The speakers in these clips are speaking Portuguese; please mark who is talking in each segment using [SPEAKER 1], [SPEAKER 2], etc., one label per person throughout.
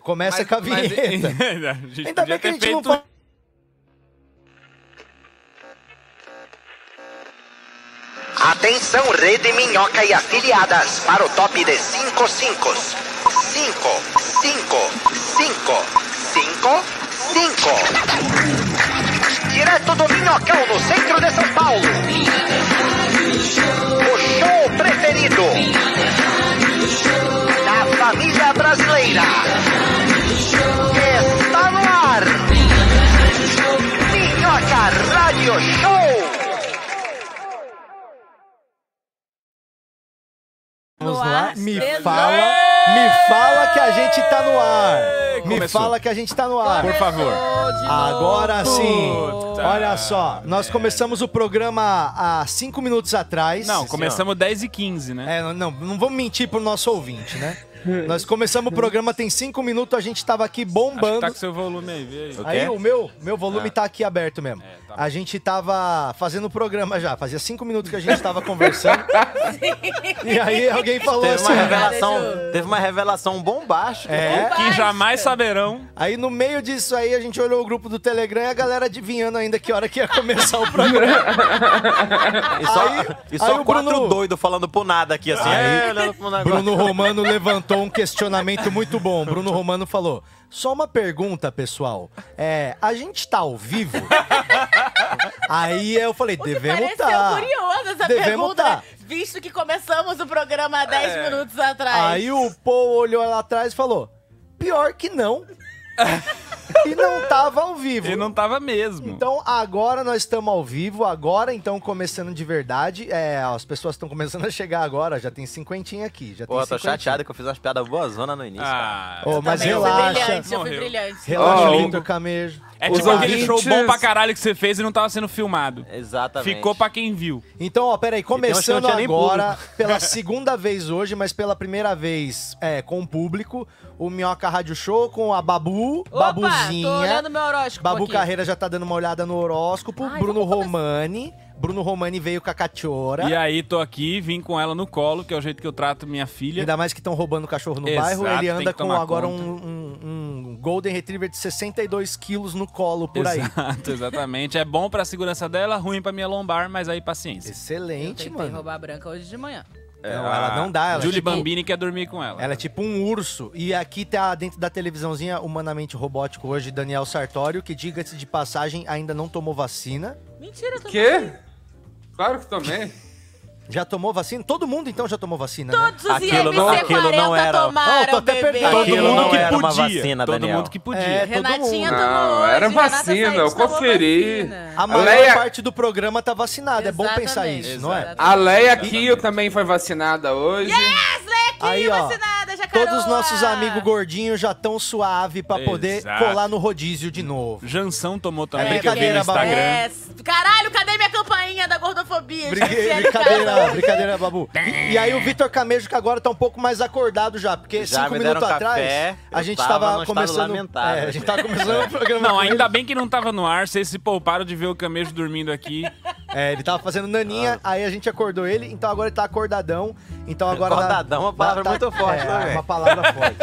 [SPEAKER 1] Começa com a vinheta.
[SPEAKER 2] a É, gente
[SPEAKER 1] Ainda
[SPEAKER 2] podia
[SPEAKER 1] bem que a
[SPEAKER 2] ter
[SPEAKER 1] gente não
[SPEAKER 2] feito
[SPEAKER 1] fala.
[SPEAKER 3] Atenção, Rede Minhoca e afiliadas, para o top de 5 5. 5, 5, 5, 5, 5. Direto do Minhocão, no centro de São Paulo. O show preferido da família brasileira. Está no ar. Minhoca Radio Show.
[SPEAKER 1] Vamos
[SPEAKER 4] No
[SPEAKER 1] lá.
[SPEAKER 4] ar.
[SPEAKER 1] Me
[SPEAKER 4] Exato.
[SPEAKER 1] fala, me fala que a gente tá no ar. Me
[SPEAKER 2] Começou.
[SPEAKER 1] fala que a gente tá no ar.
[SPEAKER 2] Por favor.
[SPEAKER 1] Agora sim.
[SPEAKER 2] Puta.
[SPEAKER 1] Olha só, nós começamos o programa há cinco minutos atrás.
[SPEAKER 2] Não, começamos 10 e 15, né?
[SPEAKER 1] É, não, não, não vamos mentir pro nosso ouvinte, né? Nós começamos o programa tem cinco minutos, a gente tava aqui
[SPEAKER 2] Acho que
[SPEAKER 1] bombando.
[SPEAKER 2] tá com seu volume aí, vê aí.
[SPEAKER 1] Aí o meu, meu volume
[SPEAKER 2] Ah.
[SPEAKER 1] tá aqui aberto mesmo.
[SPEAKER 2] É, tá
[SPEAKER 1] a gente tava fazendo o programa já, fazia cinco minutos que a gente tava conversando. e aí alguém falou
[SPEAKER 5] Teve
[SPEAKER 1] assim.
[SPEAKER 5] uma revelação,
[SPEAKER 4] Deixa eu-
[SPEAKER 5] teve uma revelação bombástica.
[SPEAKER 1] É.
[SPEAKER 2] Que jamais saberão.
[SPEAKER 1] Aí no meio disso aí a gente olhou o grupo do Telegram e a galera adivinhando ainda que hora que ia começar o programa.
[SPEAKER 5] E só,
[SPEAKER 1] Aí-
[SPEAKER 5] e só
[SPEAKER 1] aí o
[SPEAKER 5] quatro
[SPEAKER 1] Bruno-
[SPEAKER 5] doidos falando pro nada aqui,
[SPEAKER 2] Ah,
[SPEAKER 5] assim.
[SPEAKER 1] Aí-
[SPEAKER 5] é, olhando pro negócio.
[SPEAKER 1] Bruno Romano levantou um questionamento muito bom. Bruno Romano falou: "Só uma pergunta, pessoal. É, a gente tá ao vivo?" Aí eu falei:
[SPEAKER 4] O que
[SPEAKER 1] "Devemos
[SPEAKER 4] pareceu
[SPEAKER 1] tá".
[SPEAKER 4] curiosa essa
[SPEAKER 1] Devemos
[SPEAKER 4] pergunta,
[SPEAKER 1] tá.
[SPEAKER 4] né? visto que começamos o programa há 10
[SPEAKER 5] É.
[SPEAKER 4] minutos atrás.
[SPEAKER 1] Aí o Paul olhou lá atrás e falou: "Pior que não". e não tava ao vivo.
[SPEAKER 2] Ele não tava mesmo.
[SPEAKER 1] Então agora nós estamos ao vivo, agora então começando de verdade. É, as pessoas estão começando a chegar agora, já tem cinquentinha aqui. Já
[SPEAKER 5] Pô, tá tô
[SPEAKER 1] tem cinquentinha.
[SPEAKER 5] chateado que eu fiz umas piadas boas zona no início. cara.
[SPEAKER 2] ah,
[SPEAKER 1] Ô, mas
[SPEAKER 4] Também, eu
[SPEAKER 1] relaxa.
[SPEAKER 4] fui brilhante, eu fui
[SPEAKER 2] Morreu.
[SPEAKER 4] brilhante.
[SPEAKER 1] Relaxa,
[SPEAKER 6] Ó,
[SPEAKER 1] Vitor Camejo.
[SPEAKER 2] é
[SPEAKER 6] Os
[SPEAKER 2] tipo aquele show
[SPEAKER 6] ouvintes-
[SPEAKER 2] bom pra caralho que você fez e não tava sendo filmado.
[SPEAKER 5] Exatamente.
[SPEAKER 2] Ficou pra quem viu.
[SPEAKER 1] Então, ó, peraí,
[SPEAKER 5] que não
[SPEAKER 1] começando
[SPEAKER 5] tinha nem
[SPEAKER 1] agora, pela segunda vez hoje, mas pela primeira vez é, com o público, o Minhoca Rádio Show com a Babu,
[SPEAKER 4] Opa, tô
[SPEAKER 1] Babuzinha.
[SPEAKER 4] olhando meu horóscopo
[SPEAKER 1] Babu
[SPEAKER 4] aqui.
[SPEAKER 1] Carreira já tá dando uma olhada no horóscopo.
[SPEAKER 4] Ai,
[SPEAKER 1] Bruno
[SPEAKER 4] vamos começar.
[SPEAKER 1] Romani. Bruno Romani veio com a Cachora.
[SPEAKER 2] E aí, tô aqui, vim com ela no colo, que é o jeito que eu trato minha filha.
[SPEAKER 1] Ainda mais que estão roubando cachorro no
[SPEAKER 2] Exato,
[SPEAKER 1] bairro. Ele
[SPEAKER 2] tem
[SPEAKER 1] anda
[SPEAKER 2] que
[SPEAKER 1] com
[SPEAKER 2] tomar
[SPEAKER 1] agora um,
[SPEAKER 2] conta.
[SPEAKER 1] um- um Golden Retriever de 62 quilos no colo por aí.
[SPEAKER 2] Exato, exatamente. É bom pra segurança dela, ruim pra minha lombar, mas aí paciência.
[SPEAKER 4] Eu
[SPEAKER 1] Excelente,
[SPEAKER 4] tentei
[SPEAKER 1] mano.
[SPEAKER 4] roubar a branca hoje de manhã.
[SPEAKER 1] Não, ela não dá, ela é
[SPEAKER 2] Julie
[SPEAKER 1] tipo-
[SPEAKER 2] Bambini quer dormir com ela.
[SPEAKER 1] Ela é tipo um urso. E aqui tá dentro da televisãozinha humanamente robótico hoje, Daniel Sartório, que diga-se de passagem, ainda não tomou vacina.
[SPEAKER 4] Mentira, tô
[SPEAKER 6] Quê? Claro que tomei.
[SPEAKER 1] Já tomou vacina? Todo mundo então já tomou vacina, né?
[SPEAKER 4] Todos os
[SPEAKER 5] Aquilo não- aquilo não
[SPEAKER 4] IMC40
[SPEAKER 5] era-
[SPEAKER 1] Oh, tô
[SPEAKER 4] tomaram,
[SPEAKER 1] até
[SPEAKER 4] bebê.
[SPEAKER 1] perdendo.
[SPEAKER 5] Aquilo
[SPEAKER 1] mundo
[SPEAKER 5] não
[SPEAKER 1] que
[SPEAKER 5] era uma
[SPEAKER 2] podia.
[SPEAKER 5] vacina,
[SPEAKER 2] Todo
[SPEAKER 5] Daniel.
[SPEAKER 2] mundo que podia.
[SPEAKER 1] É, todo
[SPEAKER 4] Renatinha
[SPEAKER 1] mundo.
[SPEAKER 4] tomou
[SPEAKER 6] Não,
[SPEAKER 4] hoje,
[SPEAKER 6] era
[SPEAKER 4] Renata
[SPEAKER 6] vacina,
[SPEAKER 4] Said
[SPEAKER 6] eu
[SPEAKER 4] tomou
[SPEAKER 6] conferi.
[SPEAKER 4] vacina.
[SPEAKER 1] A maior
[SPEAKER 6] Leia-
[SPEAKER 1] parte do programa tá vacinada. É bom pensar
[SPEAKER 4] Exatamente.
[SPEAKER 1] isso, não é?
[SPEAKER 4] Exatamente.
[SPEAKER 6] A Leia Kill também foi vacinada hoje.
[SPEAKER 1] Aí, ó,
[SPEAKER 4] vacinada, jacaroa.
[SPEAKER 1] Todos os nossos amigos gordinhos já tão suave pra poder
[SPEAKER 2] Exato.
[SPEAKER 1] colar no rodízio de novo.
[SPEAKER 2] Jansão tomou também,
[SPEAKER 1] É brincadeira,
[SPEAKER 2] que eu vi no
[SPEAKER 1] Babu.
[SPEAKER 2] Instagram.
[SPEAKER 4] É, caralho, cadê minha campainha da gordofobia?
[SPEAKER 1] Brinque-
[SPEAKER 4] Gente,
[SPEAKER 1] brincadeira, brincadeira, Babu. E aí o Vitor Camejo, que agora tá um pouco mais acordado já, porque
[SPEAKER 5] Já
[SPEAKER 1] cinco
[SPEAKER 5] me deram um
[SPEAKER 1] minutos
[SPEAKER 5] café,
[SPEAKER 1] atrás a
[SPEAKER 5] eu
[SPEAKER 1] gente
[SPEAKER 5] tava
[SPEAKER 1] tava,
[SPEAKER 5] num estado
[SPEAKER 1] começando.
[SPEAKER 5] lamentável. né?
[SPEAKER 1] É, a gente tava começando o programa.
[SPEAKER 2] Não,
[SPEAKER 1] com
[SPEAKER 2] ainda
[SPEAKER 1] ele.
[SPEAKER 2] bem que não tava no ar, vocês se pouparam de ver o camejo dormindo aqui.
[SPEAKER 1] É, ele tava fazendo naninha, aí a gente acordou ele, então agora ele tá acordadão. Então agora.
[SPEAKER 5] Acordadão é uma palavra muito forte,
[SPEAKER 1] é,
[SPEAKER 5] né, velho?
[SPEAKER 1] Uma palavra forte.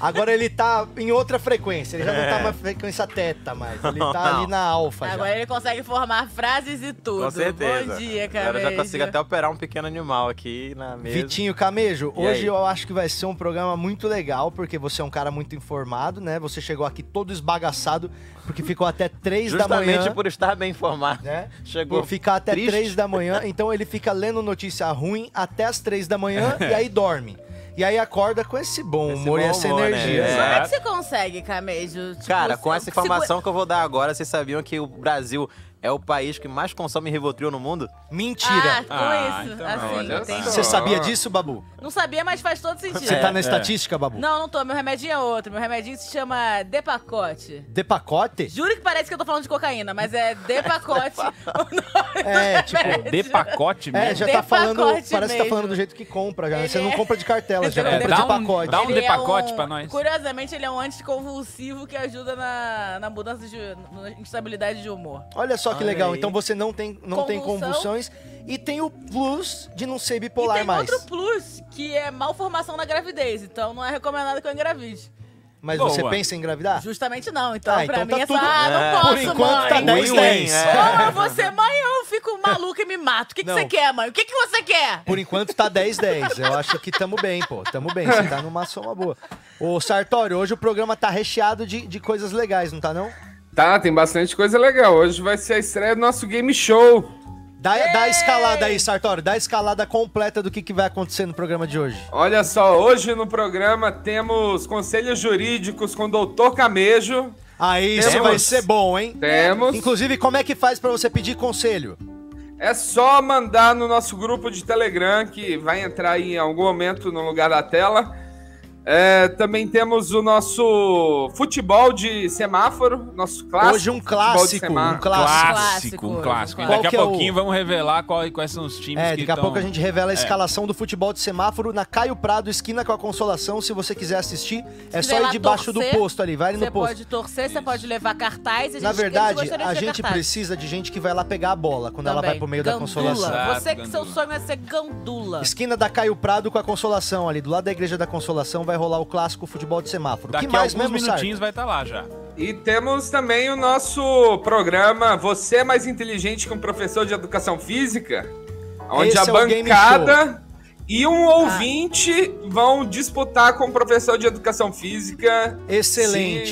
[SPEAKER 1] Agora ele tá em outra frequência, ele já não
[SPEAKER 5] É.
[SPEAKER 1] tá mais frequência teta mais. Ele tá ali na alfa já.
[SPEAKER 4] Agora ele consegue formar frases e tudo.
[SPEAKER 5] Com certeza.
[SPEAKER 4] Bom dia,
[SPEAKER 5] Agora
[SPEAKER 4] cara.
[SPEAKER 5] eu já consigo até operar um pequeno animal aqui na mesa.
[SPEAKER 1] Vitinho Camejo,
[SPEAKER 5] E
[SPEAKER 1] hoje
[SPEAKER 5] aí?
[SPEAKER 1] eu acho que vai ser um programa muito legal, porque você é um cara muito informado, né? Você chegou aqui todo esbagaçado, porque ficou até três da
[SPEAKER 5] Justamente
[SPEAKER 1] manhã.
[SPEAKER 5] por estar bem informado.
[SPEAKER 1] Né?
[SPEAKER 5] Chegou.
[SPEAKER 1] Por ficar até
[SPEAKER 5] Tipo, triste.
[SPEAKER 1] três da manhã, então ele fica lendo notícia ruim até as três da manhã e aí dorme. E aí acorda com esse bom
[SPEAKER 5] Esse
[SPEAKER 1] humor e
[SPEAKER 5] bom
[SPEAKER 1] essa
[SPEAKER 5] humor, né?
[SPEAKER 1] energia.
[SPEAKER 5] É.
[SPEAKER 4] Como é que você consegue, Camejo? Tipo,
[SPEAKER 5] Cara, com
[SPEAKER 4] se-
[SPEAKER 5] essa informação que eu vou dar agora, vocês sabiam que o Brasil é o país que mais consome Rivotril no mundo?
[SPEAKER 1] Mentira!
[SPEAKER 4] Ah, com
[SPEAKER 2] Ah,
[SPEAKER 4] isso.
[SPEAKER 2] então não,
[SPEAKER 4] assim,
[SPEAKER 2] olha
[SPEAKER 4] entendi.
[SPEAKER 1] Você sabia disso, Babu?
[SPEAKER 4] Não sabia, mas faz todo sentido.
[SPEAKER 1] Você tá na estatística, Babu?
[SPEAKER 4] Não, não tô. Meu remedinho é outro. Meu remedinho se chama De Pacote.
[SPEAKER 1] De pacote?
[SPEAKER 4] Juro que parece que eu tô falando de cocaína, mas é De Pacote. o nome do
[SPEAKER 1] É, tipo,
[SPEAKER 4] remédio.
[SPEAKER 2] Ah, De pacote mesmo.
[SPEAKER 1] É, já
[SPEAKER 4] De
[SPEAKER 1] tá falando.
[SPEAKER 4] pacote
[SPEAKER 1] Parece que tá
[SPEAKER 4] mesmo.
[SPEAKER 1] falando do jeito que compra já. né?
[SPEAKER 4] Ele
[SPEAKER 1] Você não
[SPEAKER 4] é-
[SPEAKER 1] compra de cartela, já
[SPEAKER 4] É,
[SPEAKER 1] compra
[SPEAKER 2] dá
[SPEAKER 1] de
[SPEAKER 2] um-
[SPEAKER 1] pacote.
[SPEAKER 2] dá um
[SPEAKER 4] Ele
[SPEAKER 2] de
[SPEAKER 4] é
[SPEAKER 2] pacote pra nós.
[SPEAKER 4] Curiosamente, ele é um anticonvulsivo que ajuda na, na mudança de na instabilidade de humor.
[SPEAKER 1] Olha só que
[SPEAKER 5] Olha
[SPEAKER 1] legal.
[SPEAKER 5] aí.
[SPEAKER 1] Então você não tem, não tem
[SPEAKER 4] Convulsão.
[SPEAKER 1] convulsões e tem o plus de não ser
[SPEAKER 4] e
[SPEAKER 1] bipolar
[SPEAKER 4] tem
[SPEAKER 1] mais.
[SPEAKER 4] outro plus, que é malformação na gravidez. Então não é recomendado que eu engravide.
[SPEAKER 1] Mas
[SPEAKER 2] Boa.
[SPEAKER 1] você pensa em engravidar?
[SPEAKER 4] Justamente não, então
[SPEAKER 1] Ah,
[SPEAKER 4] pra
[SPEAKER 1] então
[SPEAKER 4] mim
[SPEAKER 1] tá
[SPEAKER 4] é só,
[SPEAKER 1] tudo-
[SPEAKER 4] ah, não
[SPEAKER 5] É.
[SPEAKER 4] posso,
[SPEAKER 1] Por enquanto
[SPEAKER 4] mãe.
[SPEAKER 1] tá 10
[SPEAKER 5] Win-win,
[SPEAKER 1] 10.
[SPEAKER 5] é.
[SPEAKER 4] Ou eu vou ser mãe ou eu fico maluca e me mato. O que, que
[SPEAKER 1] Não.
[SPEAKER 4] você quer, mãe? O que, que você quer?
[SPEAKER 1] Por enquanto tá 10 10. Eu acho que tamo bem, pô. Tamo bem. Você tá numa soma boa. Ô, Sartório, hoje o programa tá recheado de, de coisas legais, não tá não?
[SPEAKER 6] Tá, tem bastante coisa legal. Hoje vai ser a estreia do nosso game show.
[SPEAKER 1] Dá, dá a escalada aí, Sartório. Dá a escalada completa do que, que vai acontecer no programa de hoje.
[SPEAKER 6] Olha só, hoje no programa temos conselhos jurídicos com o doutor Camejo.
[SPEAKER 1] Aí, Ah, isso
[SPEAKER 5] Temos.
[SPEAKER 1] vai ser bom, hein?
[SPEAKER 6] Temos.
[SPEAKER 1] Inclusive, como é que faz pra você pedir conselho?
[SPEAKER 6] É só mandar no nosso grupo de Telegram, que vai entrar aí em algum momento no lugar da tela. É, também temos o nosso futebol de semáforo, nosso clássico.
[SPEAKER 1] Hoje um
[SPEAKER 6] futebol de
[SPEAKER 1] clássico,
[SPEAKER 6] semana.
[SPEAKER 1] um clássico.
[SPEAKER 4] Clássico,
[SPEAKER 2] um
[SPEAKER 4] clássico.
[SPEAKER 2] clássico. E
[SPEAKER 1] Qual
[SPEAKER 2] Daqui
[SPEAKER 1] que
[SPEAKER 2] a
[SPEAKER 1] é o-
[SPEAKER 2] pouquinho vamos revelar qual- quais são os times
[SPEAKER 1] É,
[SPEAKER 2] que
[SPEAKER 1] daqui a
[SPEAKER 2] tão- É.
[SPEAKER 1] pouco a gente revela a escalação do futebol de semáforo na Caio Prado, esquina com a Consolação. Se você quiser assistir, é
[SPEAKER 4] Se
[SPEAKER 1] só
[SPEAKER 4] quiser
[SPEAKER 1] ir
[SPEAKER 4] lá
[SPEAKER 1] debaixo do
[SPEAKER 4] torcer,
[SPEAKER 1] posto ali, vai ali
[SPEAKER 4] Você
[SPEAKER 1] no posto.
[SPEAKER 4] pode torcer, você pode levar cartaz. A gente,
[SPEAKER 1] Na verdade,
[SPEAKER 4] gostaria de
[SPEAKER 1] a
[SPEAKER 4] ter
[SPEAKER 1] gente
[SPEAKER 4] cartaz.
[SPEAKER 1] precisa de gente que vai lá pegar a bola quando ela
[SPEAKER 4] Também.
[SPEAKER 1] vai pro meio da
[SPEAKER 4] Gandula.
[SPEAKER 1] consolação.
[SPEAKER 2] Exato,
[SPEAKER 4] Você que seu
[SPEAKER 2] gandula.
[SPEAKER 4] sonho é ser gandula.
[SPEAKER 1] Esquina da Caio Prado com a Consolação ali, do lado da Igreja da Consolação, vai rolar o clássico futebol de semáforo.
[SPEAKER 2] Daqui
[SPEAKER 1] que
[SPEAKER 2] a
[SPEAKER 1] mais
[SPEAKER 2] alguns
[SPEAKER 1] mesmo, Sarto?
[SPEAKER 2] minutinhos vai estar lá já.
[SPEAKER 6] E temos também o nosso programa Você é Mais Inteligente que um Professor de Educação Física, onde
[SPEAKER 1] Esse
[SPEAKER 6] a
[SPEAKER 1] é o game Ah.
[SPEAKER 6] bancada e um ouvinte vão disputar com o professor de Educação Física
[SPEAKER 1] Excelente.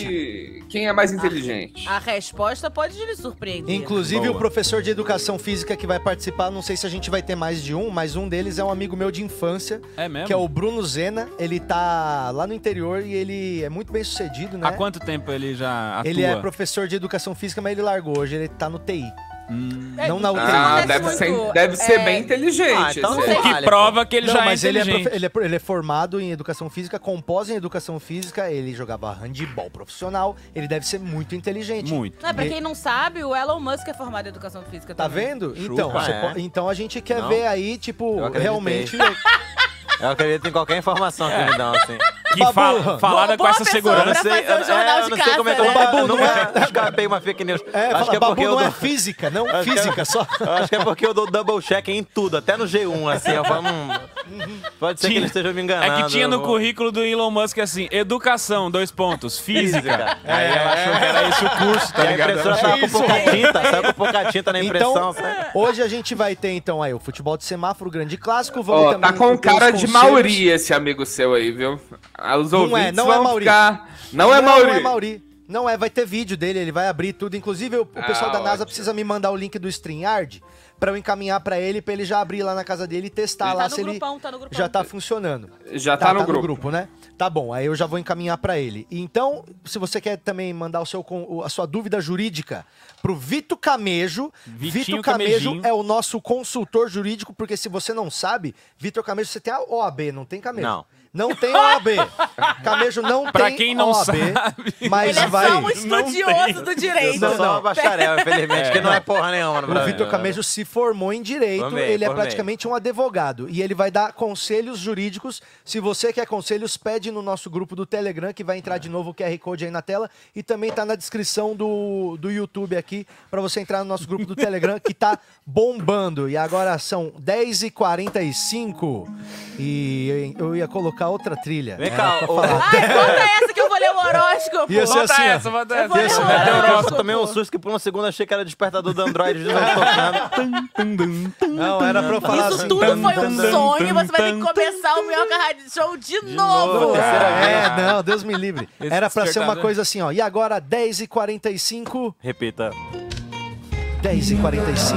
[SPEAKER 6] se- quem é mais inteligente.
[SPEAKER 4] A resposta pode lhe surpreender.
[SPEAKER 1] Inclusive,
[SPEAKER 2] Boa.
[SPEAKER 1] o professor de educação física que vai participar, não sei se a gente vai ter mais de um, mas um deles é um amigo meu de infância,
[SPEAKER 2] É mesmo?
[SPEAKER 1] que é o Bruno Zena. Ele tá lá no interior e ele é muito bem sucedido, né?
[SPEAKER 2] Há quanto tempo ele já atua?
[SPEAKER 1] Ele é professor de educação física, mas ele largou hoje, ele tá no TI.
[SPEAKER 2] Hum.
[SPEAKER 4] É,
[SPEAKER 1] não na
[SPEAKER 4] isso
[SPEAKER 1] UTI.
[SPEAKER 6] Ah,
[SPEAKER 4] acontece
[SPEAKER 6] deve
[SPEAKER 4] muito,
[SPEAKER 6] ser, deve ser
[SPEAKER 4] é,
[SPEAKER 6] bem inteligente.
[SPEAKER 5] Ah,
[SPEAKER 6] esse
[SPEAKER 5] então não
[SPEAKER 2] O
[SPEAKER 6] aí.
[SPEAKER 5] sei.
[SPEAKER 2] que prova que ele
[SPEAKER 1] não,
[SPEAKER 2] já
[SPEAKER 1] mas
[SPEAKER 2] é
[SPEAKER 1] ele é,
[SPEAKER 2] inteligente.
[SPEAKER 1] profe- ele, é, pro- ele é formado em educação física, compôs em educação física, ele jogava handball profissional, ele deve ser muito inteligente.
[SPEAKER 2] Muito.
[SPEAKER 4] Não, é pra quem não sabe, o Elon Musk é formado em educação física
[SPEAKER 1] Tá
[SPEAKER 4] também.
[SPEAKER 1] vendo?
[SPEAKER 5] Chupa,
[SPEAKER 1] Então, você
[SPEAKER 5] é.
[SPEAKER 1] po- então a gente quer
[SPEAKER 5] Não.
[SPEAKER 1] ver aí, tipo,
[SPEAKER 5] Eu acreditei.
[SPEAKER 1] realmente.
[SPEAKER 5] Eu acredito em qualquer informação que me dão, assim.
[SPEAKER 2] Que
[SPEAKER 1] Babu,
[SPEAKER 2] fala, falada com
[SPEAKER 4] boa
[SPEAKER 2] essa
[SPEAKER 4] pessoa
[SPEAKER 5] Eu
[SPEAKER 4] Pra
[SPEAKER 5] não
[SPEAKER 2] segurança.
[SPEAKER 4] fazer
[SPEAKER 5] sei,
[SPEAKER 4] o
[SPEAKER 5] eu, é,
[SPEAKER 4] jornal
[SPEAKER 5] eu
[SPEAKER 4] de
[SPEAKER 5] não sei como é que
[SPEAKER 4] casa,
[SPEAKER 5] eu
[SPEAKER 1] né? Babu, não
[SPEAKER 5] nunca escapei uma fake news.
[SPEAKER 1] É,
[SPEAKER 5] acho
[SPEAKER 1] fala,
[SPEAKER 5] que é
[SPEAKER 1] babu
[SPEAKER 5] porque eu
[SPEAKER 1] não é
[SPEAKER 5] dou,
[SPEAKER 1] física, não
[SPEAKER 5] Acho que é-
[SPEAKER 1] física só.
[SPEAKER 5] eu acho que é porque eu dou double check em tudo, até no G1, assim. Eu falo, hum, pode ser que
[SPEAKER 2] Tinha-
[SPEAKER 5] ele esteja me enganando.
[SPEAKER 2] É que tinha
[SPEAKER 5] eu
[SPEAKER 2] no
[SPEAKER 5] vou-
[SPEAKER 2] currículo do Elon Musk assim, educação, dois pontos, física.
[SPEAKER 5] Física.
[SPEAKER 1] É,
[SPEAKER 2] Aí ela achou que era isso o curso, tá
[SPEAKER 5] E É a
[SPEAKER 2] ligado?
[SPEAKER 5] impressora
[SPEAKER 2] Ela-
[SPEAKER 5] tava com pouca tinta, saiu com pouca tinta na impressão.
[SPEAKER 1] Então,
[SPEAKER 5] sabe?
[SPEAKER 1] hoje a gente vai ter, então, aí, o futebol de semáforo, grande clássico. Vamos
[SPEAKER 6] Ó,
[SPEAKER 1] também
[SPEAKER 6] tá com
[SPEAKER 1] ter os
[SPEAKER 6] cara de
[SPEAKER 1] conselhos.
[SPEAKER 6] Mauri esse amigo seu aí, viu? Ah, Os
[SPEAKER 1] Não é,
[SPEAKER 6] ouvintes
[SPEAKER 1] não é
[SPEAKER 6] vão
[SPEAKER 1] Mauri.
[SPEAKER 6] ficar... Não é Mauri.
[SPEAKER 1] Não é Mauri. Não é, vai ter vídeo dele, ele vai abrir tudo. Inclusive, o, o
[SPEAKER 6] Ah,
[SPEAKER 1] pessoal da NASA
[SPEAKER 6] ótimo.
[SPEAKER 1] precisa me mandar o link do StreamYard pra eu encaminhar pra ele, pra ele já abrir lá na casa dele e testar
[SPEAKER 4] Tá
[SPEAKER 1] lá
[SPEAKER 4] no
[SPEAKER 1] se ele
[SPEAKER 4] grupão, tá no grupão.
[SPEAKER 1] já tá funcionando.
[SPEAKER 6] Já tá, no grupo.
[SPEAKER 1] né? Tá bom, aí eu já vou encaminhar pra ele. Então, se você quer também mandar o seu, con- o- a sua dúvida jurídica pro Vito Camejo,
[SPEAKER 2] Vitinho
[SPEAKER 1] Vito Camejo
[SPEAKER 2] Camejinho.
[SPEAKER 1] é o nosso consultor jurídico, porque se você não sabe, Vitor Camejo, você tem a OAB, não tem Camejo.
[SPEAKER 5] Não.
[SPEAKER 1] Não tem OAB. Camejo não
[SPEAKER 2] Pra
[SPEAKER 1] tem
[SPEAKER 2] quem não
[SPEAKER 1] OAB,
[SPEAKER 2] sabe-
[SPEAKER 1] mas
[SPEAKER 4] Ele é
[SPEAKER 1] vai.
[SPEAKER 4] só um
[SPEAKER 2] Não
[SPEAKER 4] estudioso
[SPEAKER 2] tem.
[SPEAKER 4] do
[SPEAKER 5] Eu
[SPEAKER 4] direito.
[SPEAKER 5] sou só
[SPEAKER 1] não.
[SPEAKER 5] uma bacharel, infelizmente, que não é porra nenhuma no
[SPEAKER 1] O
[SPEAKER 5] Brasil.
[SPEAKER 1] Vitor Camejo se formou em direito,
[SPEAKER 5] Formei,
[SPEAKER 1] ele é
[SPEAKER 5] formei.
[SPEAKER 1] praticamente um advogado e ele vai dar conselhos jurídicos. Se você quer conselhos, pede no nosso grupo do Telegram, que vai entrar de novo o QR Code aí na tela e também tá na descrição do, do YouTube aqui pra você entrar no nosso grupo do Telegram que tá bombando. E agora são 10h45 e eu ia colocar outra trilha. né?
[SPEAKER 5] Vem
[SPEAKER 1] Era
[SPEAKER 5] cá,
[SPEAKER 1] pra
[SPEAKER 5] o-
[SPEAKER 1] falar.
[SPEAKER 4] Ai, conta essa que eu vou ler o horóscopo.
[SPEAKER 1] Ia assim. ser
[SPEAKER 2] Bota
[SPEAKER 1] assim, ó.
[SPEAKER 2] essa, bota
[SPEAKER 4] Eu vou
[SPEAKER 2] essa.
[SPEAKER 4] ler o
[SPEAKER 5] Até o
[SPEAKER 4] horóscopo.
[SPEAKER 5] próximo tomei um susto que por um segundo achei que era despertador do Android de novo tocando.
[SPEAKER 1] Não, era pra eu falar
[SPEAKER 4] Isso
[SPEAKER 1] assim,
[SPEAKER 4] tudo
[SPEAKER 1] tam,
[SPEAKER 4] foi
[SPEAKER 1] tam,
[SPEAKER 4] um
[SPEAKER 1] tam.
[SPEAKER 4] sonho. Você vai ter que começar o Minhoca Rádio Show de, novo.
[SPEAKER 5] novo,
[SPEAKER 1] Cara,
[SPEAKER 2] Ah.
[SPEAKER 5] Será
[SPEAKER 1] É, não, Deus me livre.
[SPEAKER 2] Esse
[SPEAKER 1] Era pra ser uma
[SPEAKER 2] despertador.
[SPEAKER 1] coisa assim, ó. E agora, 10h45.
[SPEAKER 5] Repita.
[SPEAKER 1] 10h45.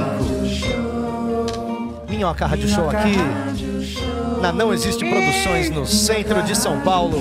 [SPEAKER 1] Minhoca Rádio Show aqui. Na Não Existe Produções, no centro de São Paulo.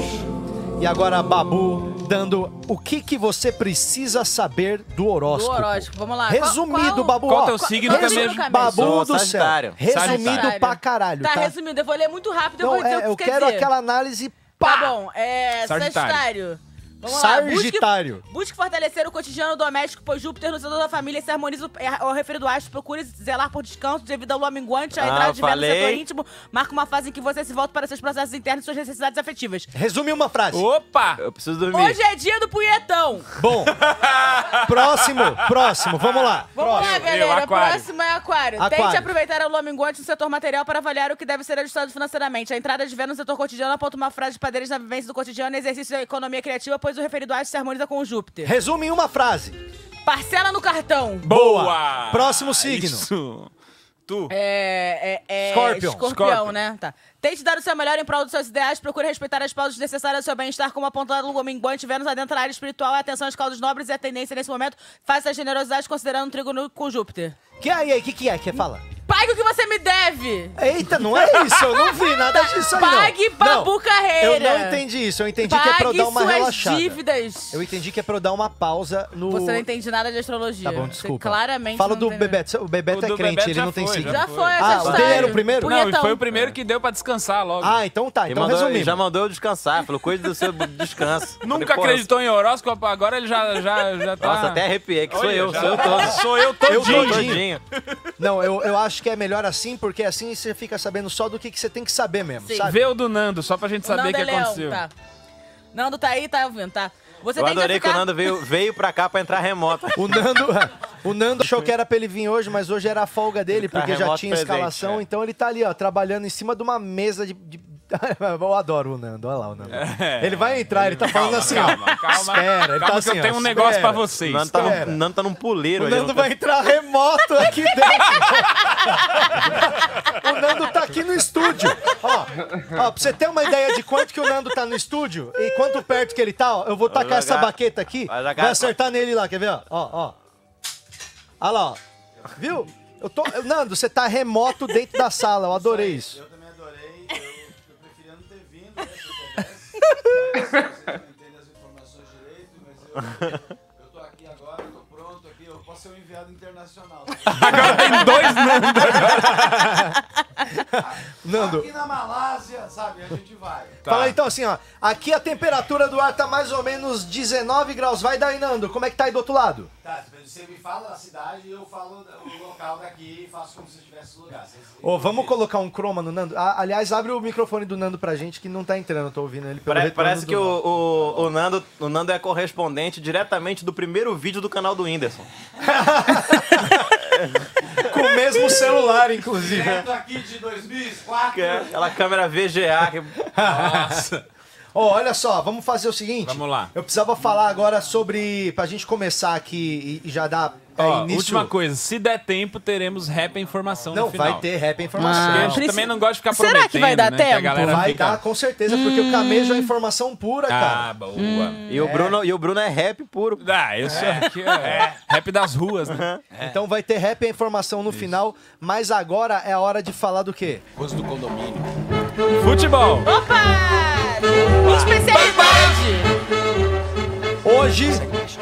[SPEAKER 1] E agora, Babu dando o que, que você precisa saber do
[SPEAKER 4] Do
[SPEAKER 1] horóscopo.
[SPEAKER 4] horóscopo, vamos lá.
[SPEAKER 1] Resumido,
[SPEAKER 4] qual, é qual...
[SPEAKER 1] Babu.
[SPEAKER 2] Qual
[SPEAKER 1] ó.
[SPEAKER 2] teu signo
[SPEAKER 4] que é
[SPEAKER 1] Resumido,
[SPEAKER 4] mesmo?
[SPEAKER 1] Babu
[SPEAKER 5] Sou
[SPEAKER 1] do céu.
[SPEAKER 5] Sagitário.
[SPEAKER 1] Resumido
[SPEAKER 4] Sagitário.
[SPEAKER 1] pra caralho,
[SPEAKER 4] Tá,
[SPEAKER 1] tá?
[SPEAKER 4] resumindo, eu vou ler muito rápido, eu
[SPEAKER 1] Não,
[SPEAKER 4] vou dizer o
[SPEAKER 1] é,
[SPEAKER 4] que
[SPEAKER 1] eu
[SPEAKER 4] quer
[SPEAKER 1] quero
[SPEAKER 4] dizer.
[SPEAKER 1] aquela análise
[SPEAKER 4] Tá
[SPEAKER 1] pá.
[SPEAKER 4] bom, é...
[SPEAKER 2] Sagitário.
[SPEAKER 4] Sagitário. Vamos lá, busque,
[SPEAKER 1] Sargitário.
[SPEAKER 4] busque fortalecer o cotidiano doméstico, pois Júpiter no setor da família se harmoniza é, ao referido do astro. Procure zelar por descanso devido ao lua minguante, a
[SPEAKER 5] Ah,
[SPEAKER 4] entrada de Vênus no setor
[SPEAKER 5] falei.
[SPEAKER 4] íntimo. Marca uma fase em que você se volta para seus processos internos e suas necessidades afetivas.
[SPEAKER 1] Resume uma frase.
[SPEAKER 2] Opa!
[SPEAKER 5] Eu preciso dormir.
[SPEAKER 4] Hoje é dia do punhetão.
[SPEAKER 1] Bom. próximo, próximo. Vamos lá.
[SPEAKER 4] Vamos lá,
[SPEAKER 2] Meu,
[SPEAKER 4] galera.
[SPEAKER 2] aquário.
[SPEAKER 4] Próximo é aquário.
[SPEAKER 1] Aquário.
[SPEAKER 4] Tente aproveitar a lua minguante no setor material para avaliar o que deve ser ajustado financeiramente. A entrada de Vênus no setor cotidiano aponta uma frase de padeiros na vivência do cotidiano e exercício da economia criativa, pois o referido astro se harmoniza com o Júpiter.
[SPEAKER 1] Resume em uma frase.
[SPEAKER 4] Parcela no cartão.
[SPEAKER 1] Boa. Próximo signo.
[SPEAKER 2] Isso. Tu.
[SPEAKER 4] É, é, é
[SPEAKER 1] Scorpion.
[SPEAKER 4] escorpião,
[SPEAKER 2] Scorpion.
[SPEAKER 4] né? Tá. Tente dar o seu melhor em prol dos seus ideais, procure respeitar as pausas necessárias ao seu bem-estar, como apontado no minguante, Vênus adentra a área espiritual, atenção às causas nobres e a tendência nesse momento, faça a generosidade considerando o trigo com Júpiter.
[SPEAKER 1] Que aí, aí, que que é? Quer falar?
[SPEAKER 4] Pague o que você me deve!
[SPEAKER 1] Eita, não é isso. Eu não vi nada disso aí, não.
[SPEAKER 4] Pague Babu
[SPEAKER 1] Não,
[SPEAKER 4] Carreira.
[SPEAKER 1] Eu não entendi isso. Eu entendi que é pra eu
[SPEAKER 4] Pague
[SPEAKER 1] dar uma
[SPEAKER 4] suas
[SPEAKER 1] relaxada.
[SPEAKER 4] dívidas!
[SPEAKER 1] Eu entendi que é pra eu dar uma pausa no...
[SPEAKER 4] Você não entende nada de astrologia.
[SPEAKER 1] Tá bom,
[SPEAKER 4] Você
[SPEAKER 1] desculpa.
[SPEAKER 4] claramente
[SPEAKER 1] Fala
[SPEAKER 4] não
[SPEAKER 1] do
[SPEAKER 4] tem-
[SPEAKER 1] Bebeto. O Bebeto
[SPEAKER 2] O
[SPEAKER 1] é
[SPEAKER 2] do
[SPEAKER 1] crente,
[SPEAKER 2] Bebeto
[SPEAKER 1] ele
[SPEAKER 2] já
[SPEAKER 1] não tem
[SPEAKER 2] foi,
[SPEAKER 1] signo.
[SPEAKER 4] Já foi essa
[SPEAKER 1] Ah, o
[SPEAKER 4] história.
[SPEAKER 1] dele era o primeiro?
[SPEAKER 2] Não, e
[SPEAKER 4] Punhetão.
[SPEAKER 2] foi o primeiro que deu pra descansar logo.
[SPEAKER 1] Ah, então tá.
[SPEAKER 5] Ele
[SPEAKER 1] Então
[SPEAKER 5] mandou, ele
[SPEAKER 1] resumimos.
[SPEAKER 5] já mandou eu descansar. Falou, cuide do seu descanso.
[SPEAKER 2] Nunca
[SPEAKER 5] Falei, pô,
[SPEAKER 2] acreditou em horóscopo, agora ele já, já, já tá...
[SPEAKER 5] Nossa, até arrepiei, que sou
[SPEAKER 2] Olha,
[SPEAKER 5] eu,
[SPEAKER 2] já-
[SPEAKER 5] sou eu todo.
[SPEAKER 2] Sou eu
[SPEAKER 1] Eu
[SPEAKER 2] todinho.
[SPEAKER 1] todinho.
[SPEAKER 5] todinho.
[SPEAKER 1] Não, eu, eu acho que é melhor assim, porque assim você fica sabendo só do que, que você tem que saber mesmo,
[SPEAKER 4] Sim.
[SPEAKER 1] sabe?
[SPEAKER 2] Vê o do Nando, só pra gente
[SPEAKER 4] O
[SPEAKER 2] saber o
[SPEAKER 4] Nando
[SPEAKER 2] que
[SPEAKER 4] é leão,
[SPEAKER 2] aconteceu.
[SPEAKER 4] tá. Nando tá aí, tá ouvindo, tá? Você
[SPEAKER 5] Eu
[SPEAKER 4] tem
[SPEAKER 5] adorei
[SPEAKER 4] que
[SPEAKER 5] que o
[SPEAKER 4] ficar...
[SPEAKER 5] Nando veio, veio pra cá pra entrar remoto.
[SPEAKER 1] O Nando, o Nando achou que era pra ele vir hoje, mas hoje era a folga dele,
[SPEAKER 5] Ele tá
[SPEAKER 1] porque já
[SPEAKER 5] remoto
[SPEAKER 1] tinha
[SPEAKER 5] presente,
[SPEAKER 1] escalação.
[SPEAKER 5] é.
[SPEAKER 1] Então ele tá ali, ó, trabalhando em cima de uma mesa de. de- Eu adoro o Nando, olha lá o Nando. Ele vai entrar, ele tá falando assim, ó.
[SPEAKER 2] É. Calma, calma.
[SPEAKER 1] Espera, ele
[SPEAKER 2] calma
[SPEAKER 1] tá
[SPEAKER 2] que
[SPEAKER 1] assim,
[SPEAKER 2] eu tenho
[SPEAKER 1] ó,
[SPEAKER 2] um negócio
[SPEAKER 1] espera.
[SPEAKER 2] pra vocês.
[SPEAKER 5] O Nando tá,
[SPEAKER 1] espera.
[SPEAKER 5] num, Nando tá num puleiro
[SPEAKER 1] O
[SPEAKER 5] ali,
[SPEAKER 1] Nando
[SPEAKER 5] eu não-
[SPEAKER 1] vai entrar remoto aqui dentro. o Nando tá aqui no estúdio. Ó, ó, pra você ter uma ideia de quanto que o Nando tá no estúdio e quanto perto que ele tá, ó, eu vou tacar
[SPEAKER 5] jogar.
[SPEAKER 1] essa baqueta aqui,
[SPEAKER 5] Vai
[SPEAKER 1] vai,
[SPEAKER 5] jogar.
[SPEAKER 1] acertar nele lá, quer ver? Ó, ó. ó. Olha lá, ó. Viu? Eu tô... Nando, você tá remoto dentro da sala, eu adorei isso.
[SPEAKER 7] um
[SPEAKER 2] Agora tem dois Nando.
[SPEAKER 1] Nando,
[SPEAKER 7] Aqui na Malásia, sabe, a gente vai.
[SPEAKER 2] Tá.
[SPEAKER 1] fala então assim, ó. Aqui a temperatura do ar tá mais ou menos 19 graus. Vai daí, Nando. Como é que tá aí do outro lado?
[SPEAKER 7] Tá, você me fala a cidade e eu falo o local daqui e faço como se eu estivesse no lugar. Vocês-
[SPEAKER 1] Ô, vamos colocar um croma no Nando? Ah, aliás, abre o microfone do Nando pra gente que não tá entrando, eu tô ouvindo ele pelo
[SPEAKER 5] Pare-
[SPEAKER 1] retorno
[SPEAKER 5] Parece
[SPEAKER 1] do-
[SPEAKER 5] que o, o, o Nando, o Nando é correspondente diretamente do primeiro vídeo do canal do Whindersson.
[SPEAKER 1] Com o mesmo celular, inclusive. né?
[SPEAKER 7] Direto aqui de 2004.
[SPEAKER 5] Que é aquela câmera VGA. Que...
[SPEAKER 1] Ó, olha só, vamos fazer o seguinte.
[SPEAKER 2] Vamos lá.
[SPEAKER 1] Eu precisava falar agora sobre... Pra gente começar aqui e, e já dar é,
[SPEAKER 2] Ó,
[SPEAKER 1] início...
[SPEAKER 2] última coisa, se der tempo, teremos rap e informação
[SPEAKER 1] Não,
[SPEAKER 2] no final.
[SPEAKER 1] vai ter rap é
[SPEAKER 2] Porque
[SPEAKER 1] informação.
[SPEAKER 2] a gente também não gosta de ficar
[SPEAKER 4] Será
[SPEAKER 2] prometendo,
[SPEAKER 4] que vai dar
[SPEAKER 2] né? que a
[SPEAKER 4] tempo? Hum.
[SPEAKER 2] galera
[SPEAKER 1] vai
[SPEAKER 2] fica-
[SPEAKER 1] dar, com certeza, porque o camejo é informação pura, cara.
[SPEAKER 2] Ah, boa.
[SPEAKER 5] E, o Bruno, e o Bruno é rap puro.
[SPEAKER 2] Ah, eu sou aqui, ó, é, rap das ruas, né?
[SPEAKER 1] Então vai ter rap e informação no final, mas agora é a hora de falar do quê?
[SPEAKER 2] Coisa do condomínio. Futebol.
[SPEAKER 4] Opa! Especialidade!
[SPEAKER 1] Hoje,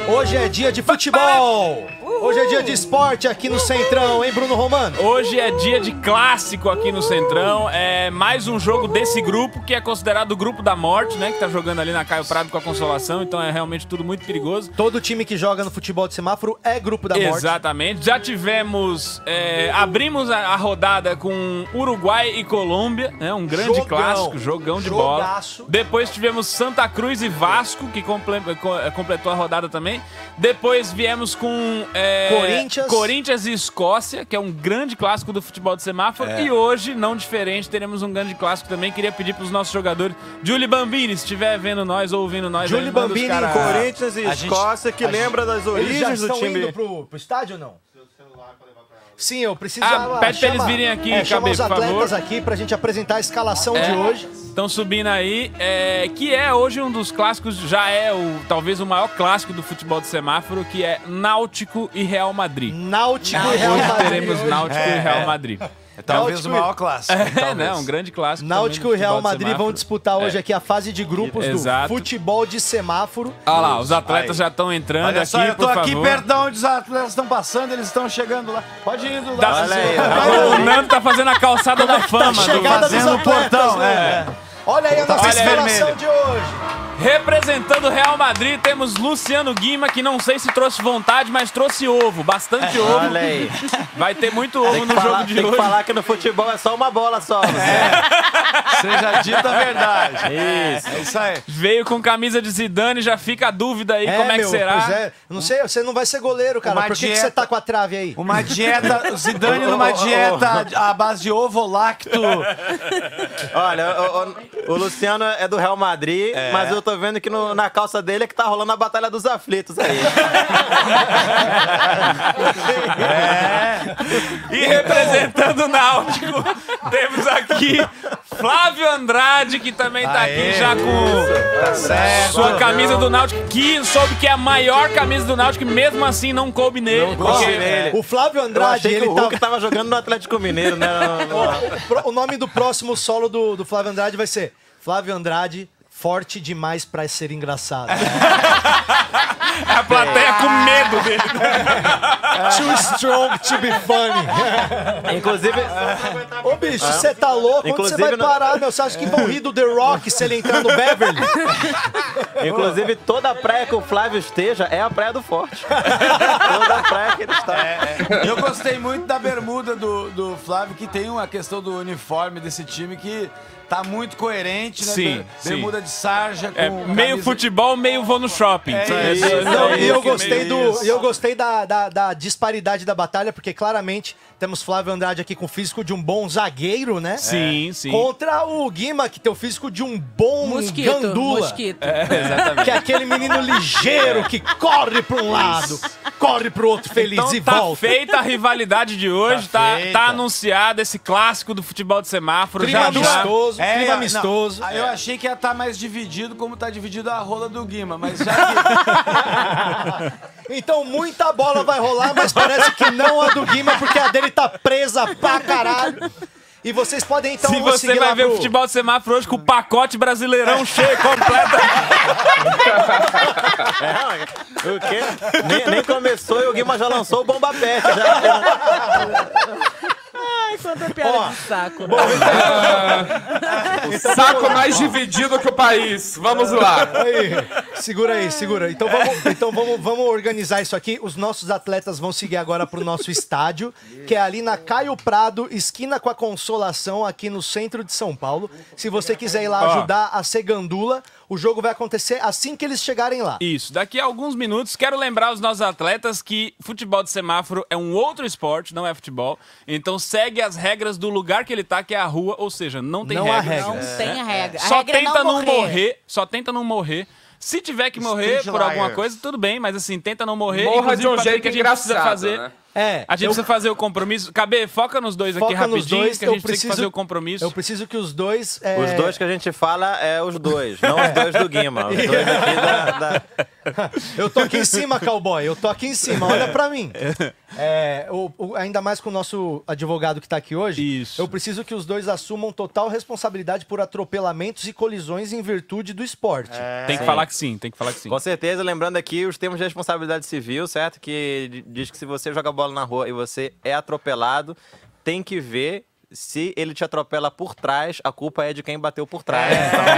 [SPEAKER 1] hoje é dia de futebol. Hoje é dia de esporte aqui no Centrão, hein, Bruno Romano?
[SPEAKER 2] Hoje é dia de clássico aqui no Centrão. É mais um jogo desse grupo, que é considerado o grupo da morte, né? Que tá jogando ali na Caio Prado com a Consolação, então é realmente tudo muito perigoso.
[SPEAKER 1] Todo time que joga no futebol de semáforo é grupo da morte.
[SPEAKER 2] Exatamente. Já tivemos. é, abrimos a, a rodada com Uruguai e Colômbia, né? Um grande
[SPEAKER 1] Jogão.
[SPEAKER 2] clássico, jogão de
[SPEAKER 1] Jogaço.
[SPEAKER 2] bola. Depois tivemos Santa Cruz e Vasco, que comple- co- completou a rodada também. Depois viemos com é,
[SPEAKER 1] Corinthians.
[SPEAKER 2] Corinthians e Escócia, que é um grande clássico do futebol de semáforo.
[SPEAKER 5] É.
[SPEAKER 2] E hoje, não diferente, teremos um grande clássico também. Queria pedir pros nossos jogadores. Julie Bambini, se estiver vendo nós ou ouvindo nós,
[SPEAKER 1] Julie
[SPEAKER 2] aí, manda os
[SPEAKER 1] Bambini em
[SPEAKER 2] cara-
[SPEAKER 5] Corinthians e
[SPEAKER 2] A gente-
[SPEAKER 5] Escócia, que lembra das
[SPEAKER 1] Eles já
[SPEAKER 5] origens do
[SPEAKER 1] estão indo
[SPEAKER 5] time.
[SPEAKER 1] pro, pro estádio ou não? Sim, eu preciso.
[SPEAKER 2] Ah, pede pra eles virem aqui,
[SPEAKER 1] é, chama
[SPEAKER 2] Cabê,
[SPEAKER 1] os
[SPEAKER 2] por favor. É.
[SPEAKER 1] atletas aqui pra gente apresentar a escalação de hoje.
[SPEAKER 2] Estão subindo aí, é, que é hoje um dos clássicos, já é o talvez o maior clássico do futebol de semáforo, que é Náutico e Real Madrid.
[SPEAKER 1] Náutico e Real
[SPEAKER 2] Hoje
[SPEAKER 1] Madrid.
[SPEAKER 2] teremos Náutico e Real Madrid.
[SPEAKER 7] É talvez
[SPEAKER 1] Náutico
[SPEAKER 7] o
[SPEAKER 1] e-
[SPEAKER 7] maior clássico.
[SPEAKER 2] É,
[SPEAKER 7] talvez.
[SPEAKER 2] né? Um grande clássico.
[SPEAKER 1] Náutico e Real Madrid vão
[SPEAKER 2] disputar.
[SPEAKER 1] disputar hoje aqui a fase de grupos
[SPEAKER 2] É. Exato.
[SPEAKER 1] do futebol de semáforo.
[SPEAKER 2] Olha lá, os atletas
[SPEAKER 7] Aí.
[SPEAKER 2] já estão entrando
[SPEAKER 7] Olha
[SPEAKER 2] aqui,
[SPEAKER 7] só, eu tô
[SPEAKER 2] por
[SPEAKER 7] aqui
[SPEAKER 2] favor.
[SPEAKER 7] perto de onde os atletas estão passando, eles estão chegando lá. Pode ir do lado.
[SPEAKER 2] Dá-
[SPEAKER 5] Olha aí,
[SPEAKER 2] Agora o Nando tá fazendo a calçada da fama.
[SPEAKER 1] chegada
[SPEAKER 2] do...
[SPEAKER 1] dos
[SPEAKER 7] fazendo o
[SPEAKER 1] atletas,
[SPEAKER 7] portão,
[SPEAKER 1] né? Olha aí a nossa
[SPEAKER 2] Olha aí,
[SPEAKER 1] escalação
[SPEAKER 7] vermelho.
[SPEAKER 1] de hoje.
[SPEAKER 2] Representando o Real Madrid, temos Luciano Guima, que não sei se trouxe vontade, mas trouxe ovo, bastante
[SPEAKER 7] É,
[SPEAKER 2] ovo.
[SPEAKER 5] Olha aí.
[SPEAKER 2] Vai ter muito ovo
[SPEAKER 5] Tem
[SPEAKER 2] no
[SPEAKER 5] que, falar,
[SPEAKER 2] jogo de
[SPEAKER 5] tem que
[SPEAKER 2] hoje.
[SPEAKER 5] falar que no futebol é só uma bola só.
[SPEAKER 8] Seja dita a verdade.
[SPEAKER 5] Isso.
[SPEAKER 8] É isso aí.
[SPEAKER 2] Veio com camisa de Zidane, já fica a dúvida aí como é que
[SPEAKER 1] meu,
[SPEAKER 2] será.
[SPEAKER 1] pois é. Não sei, você não vai ser goleiro, cara.
[SPEAKER 8] Uma
[SPEAKER 1] Por que, que
[SPEAKER 8] dieta.
[SPEAKER 1] você tá com a trave aí?
[SPEAKER 8] Uma dieta, o Zidane numa dieta à base de ovo lacto.
[SPEAKER 5] Olha, o, o- o Luciano é do Real Madrid,
[SPEAKER 1] É.
[SPEAKER 5] mas eu tô vendo que no- na calça dele é que tá rolando a Batalha dos Aflitos aí.
[SPEAKER 2] E representando o Náutico, temos aqui Flávio Andrade, que também tá
[SPEAKER 8] Aê,
[SPEAKER 2] aqui já com
[SPEAKER 8] Tá certo.
[SPEAKER 2] sua camisa do Náutico, que soube que é a maior camisa do Náutico, e mesmo assim não coube nele.
[SPEAKER 5] Ó,
[SPEAKER 2] porque
[SPEAKER 5] ele-
[SPEAKER 1] É. O Flávio
[SPEAKER 5] Eu
[SPEAKER 1] Andrade,
[SPEAKER 5] achei que
[SPEAKER 1] ele
[SPEAKER 5] o Hulk
[SPEAKER 1] tá.
[SPEAKER 5] tava jogando no Atlético Mineiro, né?
[SPEAKER 1] O, pro- o nome do próximo solo do, do Flávio Andrade vai ser Flávio Andrade. Forte demais pra ser engraçado.
[SPEAKER 2] a plateia É. com medo dele.
[SPEAKER 1] Too strong to be funny.
[SPEAKER 5] Inclusive,
[SPEAKER 1] Ô, bicho, você tá louco? Onde você
[SPEAKER 5] É. Inclusive,
[SPEAKER 1] vai
[SPEAKER 5] não-
[SPEAKER 1] parar, meu? Você acha que vão rir do The Rock se ele entrar no Beverly?
[SPEAKER 5] inclusive, toda a praia que o Flávio esteja é a Praia do Forte. toda a praia que ele está.
[SPEAKER 1] É.
[SPEAKER 8] É. Eu gostei muito da bermuda do, do Flávio, que tem uma questão do uniforme desse time que tá muito coerente, né?
[SPEAKER 2] Sim,
[SPEAKER 8] Ber-
[SPEAKER 2] sim.
[SPEAKER 8] Bermuda de sarja com
[SPEAKER 2] É, meio
[SPEAKER 8] camisa-
[SPEAKER 2] futebol, meio vou no shopping.
[SPEAKER 8] É isso,
[SPEAKER 1] Não, e
[SPEAKER 8] é
[SPEAKER 1] eu
[SPEAKER 8] isso,
[SPEAKER 1] gostei,
[SPEAKER 8] é
[SPEAKER 1] do,
[SPEAKER 8] isso.
[SPEAKER 1] e eu gostei da, da, da disparidade da batalha, porque claramente temos Flávio Andrade aqui com o físico de um bom zagueiro, né?
[SPEAKER 2] Sim, sim.
[SPEAKER 1] Contra o Guima, que tem o físico de um bom
[SPEAKER 4] Mosquito.
[SPEAKER 1] gandula.
[SPEAKER 4] Mosquito.
[SPEAKER 1] Que é aquele menino ligeiro que corre pra um lado, corre pro outro feliz
[SPEAKER 2] Então
[SPEAKER 1] e
[SPEAKER 2] tá
[SPEAKER 1] volta.
[SPEAKER 2] feita a rivalidade de hoje,
[SPEAKER 8] Tá
[SPEAKER 2] tá,
[SPEAKER 8] feita.
[SPEAKER 2] tá anunciado esse clássico do futebol de semáforo.
[SPEAKER 1] Clima
[SPEAKER 2] já, já.
[SPEAKER 1] amistoso,
[SPEAKER 8] É,
[SPEAKER 1] clima
[SPEAKER 8] não,
[SPEAKER 1] amistoso.
[SPEAKER 9] ah,
[SPEAKER 8] aí Eu achei que ia estar mais dividido como tá dividido a rola do Guima, mas já
[SPEAKER 1] Então muita bola vai rolar, mas parece que não a do Guima, porque a dele tá presa pra caralho. E vocês podem então
[SPEAKER 2] Se você
[SPEAKER 1] seguir lá
[SPEAKER 2] vai ver
[SPEAKER 1] pro-
[SPEAKER 2] o futebol de semáforo hoje com o pacote brasileirão cheio, completo.
[SPEAKER 5] É, O quê? Nem, nem começou e o Guima já lançou o Bomba Pet. Já.
[SPEAKER 4] Ai, quanta piada
[SPEAKER 1] Ó,
[SPEAKER 4] de saco.
[SPEAKER 1] Então
[SPEAKER 6] Saco mais dividido que o país. Vamos lá.
[SPEAKER 1] Aí, segura aí, segura. Então, vamos, então vamos, vamos organizar isso aqui. Os nossos atletas vão seguir agora pro nosso estádio, que é ali na Caio Prado, esquina com a Consolação, aqui no centro de São Paulo. Se você quiser ir lá ajudar a ser gandula, o jogo vai acontecer assim que eles chegarem lá.
[SPEAKER 2] Isso, daqui a alguns minutos, quero lembrar os nossos atletas que futebol de semáforo é um outro esporte, não é futebol. Então segue as regras do lugar que ele tá, que é a rua, ou seja, não tem
[SPEAKER 1] Não há
[SPEAKER 2] regra.
[SPEAKER 1] regra.
[SPEAKER 4] Não tem a regra. A
[SPEAKER 2] Só
[SPEAKER 4] regra é
[SPEAKER 2] tenta não, morrer.
[SPEAKER 4] morrer.
[SPEAKER 2] Só tenta não morrer. Se tiver que morrer
[SPEAKER 8] Street
[SPEAKER 2] por alguma
[SPEAKER 8] liars.
[SPEAKER 2] coisa, tudo bem, mas assim, tenta não morrer.
[SPEAKER 6] Morra de um
[SPEAKER 2] Patrick,
[SPEAKER 6] jeito
[SPEAKER 2] a gente precisa
[SPEAKER 6] engraçado,
[SPEAKER 2] fazer.
[SPEAKER 6] né?
[SPEAKER 1] É,
[SPEAKER 2] A gente
[SPEAKER 1] eu-
[SPEAKER 2] precisa fazer o compromisso. Cabê, foca nos dois aqui
[SPEAKER 1] Foca
[SPEAKER 2] rapidinho,
[SPEAKER 1] nos dois,
[SPEAKER 2] que a gente
[SPEAKER 1] eu
[SPEAKER 2] tem
[SPEAKER 1] preciso
[SPEAKER 2] que fazer o compromisso.
[SPEAKER 1] Eu preciso que os dois. é,
[SPEAKER 5] Os dois que a gente fala é os dois, não os dois do Guima. Os dois aqui da- da,
[SPEAKER 1] Eu tô aqui em cima, cowboy. Eu tô aqui em cima. Olha pra mim. É, o- o- ainda mais com o nosso advogado que tá aqui hoje.
[SPEAKER 2] Isso.
[SPEAKER 1] Eu preciso que os dois assumam total responsabilidade por atropelamentos e colisões em virtude do esporte.
[SPEAKER 5] É.
[SPEAKER 2] Tem que falar que sim, tem que falar que sim.
[SPEAKER 5] Com certeza, lembrando aqui os termos de responsabilidade civil, certo? Que d- diz que se você joga bola na rua e você é atropelado, tem que ver se ele te atropela por trás, a culpa é de quem bateu por trás. Então,
[SPEAKER 1] É.
[SPEAKER 5] a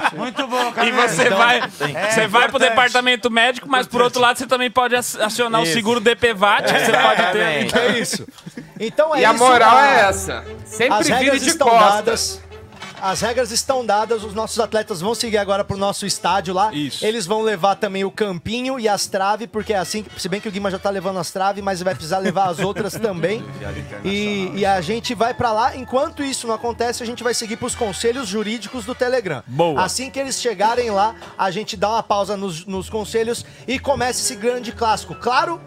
[SPEAKER 5] gente- Então,
[SPEAKER 8] Muito bom, É. cara.
[SPEAKER 2] E você vai,
[SPEAKER 6] É,
[SPEAKER 2] você vai pro
[SPEAKER 8] importante.
[SPEAKER 2] departamento médico, mas por outro lado você também pode ac- acionar o seguro DPVAT, que você pode ter.
[SPEAKER 5] Exatamente.
[SPEAKER 1] É isso. Então é
[SPEAKER 6] E a
[SPEAKER 1] isso,
[SPEAKER 6] moral
[SPEAKER 1] a-
[SPEAKER 6] é essa.
[SPEAKER 1] As
[SPEAKER 6] Sempre vire
[SPEAKER 1] regras
[SPEAKER 6] de
[SPEAKER 1] estão
[SPEAKER 6] costas.
[SPEAKER 1] dadas. As regras estão dadas, os nossos atletas vão seguir agora pro nosso estádio lá.
[SPEAKER 2] Isso.
[SPEAKER 1] Eles vão levar também o campinho e as traves, porque é assim, que- se bem que o Guima já tá levando as traves, mas vai precisar levar as outras também. E, e
[SPEAKER 6] né?
[SPEAKER 1] a gente vai pra lá. Enquanto isso não acontece, a gente vai seguir pros conselhos jurídicos do Telegram.
[SPEAKER 2] Boa.
[SPEAKER 1] Assim que eles chegarem lá, a gente dá uma pausa nos, nos conselhos e começa esse grande clássico. Claro?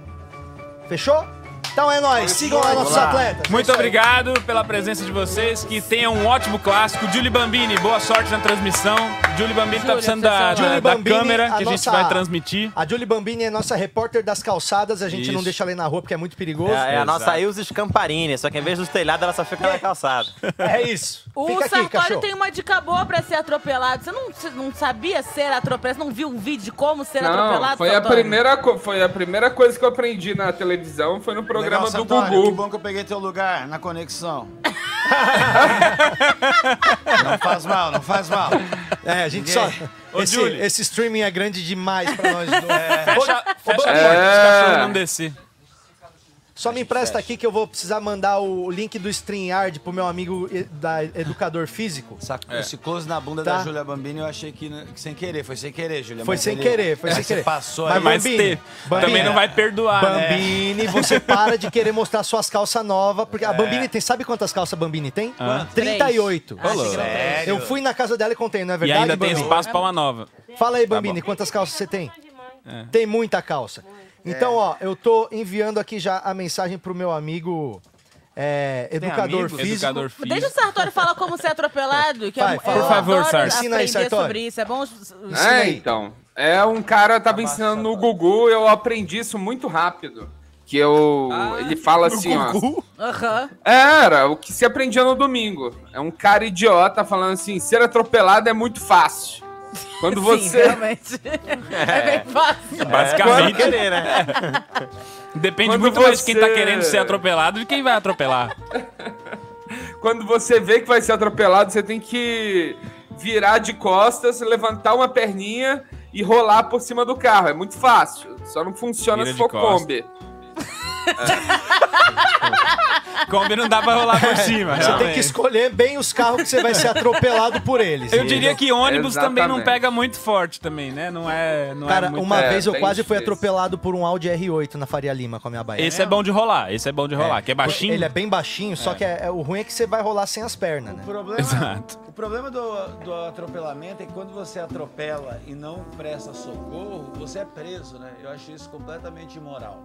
[SPEAKER 1] Fechou? Então é nóis. Sigam lá nossos atletas. É
[SPEAKER 2] Muito obrigado pela presença de vocês, que tenham um ótimo clássico. Julie Bambini, boa sorte na transmissão. Julie Bambini tá
[SPEAKER 4] Júlia,
[SPEAKER 2] precisando da,
[SPEAKER 4] atenção.
[SPEAKER 2] da-
[SPEAKER 1] Julie
[SPEAKER 2] da
[SPEAKER 1] Bambini, é
[SPEAKER 2] câmera, que a gente
[SPEAKER 1] nossa-
[SPEAKER 2] vai transmitir.
[SPEAKER 1] A Julie Bambini é nossa repórter das calçadas, a gente não
[SPEAKER 2] Isso.
[SPEAKER 1] deixa ela ir na rua porque é muito perigoso.
[SPEAKER 5] É, é a
[SPEAKER 1] É,
[SPEAKER 5] nossa Ilse Scamparini, só que em vez dos telhados ela só fica na calçada.
[SPEAKER 1] É isso.
[SPEAKER 4] O
[SPEAKER 1] Fica aqui,
[SPEAKER 4] Sartori
[SPEAKER 1] cachorro.
[SPEAKER 4] tem uma dica boa pra ser atropelado. Você não, você não sabia ser atropelado? Você não viu um vídeo de como ser
[SPEAKER 6] Não,
[SPEAKER 4] atropelado?
[SPEAKER 6] foi a,
[SPEAKER 4] Sartori?
[SPEAKER 6] primeira, co- foi a primeira coisa que eu aprendi na televisão, foi no programa
[SPEAKER 8] Legal,
[SPEAKER 6] do
[SPEAKER 8] Sartori, Que
[SPEAKER 6] Gugu.
[SPEAKER 8] bom que eu peguei teu lugar na conexão. Não faz mal, não faz mal.
[SPEAKER 1] É, a gente
[SPEAKER 8] Ninguém-
[SPEAKER 1] só.
[SPEAKER 2] Ô,
[SPEAKER 1] Esse,
[SPEAKER 2] Julie.
[SPEAKER 1] esse streaming é grande demais pra nós dois.
[SPEAKER 2] Fecha, fecha a porta,
[SPEAKER 6] É.
[SPEAKER 2] os cachorros não descer.
[SPEAKER 1] Só me empresta aqui que eu vou precisar mandar o link do StreamYard pro meu amigo e- da educador físico.
[SPEAKER 8] Saco,
[SPEAKER 2] É.
[SPEAKER 8] Esse close na bunda
[SPEAKER 1] Tá.
[SPEAKER 8] da Júlia Bambini eu achei que, né, que sem querer. Foi sem querer, Júlia.
[SPEAKER 1] Foi
[SPEAKER 8] mas
[SPEAKER 1] sem
[SPEAKER 8] ele-
[SPEAKER 1] querer, foi
[SPEAKER 8] mas
[SPEAKER 1] sem
[SPEAKER 8] você
[SPEAKER 1] querer.
[SPEAKER 8] passou
[SPEAKER 1] Mas
[SPEAKER 8] aí.
[SPEAKER 1] vai-
[SPEAKER 2] Mas
[SPEAKER 1] Bambini,
[SPEAKER 2] ter. Também
[SPEAKER 1] Bambini.
[SPEAKER 2] não vai perdoar, né?
[SPEAKER 1] Bambini, você para de querer mostrar suas calças novas, porque
[SPEAKER 8] É.
[SPEAKER 1] a Bambini tem, sabe quantas calças a Bambini tem? 38.
[SPEAKER 8] Sério?
[SPEAKER 1] Eu fui na casa dela e contei, não é
[SPEAKER 2] E
[SPEAKER 1] verdade,
[SPEAKER 2] ainda tem
[SPEAKER 1] Bambini?
[SPEAKER 2] espaço pra uma nova. Tá É.
[SPEAKER 1] Fala aí, Bambini, quantas calças você tem? Tem muita calça.
[SPEAKER 8] É.
[SPEAKER 1] Então, ó, eu tô enviando aqui já a mensagem pro meu amigo é, educador
[SPEAKER 8] amigo?
[SPEAKER 1] físico.
[SPEAKER 2] Educador
[SPEAKER 4] Deixa
[SPEAKER 2] físico.
[SPEAKER 4] o Sartori falar como ser atropelado. Que
[SPEAKER 1] Vai,
[SPEAKER 4] eu,
[SPEAKER 1] fala.
[SPEAKER 4] eu
[SPEAKER 1] Por
[SPEAKER 2] favor,
[SPEAKER 4] adoro
[SPEAKER 2] Sartori.
[SPEAKER 1] Ensina aí,
[SPEAKER 4] aprender
[SPEAKER 1] Sartori.
[SPEAKER 4] sobre isso. É bom... os- os-
[SPEAKER 1] Ensina
[SPEAKER 6] É,
[SPEAKER 1] aí.
[SPEAKER 6] então. É um cara tava ensinando no Gugu, eu aprendi isso muito rápido. Que eu.
[SPEAKER 1] Ah,
[SPEAKER 6] ele fala assim, ó.
[SPEAKER 4] Aham.
[SPEAKER 6] É, Era o que se aprendia no domingo. É um cara idiota falando assim: ser atropelado é muito fácil. Quando
[SPEAKER 4] Sim,
[SPEAKER 6] você.
[SPEAKER 4] realmente. É bem fácil.
[SPEAKER 2] Basicamente.
[SPEAKER 5] querer, né?
[SPEAKER 2] Depende
[SPEAKER 6] Quando
[SPEAKER 2] muito mais de quem tá
[SPEAKER 6] você-
[SPEAKER 2] querendo ser atropelado de quem vai atropelar.
[SPEAKER 6] Quando você vê que vai ser atropelado, você tem que virar de costas, levantar uma perninha e rolar por cima do carro. É muito fácil. Só não funciona
[SPEAKER 2] Vira
[SPEAKER 6] se
[SPEAKER 2] de
[SPEAKER 6] for
[SPEAKER 2] costas.
[SPEAKER 6] Kombi.
[SPEAKER 2] É. Kombi não dá pra rolar por cima.
[SPEAKER 1] Você tem
[SPEAKER 2] realmente.
[SPEAKER 1] que escolher bem os carros que você vai ser atropelado por eles.
[SPEAKER 2] Eu diria que ônibus também não
[SPEAKER 6] Exatamente.
[SPEAKER 2] pega muito forte também, né? Não é, não é
[SPEAKER 1] Cara,
[SPEAKER 2] muito...
[SPEAKER 1] uma
[SPEAKER 6] É,
[SPEAKER 1] vez eu
[SPEAKER 6] tem
[SPEAKER 1] quase
[SPEAKER 6] isso,
[SPEAKER 1] fui
[SPEAKER 6] tem isso.
[SPEAKER 1] atropelado por um Audi R8 na Faria Lima com a minha baiana.
[SPEAKER 2] Esse é bom de rolar, esse é bom de rolar, que é baixinho.
[SPEAKER 1] Ele é bem baixinho, só que é, é- o ruim é que você vai rolar sem as pernas, né?
[SPEAKER 8] O problema,
[SPEAKER 2] Exato.
[SPEAKER 8] o problema do, do atropelamento é que quando você atropela e não presta socorro, você é preso, né? Eu achei isso completamente imoral.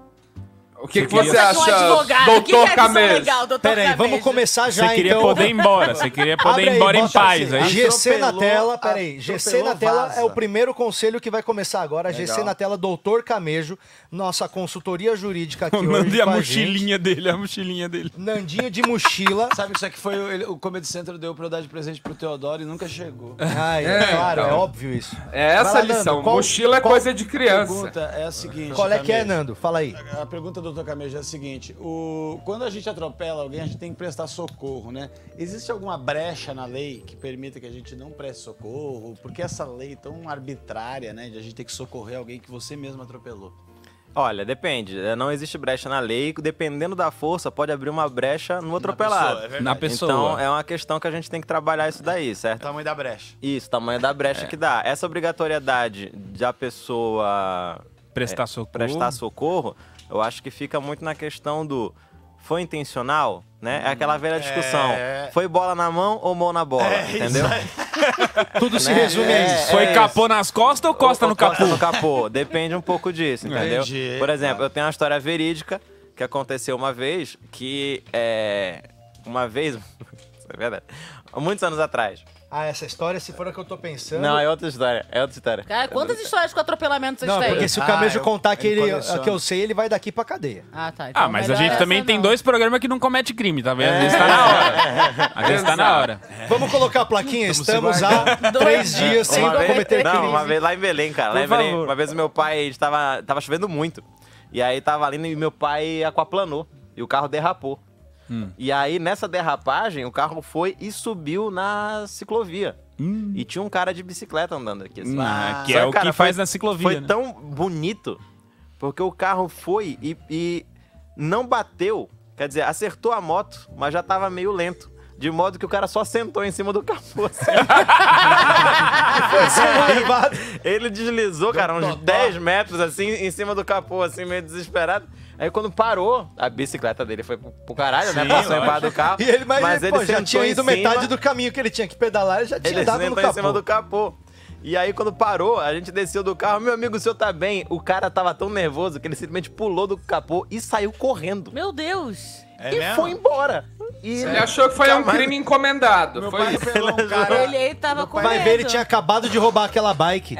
[SPEAKER 6] O que, que
[SPEAKER 2] queria-
[SPEAKER 6] você
[SPEAKER 2] Você
[SPEAKER 6] acha,
[SPEAKER 4] Um advogado. O que que é que
[SPEAKER 6] doutor
[SPEAKER 4] isso é
[SPEAKER 6] Camês?
[SPEAKER 4] legal, doutor
[SPEAKER 1] Peraí,
[SPEAKER 4] Camês?
[SPEAKER 1] vamos começar já
[SPEAKER 2] Você queria
[SPEAKER 1] então.
[SPEAKER 2] poder ir embora, você queria poder
[SPEAKER 1] Abre
[SPEAKER 2] ir
[SPEAKER 1] aí,
[SPEAKER 2] embora em
[SPEAKER 1] bota
[SPEAKER 2] paz. é
[SPEAKER 1] assim,
[SPEAKER 2] Aí
[SPEAKER 1] GC na
[SPEAKER 8] Atropelou,
[SPEAKER 1] tela, peraí. GC na
[SPEAKER 8] atropelou,
[SPEAKER 1] tela
[SPEAKER 8] vaza.
[SPEAKER 1] é o primeiro conselho que vai começar agora. GC
[SPEAKER 8] Legal.
[SPEAKER 1] na tela, Doutor Camejo, nossa consultoria jurídica aqui
[SPEAKER 2] Nando
[SPEAKER 1] hoje
[SPEAKER 2] e a
[SPEAKER 1] com a gente.
[SPEAKER 2] mochilinha dele, a mochilinha dele.
[SPEAKER 1] Nandinho de mochila.
[SPEAKER 8] Sabe que isso aqui foi o, ele- o Comedy Central deu pra eu dar de presente pro Teodoro e nunca chegou.
[SPEAKER 1] Ai, é, claro, é óbvio isso.
[SPEAKER 6] É essa
[SPEAKER 1] Vai
[SPEAKER 6] a
[SPEAKER 1] lá,
[SPEAKER 6] lição.
[SPEAKER 1] Nando, qual-
[SPEAKER 6] Mochila é
[SPEAKER 1] qual-
[SPEAKER 6] coisa de criança.
[SPEAKER 8] pergunta é a seguinte.
[SPEAKER 1] Qual é que é,
[SPEAKER 8] Camejo.
[SPEAKER 1] Nando? Fala aí.
[SPEAKER 8] A pergunta do Dr. Camejo é a seguinte: o- quando a gente atropela alguém, a gente tem que prestar socorro, né? Existe alguma brecha na lei que permita que a gente não preste socorro? Por que essa lei tão arbitrária, né? De a gente ter que socorrer alguém que você mesmo atropelou?
[SPEAKER 5] Olha, depende. É, Não existe brecha na lei. Dependendo da força, pode abrir uma brecha no atropelado.
[SPEAKER 8] pessoa, é verdade.
[SPEAKER 2] Na pessoa.
[SPEAKER 5] Então, é uma questão que a gente tem que trabalhar isso daí, certo?
[SPEAKER 8] O tamanho da brecha.
[SPEAKER 5] Isso, tamanho da brecha
[SPEAKER 2] É.
[SPEAKER 5] que dá. Essa obrigatoriedade da pessoa é,
[SPEAKER 2] Prestar socorro.
[SPEAKER 5] prestar socorro, eu acho que fica muito na questão do foi intencional, né? É
[SPEAKER 2] Hum,
[SPEAKER 5] aquela velha discussão.
[SPEAKER 2] é.
[SPEAKER 5] Foi bola na mão ou mão na bola, entendeu?
[SPEAKER 1] Tudo se
[SPEAKER 5] Né?
[SPEAKER 1] resume a
[SPEAKER 5] É,
[SPEAKER 1] isso.
[SPEAKER 2] Foi
[SPEAKER 5] é
[SPEAKER 2] capô nas costas ou costa
[SPEAKER 5] Ou-
[SPEAKER 2] no
[SPEAKER 5] ou costa
[SPEAKER 2] capô?
[SPEAKER 5] no capô. Depende um pouco disso, entendeu?
[SPEAKER 8] Entendi.
[SPEAKER 5] Por exemplo, eu tenho uma história verídica que aconteceu uma vez que é uma vez, isso é verdade. Há Muitos anos atrás.
[SPEAKER 1] Ah, essa história, se for a que eu tô pensando.
[SPEAKER 5] Não, é outra história, é outra história.
[SPEAKER 4] Cara, quantas histórias com atropelamento vocês
[SPEAKER 1] Não,
[SPEAKER 4] têm?
[SPEAKER 1] porque se o
[SPEAKER 8] Ah,
[SPEAKER 1] Camejo
[SPEAKER 8] eu-
[SPEAKER 1] contar que,
[SPEAKER 8] ele
[SPEAKER 1] ele,
[SPEAKER 8] coleciona.
[SPEAKER 1] a que eu sei, ele vai daqui pra cadeia.
[SPEAKER 4] Ah, tá. então
[SPEAKER 2] Ah, mas a
[SPEAKER 4] melhor
[SPEAKER 2] gente
[SPEAKER 4] essa
[SPEAKER 2] também
[SPEAKER 4] não.
[SPEAKER 2] tem dois programas que não comete crime, tá vendo? Às tá na hora. Às vezes tá na hora.
[SPEAKER 1] É. Vamos colocar a plaquinha? Estamos há três dias sem
[SPEAKER 5] Uma vez-
[SPEAKER 1] cometer
[SPEAKER 5] não,
[SPEAKER 1] crime.
[SPEAKER 5] uma vez lá em Belém, cara. Lá
[SPEAKER 2] Por
[SPEAKER 5] em Belém,
[SPEAKER 2] favor.
[SPEAKER 5] uma vez o meu pai estava tava chovendo muito. E aí tava ali e meu pai aquaplanou. E o carro derrapou.
[SPEAKER 2] Hum.
[SPEAKER 5] E aí, nessa derrapagem, o carro foi e subiu na ciclovia.
[SPEAKER 9] Hum.
[SPEAKER 5] E tinha um cara de bicicleta andando aqui. assim.
[SPEAKER 2] Hum. Ah, que
[SPEAKER 5] Só
[SPEAKER 2] é o
[SPEAKER 5] cara,
[SPEAKER 2] que faz na ciclovia,
[SPEAKER 5] Foi
[SPEAKER 2] né?
[SPEAKER 5] tão bonito, porque o carro foi e, e não bateu. Quer dizer, acertou a moto, mas já tava meio lento. De modo que o cara só sentou em cima do capô. assim.
[SPEAKER 1] é,
[SPEAKER 5] Ele deslizou, cara, uns 10 metros assim, em cima do capô, assim, meio desesperado. Aí quando parou, a bicicleta dele foi pro pro caralho, né? Passou embaixo do carro.
[SPEAKER 1] E ele, mas, ele, pô, já
[SPEAKER 5] sentou
[SPEAKER 1] tinha
[SPEAKER 5] em
[SPEAKER 1] ido
[SPEAKER 5] cima,
[SPEAKER 1] metade do caminho que ele tinha que pedalar, ele já tinha
[SPEAKER 5] Ele
[SPEAKER 1] dado no
[SPEAKER 5] sentou em
[SPEAKER 1] capô.
[SPEAKER 5] cima do capô. E aí, quando parou, a gente desceu do carro. Meu amigo, o senhor tá bem? O cara tava tão nervoso que ele simplesmente pulou do capô e saiu correndo.
[SPEAKER 4] Meu Deus.
[SPEAKER 5] e foi embora. E
[SPEAKER 6] Ele achou que foi um
[SPEAKER 5] Jamais.
[SPEAKER 6] crime encomendado. foi isso.
[SPEAKER 8] atropelou um cara.
[SPEAKER 4] Ele aí tava com
[SPEAKER 1] Vai
[SPEAKER 4] medo.
[SPEAKER 1] ver, ele tinha acabado de roubar aquela bike.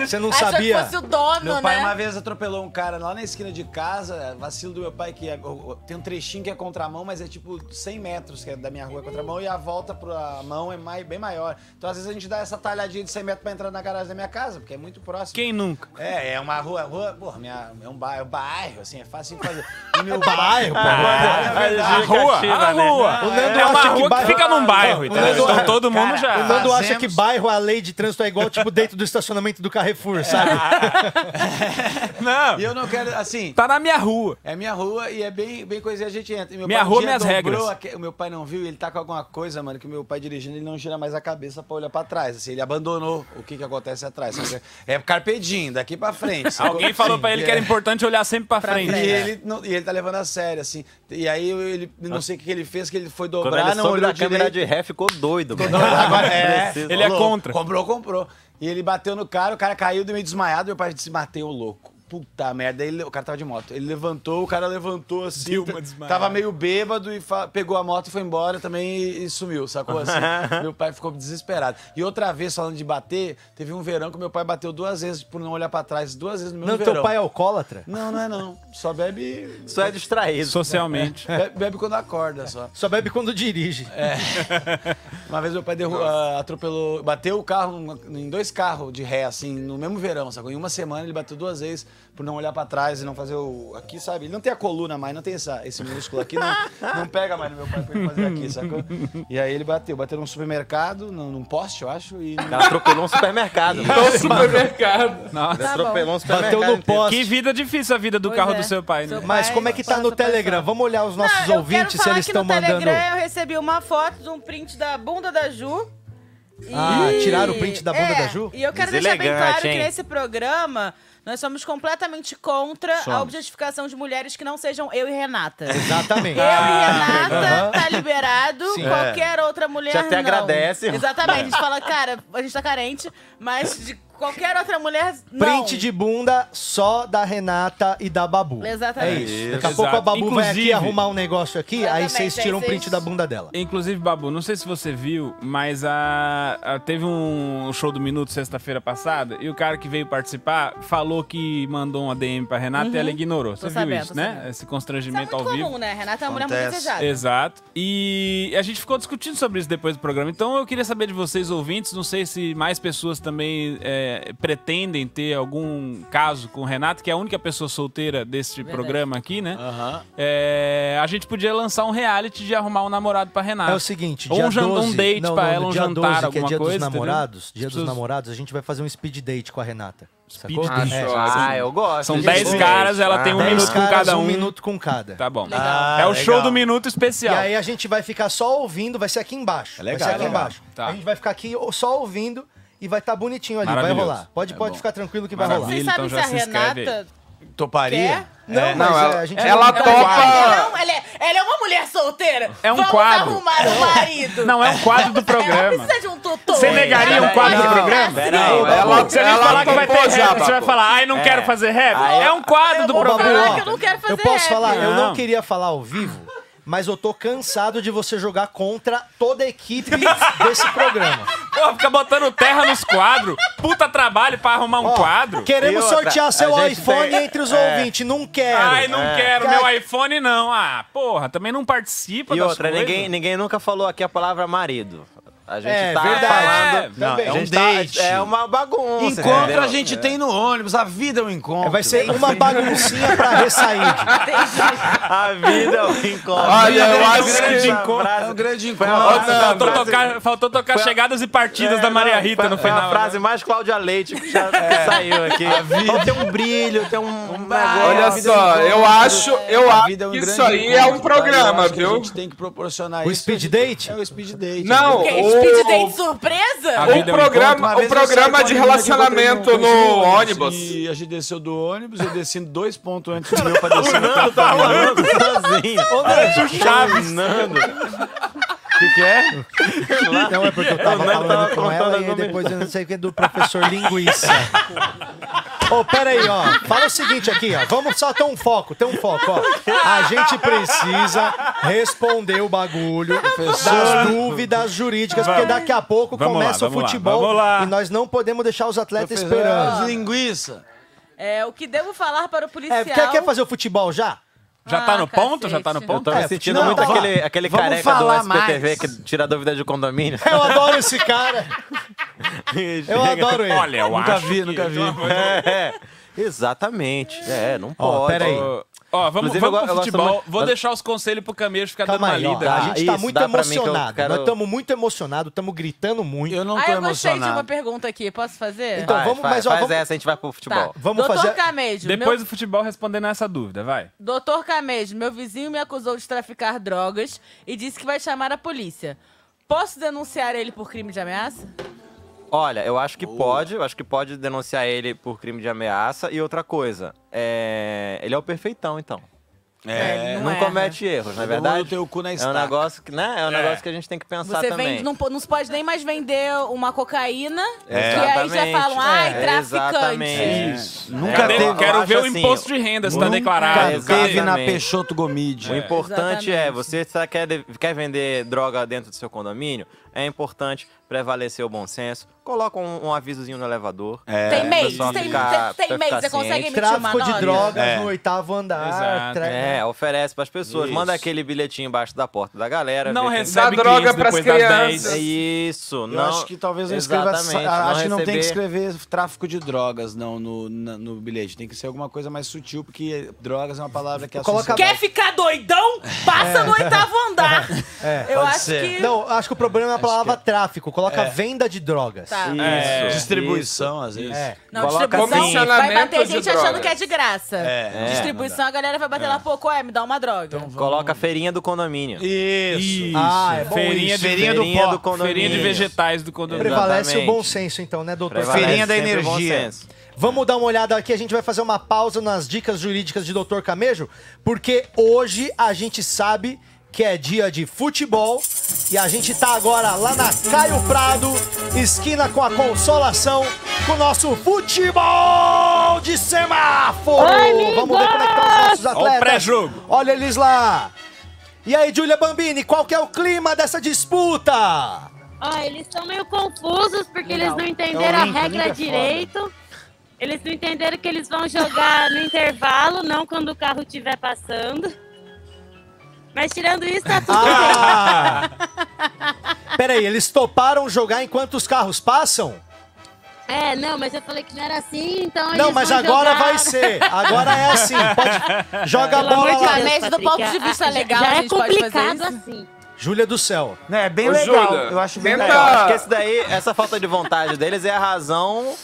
[SPEAKER 1] Você não
[SPEAKER 4] Achou
[SPEAKER 1] sabia?
[SPEAKER 4] que fosse o dono,
[SPEAKER 9] Meu pai
[SPEAKER 4] né?
[SPEAKER 9] uma vez atropelou um cara lá na esquina de casa, vacilo do meu pai, que é- o- o- tem um trechinho que é contramão, mas é tipo 100 metros, que é da minha rua é contramão, e a volta pra mão é mai- bem maior. Então às vezes a gente dá essa talhadinha de 100 metros pra entrar na garagem da minha casa, porque é muito próximo.
[SPEAKER 2] Quem nunca?
[SPEAKER 9] É, é uma rua, rua, porra, minha, é um bairro, é um bairro, assim, é fácil de fazer. E meu é
[SPEAKER 1] Bairro, pô.
[SPEAKER 2] é a rua, a rua.
[SPEAKER 1] O
[SPEAKER 9] né?
[SPEAKER 1] Nando
[SPEAKER 2] é uma
[SPEAKER 1] acha que
[SPEAKER 2] rua que
[SPEAKER 1] bairro-
[SPEAKER 2] fica num bairro, então,
[SPEAKER 1] Nando-
[SPEAKER 2] então todo mundo
[SPEAKER 9] Cara,
[SPEAKER 1] O
[SPEAKER 2] já...
[SPEAKER 1] Nando acha
[SPEAKER 9] Fazemos-
[SPEAKER 1] que bairro, a lei de trânsito é igual, tipo, dentro do estacionamento do Carrefour, sabe?
[SPEAKER 2] Não,
[SPEAKER 9] E eu não quero, assim,
[SPEAKER 2] tá na minha rua.
[SPEAKER 9] É minha rua e é bem, bem coisa e a gente entra. E meu
[SPEAKER 2] Minha
[SPEAKER 9] pai um
[SPEAKER 2] rua,
[SPEAKER 9] dia
[SPEAKER 2] minhas
[SPEAKER 9] dobrou
[SPEAKER 2] regras.
[SPEAKER 9] a que- O meu pai não viu e ele tá com alguma coisa, mano, que o meu pai dirigindo, ele não gira mais a cabeça pra olhar pra trás. Assim, ele abandonou o que que acontece atrás. sabe? É carpedinho, daqui pra frente. assim. É. sacou?
[SPEAKER 2] Alguém falou pra ele que era importante olhar sempre pra
[SPEAKER 9] E
[SPEAKER 2] frente.
[SPEAKER 9] ele, não- e ele tá levando a sério, assim. E aí eu- ele não sei o que que ele fez, que ele foi
[SPEAKER 5] Quando
[SPEAKER 9] dobrar,
[SPEAKER 5] ele
[SPEAKER 9] não
[SPEAKER 5] soube
[SPEAKER 9] olhou
[SPEAKER 5] da câmera
[SPEAKER 9] direito.
[SPEAKER 5] de ré, ficou doido. mano.
[SPEAKER 9] Agora, é,
[SPEAKER 5] Preciso.
[SPEAKER 2] ele é
[SPEAKER 9] Ô,
[SPEAKER 2] contra.
[SPEAKER 9] Comprou, comprou. E ele bateu no cara, o cara caiu meio desmaiado, meu pai disse, matei o louco. Puta merda, ele, o cara tava de moto. Ele levantou, o cara levantou assim,
[SPEAKER 2] Deu uma
[SPEAKER 9] t-
[SPEAKER 2] desmaiada.
[SPEAKER 9] tava meio bêbado e fa- pegou a moto e foi embora também e, e sumiu, sacou assim? meu pai ficou desesperado. E outra vez, falando de bater, teve um verão que meu pai bateu duas vezes por não olhar pra trás, duas vezes no mesmo
[SPEAKER 1] Não,
[SPEAKER 9] verão.
[SPEAKER 1] teu pai é alcoólatra?
[SPEAKER 9] Não, não é não. Só bebe...
[SPEAKER 5] Só é distraído.
[SPEAKER 2] Socialmente.
[SPEAKER 9] Bebe, bebe quando acorda só. É.
[SPEAKER 1] Só bebe quando dirige.
[SPEAKER 9] Uma vez meu pai derru- ah, atropelou, bateu o carro num- em dois carros de ré, assim, no mesmo verão, sacou? Em uma semana ele bateu duas vezes por não olhar pra trás e não fazer o. Aqui, sabe? Ele não tem a coluna mais, não tem essa, esse músculo aqui, não, não pega mais no meu pai pra ele fazer aqui, sacou? E aí ele bateu, bateu num supermercado, num, num poste, eu acho, e.
[SPEAKER 1] Tá,
[SPEAKER 5] Ela atropelou um supermercado.
[SPEAKER 6] É o supermercado.
[SPEAKER 2] Nossa.
[SPEAKER 5] atropelou um supermercado.
[SPEAKER 1] Bateu no
[SPEAKER 5] inteiro.
[SPEAKER 1] poste.
[SPEAKER 2] Que vida difícil a vida do
[SPEAKER 4] Tá Pois
[SPEAKER 2] carro
[SPEAKER 4] é.
[SPEAKER 2] do seu pai, né?
[SPEAKER 4] Seu
[SPEAKER 1] Mas
[SPEAKER 4] Vai,
[SPEAKER 1] como é que tá
[SPEAKER 4] passa
[SPEAKER 1] no
[SPEAKER 4] pra
[SPEAKER 1] Telegram?
[SPEAKER 4] frente.
[SPEAKER 1] Vamos olhar os nossos
[SPEAKER 4] Não,
[SPEAKER 1] ouvintes
[SPEAKER 4] eu quero
[SPEAKER 1] se
[SPEAKER 4] falar
[SPEAKER 1] eles
[SPEAKER 4] que
[SPEAKER 1] estão
[SPEAKER 4] no
[SPEAKER 1] mandando.
[SPEAKER 4] Telegram eu recebi uma foto de um print da bunda da Ju.
[SPEAKER 1] Ah,
[SPEAKER 4] E-
[SPEAKER 1] tiraram o print da bunda
[SPEAKER 4] É,
[SPEAKER 1] da Ju?
[SPEAKER 4] E eu quero deixar bem
[SPEAKER 5] Deselegante,
[SPEAKER 4] claro que
[SPEAKER 5] hein?
[SPEAKER 4] nesse programa nós somos completamente contra a
[SPEAKER 1] Somos.
[SPEAKER 4] objetificação de mulheres que não sejam eu e Renata.
[SPEAKER 1] Exatamente.
[SPEAKER 4] Eu e
[SPEAKER 1] Ah,
[SPEAKER 4] Renata tá liberado,
[SPEAKER 2] É.
[SPEAKER 1] Sim.
[SPEAKER 4] qualquer outra mulher
[SPEAKER 5] Já até
[SPEAKER 4] não.
[SPEAKER 5] agradece.
[SPEAKER 4] Exatamente, a gente fala, cara, a gente tá carente, mas de qualquer outra mulher não.
[SPEAKER 1] Print de bunda só da Renata e da Babu.
[SPEAKER 4] Exatamente.
[SPEAKER 1] É isso. Daqui a
[SPEAKER 2] Exato.
[SPEAKER 1] pouco a Babu vai aqui
[SPEAKER 2] Inclusive-
[SPEAKER 1] arrumar um negócio aqui, aí
[SPEAKER 4] Exatamente,
[SPEAKER 1] vocês
[SPEAKER 4] aí
[SPEAKER 1] tiram um
[SPEAKER 4] vocês-
[SPEAKER 1] print da bunda dela.
[SPEAKER 2] Inclusive, Babu, não sei se você viu, mas a, a- teve um show do Minuto sexta-feira passada e o cara que veio participar falou que mandou uma DM pra Renata e ela ignorou. Você viu
[SPEAKER 4] sabendo,
[SPEAKER 2] isso,
[SPEAKER 4] Uhum. tô
[SPEAKER 2] né?
[SPEAKER 4] sabendo.
[SPEAKER 2] Esse
[SPEAKER 4] Isso é
[SPEAKER 2] constrangimento
[SPEAKER 4] muito
[SPEAKER 2] ao vivo.
[SPEAKER 4] comum, né? Renata é uma mulher muito
[SPEAKER 9] Acontece.
[SPEAKER 4] desejada.
[SPEAKER 2] Exato. E a gente ficou discutindo sobre isso depois do programa. Então eu queria saber de vocês, ouvintes. Não sei se mais pessoas também é, pretendem ter algum caso com o Renato, que é a única pessoa solteira deste programa aqui, né? É, a gente podia lançar um reality de arrumar um namorado pra Renata.
[SPEAKER 1] É o seguinte,
[SPEAKER 2] Ou
[SPEAKER 1] dia
[SPEAKER 2] um, jan-
[SPEAKER 1] 12,
[SPEAKER 2] um date
[SPEAKER 1] não,
[SPEAKER 2] pra
[SPEAKER 1] não,
[SPEAKER 2] ela, um
[SPEAKER 1] dia
[SPEAKER 2] jantar,
[SPEAKER 1] 12, que é
[SPEAKER 2] alguma
[SPEAKER 1] dia
[SPEAKER 2] coisa.
[SPEAKER 1] dos
[SPEAKER 2] entendeu?
[SPEAKER 1] namorados, dia
[SPEAKER 2] As
[SPEAKER 1] dos
[SPEAKER 2] pessoas-
[SPEAKER 1] namorados, a gente vai fazer um speed date com a Renata.
[SPEAKER 2] Speed
[SPEAKER 1] sacou? É,
[SPEAKER 2] date.
[SPEAKER 6] Acho
[SPEAKER 5] Ah,
[SPEAKER 6] ótimo.
[SPEAKER 5] eu gosto.
[SPEAKER 2] São
[SPEAKER 5] gente.
[SPEAKER 2] 10 caras, ela tem um
[SPEAKER 5] Ah,
[SPEAKER 1] Dez
[SPEAKER 2] minuto com
[SPEAKER 1] caras,
[SPEAKER 2] cada um.
[SPEAKER 1] um minuto com cada. um.
[SPEAKER 2] Tá bom.
[SPEAKER 4] Legal.
[SPEAKER 2] é o
[SPEAKER 9] Ah,
[SPEAKER 2] show
[SPEAKER 9] legal.
[SPEAKER 2] do minuto especial.
[SPEAKER 1] E aí a gente vai ficar só ouvindo, vai ser aqui embaixo.
[SPEAKER 9] É legal,
[SPEAKER 1] vai ser aqui
[SPEAKER 9] legal.
[SPEAKER 1] embaixo.
[SPEAKER 2] Tá.
[SPEAKER 1] A gente vai ficar aqui só ouvindo e vai estar bonitinho ali, vai
[SPEAKER 2] Maravilhoso. É
[SPEAKER 1] rolar. Pode, pode ficar tranquilo que vai rolar.
[SPEAKER 2] Maravilha.
[SPEAKER 4] Vocês
[SPEAKER 2] Então
[SPEAKER 4] sabem se
[SPEAKER 2] já
[SPEAKER 4] a
[SPEAKER 2] se inscreve
[SPEAKER 4] Renata
[SPEAKER 9] Toparia?
[SPEAKER 4] quer?
[SPEAKER 1] Não,
[SPEAKER 6] Não,
[SPEAKER 1] mas é,
[SPEAKER 6] ela,
[SPEAKER 1] a gente
[SPEAKER 6] ela
[SPEAKER 1] vai-
[SPEAKER 9] um
[SPEAKER 6] topa.
[SPEAKER 4] Não, ela é, ela é uma mulher solteira.
[SPEAKER 2] Ah! É um
[SPEAKER 4] Vamos
[SPEAKER 2] quadro.
[SPEAKER 4] arrumar um marido.
[SPEAKER 2] Não, é um quadro do
[SPEAKER 4] Ela
[SPEAKER 2] programa.
[SPEAKER 4] precisa de um tutor.
[SPEAKER 2] Você negaria um
[SPEAKER 4] Ela
[SPEAKER 2] quadro
[SPEAKER 4] pode
[SPEAKER 2] do programa?
[SPEAKER 4] ficar
[SPEAKER 5] Peraí,
[SPEAKER 4] assim.
[SPEAKER 1] Tá
[SPEAKER 5] Babu.
[SPEAKER 6] Ela-
[SPEAKER 2] Você vai
[SPEAKER 6] ela
[SPEAKER 2] falar É que vai ter
[SPEAKER 6] compôs já,
[SPEAKER 2] rap, você vai
[SPEAKER 6] Babu.
[SPEAKER 2] falar, ai, não quero fazer rap. é um quadro do
[SPEAKER 4] vou
[SPEAKER 1] É. Ô, Babu,
[SPEAKER 2] programa.
[SPEAKER 4] falar
[SPEAKER 1] ó,
[SPEAKER 4] que eu não quero fazer
[SPEAKER 1] Eu posso
[SPEAKER 4] rap.
[SPEAKER 1] falar, eu não
[SPEAKER 2] Não.
[SPEAKER 1] queria falar ao vivo, mas eu tô cansado de você jogar contra toda a equipe desse programa.
[SPEAKER 2] Pô, fica botando terra nos quadros. Puta trabalho pra arrumar um
[SPEAKER 1] Ó,
[SPEAKER 2] quadro.
[SPEAKER 1] Queremos
[SPEAKER 5] E outra,
[SPEAKER 1] sortear
[SPEAKER 5] a
[SPEAKER 1] seu
[SPEAKER 5] gente
[SPEAKER 1] iPhone
[SPEAKER 5] tem-
[SPEAKER 1] entre os
[SPEAKER 5] é.
[SPEAKER 1] ouvintes, não quero.
[SPEAKER 2] Ai, não quero. Meu
[SPEAKER 1] Cara-
[SPEAKER 2] iPhone não. Ah, porra, também não participa
[SPEAKER 5] E
[SPEAKER 2] das
[SPEAKER 5] outra,
[SPEAKER 2] coisas.
[SPEAKER 5] ninguém, ninguém nunca falou aqui a palavra marido. A gente
[SPEAKER 1] É,
[SPEAKER 5] tá
[SPEAKER 1] verdade.
[SPEAKER 5] falando.
[SPEAKER 1] Não,
[SPEAKER 5] a
[SPEAKER 1] é um
[SPEAKER 5] gente tá- é uma bagunça.
[SPEAKER 9] Encontro
[SPEAKER 5] entendeu? É.
[SPEAKER 9] a gente tem no ônibus, a vida é um encontro.
[SPEAKER 1] Vai ser uma baguncinha pra ressair.
[SPEAKER 5] A vida é um encontro.
[SPEAKER 6] Olha, eu
[SPEAKER 5] É um
[SPEAKER 6] acho que-
[SPEAKER 5] grande encontro.
[SPEAKER 9] É um grande
[SPEAKER 5] Foi uma
[SPEAKER 2] Ó,
[SPEAKER 5] frase-
[SPEAKER 6] Não,
[SPEAKER 2] faltou,
[SPEAKER 6] não.
[SPEAKER 2] tocar, faltou tocar chegadas e partidas
[SPEAKER 5] É,
[SPEAKER 2] da Maria
[SPEAKER 5] não,
[SPEAKER 2] Rita
[SPEAKER 5] foi-
[SPEAKER 2] no
[SPEAKER 5] foi
[SPEAKER 2] final. né? É.
[SPEAKER 5] a frase mais Cláudia Leite que já saiu aqui. Então Tem um brilho, tem um, um negócio.
[SPEAKER 6] Olha só, eu acho, eu
[SPEAKER 9] A
[SPEAKER 6] acho
[SPEAKER 9] vida é um
[SPEAKER 6] que
[SPEAKER 9] grande
[SPEAKER 6] isso aí é um
[SPEAKER 9] encontro, cara. Eu
[SPEAKER 6] programa,
[SPEAKER 9] acho que A
[SPEAKER 6] viu?
[SPEAKER 9] gente tem que proporcionar
[SPEAKER 1] O
[SPEAKER 9] isso.
[SPEAKER 1] speed date?
[SPEAKER 9] É o speed date.
[SPEAKER 6] Não,
[SPEAKER 4] Que
[SPEAKER 9] entendeu?
[SPEAKER 4] é speed date
[SPEAKER 6] o,
[SPEAKER 4] surpresa?
[SPEAKER 2] A
[SPEAKER 6] o
[SPEAKER 2] vida é um
[SPEAKER 9] Uma
[SPEAKER 6] programa, o
[SPEAKER 9] vez eu saí
[SPEAKER 6] programa
[SPEAKER 9] com
[SPEAKER 6] de
[SPEAKER 9] a menina que eu encontrei
[SPEAKER 6] relacionamento
[SPEAKER 9] coisa
[SPEAKER 6] no ônibus.
[SPEAKER 9] E a gente desceu do ônibus, eu desci dois pontos antes do meu pra descer. no
[SPEAKER 5] Nando tá falando sozinho.
[SPEAKER 2] André, o Chaves.
[SPEAKER 5] Nando. que, que é?
[SPEAKER 1] Não, é porque eu
[SPEAKER 5] Eu
[SPEAKER 1] tava
[SPEAKER 5] não
[SPEAKER 1] falando
[SPEAKER 5] tava
[SPEAKER 1] com ela
[SPEAKER 5] contando
[SPEAKER 1] e aí
[SPEAKER 5] comigo.
[SPEAKER 1] depois eu não sei o que do professor linguiça. Ô, peraí, ó. Fala o seguinte aqui, ó. Vamos só ter um foco, ter um foco, ó. A gente precisa responder o bagulho das dúvidas jurídicas, porque daqui a pouco
[SPEAKER 2] Vamos
[SPEAKER 1] começa
[SPEAKER 2] lá,
[SPEAKER 1] o
[SPEAKER 2] vamos lá,
[SPEAKER 1] futebol
[SPEAKER 2] vamos lá.
[SPEAKER 1] e nós não podemos deixar os atletas
[SPEAKER 8] Professor,
[SPEAKER 1] esperando.
[SPEAKER 8] Linguiça.
[SPEAKER 4] É, o que devo falar para o policial...
[SPEAKER 1] É, quer, quer fazer o futebol já?
[SPEAKER 2] Já tá
[SPEAKER 4] Ah,
[SPEAKER 2] no ponto? Já tá no
[SPEAKER 4] cacete.
[SPEAKER 2] ponto?
[SPEAKER 5] Tô me
[SPEAKER 1] É,
[SPEAKER 5] sentindo
[SPEAKER 1] não,
[SPEAKER 5] muito
[SPEAKER 1] vamos-
[SPEAKER 5] aquele, aquele
[SPEAKER 8] vamos
[SPEAKER 5] careca do
[SPEAKER 8] falar
[SPEAKER 5] SPTV
[SPEAKER 8] mais.
[SPEAKER 5] que tira dúvida de condomínio.
[SPEAKER 1] Eu adoro esse cara. Eu adoro ele.
[SPEAKER 2] Olha, eu
[SPEAKER 8] Nunca
[SPEAKER 2] acho
[SPEAKER 8] vi,
[SPEAKER 2] que-
[SPEAKER 8] nunca vi.
[SPEAKER 5] É, exatamente. É, não
[SPEAKER 1] Ó,
[SPEAKER 5] pode.
[SPEAKER 1] pera aí.
[SPEAKER 2] Ó, Ó, vamos,
[SPEAKER 5] Inclusive, eu
[SPEAKER 2] vamos
[SPEAKER 5] go-
[SPEAKER 2] pro
[SPEAKER 5] eu gosto
[SPEAKER 2] futebol.
[SPEAKER 5] muito-
[SPEAKER 2] Vou
[SPEAKER 5] mas-
[SPEAKER 2] deixar os conselhos pro Camilo ficar dando
[SPEAKER 1] Calma
[SPEAKER 2] uma
[SPEAKER 1] aí, ó.
[SPEAKER 2] lida.
[SPEAKER 1] A
[SPEAKER 5] Dá,
[SPEAKER 1] gente tá
[SPEAKER 5] isso,
[SPEAKER 1] muito
[SPEAKER 5] dá pra mim que eu
[SPEAKER 1] emocionado.
[SPEAKER 5] quero-
[SPEAKER 1] Nós estamos muito emocionados, estamos gritando muito.
[SPEAKER 8] Eu não
[SPEAKER 4] Ah,
[SPEAKER 8] tô
[SPEAKER 4] eu gostei de uma
[SPEAKER 8] emocionado.
[SPEAKER 4] pergunta aqui. Posso fazer?
[SPEAKER 1] Então,
[SPEAKER 5] Faz,
[SPEAKER 1] vamos-
[SPEAKER 5] faz,
[SPEAKER 1] mas, ó,
[SPEAKER 5] faz
[SPEAKER 1] vamos-
[SPEAKER 5] essa, a gente vai pro
[SPEAKER 4] Tá.
[SPEAKER 5] futebol.
[SPEAKER 1] Vamos
[SPEAKER 4] Doutor
[SPEAKER 1] fazer-
[SPEAKER 4] Camejo,
[SPEAKER 2] Depois
[SPEAKER 4] meu...
[SPEAKER 2] do futebol respondendo essa dúvida, vai.
[SPEAKER 4] Doutor Camejo, meu vizinho me acusou de traficar drogas e disse que vai chamar a polícia. Posso denunciar ele por crime de ameaça?
[SPEAKER 5] Olha, eu acho que pode, eu acho que pode denunciar ele por crime de ameaça. E outra coisa, é, ele é o perfeitão, então.
[SPEAKER 4] É,
[SPEAKER 5] não
[SPEAKER 4] erra.
[SPEAKER 5] comete erros, na
[SPEAKER 8] Todo
[SPEAKER 5] verdade.
[SPEAKER 8] mundo tem o cu na
[SPEAKER 5] é um
[SPEAKER 8] estaca.
[SPEAKER 5] negócio que, né? É um
[SPEAKER 2] É.
[SPEAKER 5] negócio que a gente tem que pensar
[SPEAKER 4] Você
[SPEAKER 5] também.
[SPEAKER 4] vende, não, po- não se pode nem mais vender uma cocaína,
[SPEAKER 5] É.
[SPEAKER 4] que aí já falam, ai,
[SPEAKER 5] É,
[SPEAKER 4] traficante.
[SPEAKER 5] exatamente.
[SPEAKER 8] Isso.
[SPEAKER 5] É.
[SPEAKER 8] Nunca
[SPEAKER 5] Eu-
[SPEAKER 2] Cadê?
[SPEAKER 8] teve-
[SPEAKER 5] eu
[SPEAKER 2] Quero
[SPEAKER 5] acho
[SPEAKER 2] ver o
[SPEAKER 5] assim,
[SPEAKER 2] imposto de renda se tá
[SPEAKER 8] Nunca
[SPEAKER 2] declarado.
[SPEAKER 8] Teve na
[SPEAKER 5] Exatamente.
[SPEAKER 8] Peixoto
[SPEAKER 5] O
[SPEAKER 8] Gomídia.
[SPEAKER 5] importante
[SPEAKER 4] Exatamente.
[SPEAKER 5] é, você tá- quer, de- quer vender droga dentro do seu condomínio, é importante prevalecer o bom senso. Coloca um, um avisozinho no elevador.
[SPEAKER 8] É.
[SPEAKER 4] Tem mês,
[SPEAKER 5] pessoal
[SPEAKER 4] tem,
[SPEAKER 5] ficar-
[SPEAKER 4] tem, tem
[SPEAKER 5] pra
[SPEAKER 4] mês,
[SPEAKER 5] ficar
[SPEAKER 4] você consegue
[SPEAKER 5] ciente.
[SPEAKER 4] emitir uma
[SPEAKER 1] Tráfico de
[SPEAKER 4] nota?
[SPEAKER 1] drogas
[SPEAKER 8] É.
[SPEAKER 1] no oitavo andar.
[SPEAKER 2] Exato.
[SPEAKER 1] tra-
[SPEAKER 5] É, oferece pras pessoas.
[SPEAKER 8] Isso.
[SPEAKER 5] Manda aquele bilhetinho embaixo da porta da galera.
[SPEAKER 2] Não
[SPEAKER 5] vê quem-
[SPEAKER 2] recebe
[SPEAKER 6] Dá droga
[SPEAKER 2] clientes
[SPEAKER 6] pras
[SPEAKER 2] depois das
[SPEAKER 6] crianças.
[SPEAKER 2] 10.
[SPEAKER 5] É isso,
[SPEAKER 8] Eu
[SPEAKER 5] não.
[SPEAKER 8] acho que talvez não escreva.
[SPEAKER 5] Exatamente,
[SPEAKER 1] ah,
[SPEAKER 8] a- acho que não tem que
[SPEAKER 5] receber-
[SPEAKER 8] escrever tráfico de drogas, não, no, na- no bilhete. Tem que ser alguma coisa mais sutil, porque drogas é uma palavra que
[SPEAKER 1] Coloca-
[SPEAKER 8] associa-
[SPEAKER 4] Quer ficar doidão? Passa
[SPEAKER 1] É.
[SPEAKER 4] no oitavo andar. Eu
[SPEAKER 8] pode
[SPEAKER 4] acho
[SPEAKER 8] ser.
[SPEAKER 4] que...
[SPEAKER 1] Não, acho que o problema é a palavra tráfico. Coloca venda de drogas.
[SPEAKER 4] Tá.
[SPEAKER 5] Isso.
[SPEAKER 2] É.
[SPEAKER 8] Distribuição, às vezes.
[SPEAKER 1] É.
[SPEAKER 4] Não,
[SPEAKER 5] Coloca
[SPEAKER 4] distribuição
[SPEAKER 5] assim.
[SPEAKER 4] vai bater
[SPEAKER 6] Comissionamento
[SPEAKER 4] gente
[SPEAKER 6] de
[SPEAKER 4] achando
[SPEAKER 6] drogas.
[SPEAKER 4] que é de graça.
[SPEAKER 8] É,
[SPEAKER 5] é,
[SPEAKER 4] distribuição, a galera vai bater lá, pô, qual é? Me dá uma droga.
[SPEAKER 5] Coloca a feirinha do condomínio.
[SPEAKER 8] Isso.
[SPEAKER 1] Ah, é bom
[SPEAKER 2] Feirinha
[SPEAKER 1] isso.
[SPEAKER 2] de-
[SPEAKER 8] Feirinha do
[SPEAKER 5] Feirinha
[SPEAKER 8] pó.
[SPEAKER 5] do condomínio.
[SPEAKER 2] Feirinha de vegetais do condomínio.
[SPEAKER 5] Exato.
[SPEAKER 1] Prevalece o
[SPEAKER 5] Exatamente.
[SPEAKER 1] bom senso, então, né, doutor?
[SPEAKER 5] Prevalece
[SPEAKER 8] Feirinha da
[SPEAKER 5] sempre o bom
[SPEAKER 8] energia.
[SPEAKER 5] senso.
[SPEAKER 1] Vamos dar uma olhada aqui, a gente vai fazer uma pausa nas dicas jurídicas de Dr. Camejo, porque hoje a gente sabe que é dia de futebol e a gente tá agora lá na Caio Prado, esquina com a Consolação, com o nosso futebol de semáforo. Vamos ver como é que estão os nossos atletas.
[SPEAKER 2] pré-jogo.
[SPEAKER 1] Olha eles lá. E aí, Júlia Bambini, qual que é o clima dessa disputa?
[SPEAKER 10] Ó, eles estão meio confusos porque eles não
[SPEAKER 8] É
[SPEAKER 10] entenderam
[SPEAKER 1] Então,
[SPEAKER 8] o
[SPEAKER 10] a
[SPEAKER 8] Lincoln,
[SPEAKER 10] regra
[SPEAKER 8] Lincoln é
[SPEAKER 10] direito. Eles não entenderam que eles vão jogar no intervalo, não quando o carro estiver passando. Mas tirando isso, tá tudo bem.
[SPEAKER 1] Ah! Peraí, eles toparam jogar enquanto os carros passam?
[SPEAKER 10] É, não, mas eu falei que não era assim, então eles
[SPEAKER 1] Não, mas
[SPEAKER 10] vão
[SPEAKER 1] agora
[SPEAKER 10] jogar-
[SPEAKER 1] vai ser. Agora é assim. Pode... Joga a
[SPEAKER 10] Pelo amor
[SPEAKER 1] bola
[SPEAKER 10] de
[SPEAKER 1] lá.
[SPEAKER 10] Deus,
[SPEAKER 4] Mas do
[SPEAKER 10] Patrick,
[SPEAKER 4] ponto de
[SPEAKER 10] a-
[SPEAKER 4] vista
[SPEAKER 10] a-
[SPEAKER 4] legal,
[SPEAKER 10] já
[SPEAKER 4] a
[SPEAKER 10] é
[SPEAKER 4] gente pode fazer
[SPEAKER 10] complicado
[SPEAKER 4] isso?
[SPEAKER 10] assim.
[SPEAKER 1] Júlia do céu.
[SPEAKER 8] É bem
[SPEAKER 6] Ô,
[SPEAKER 8] legal.
[SPEAKER 6] Júlia,
[SPEAKER 8] Eu acho bem
[SPEAKER 6] tenta-
[SPEAKER 5] Eu
[SPEAKER 8] legal.
[SPEAKER 5] acho que esse daí, essa falta de vontade deles é a razão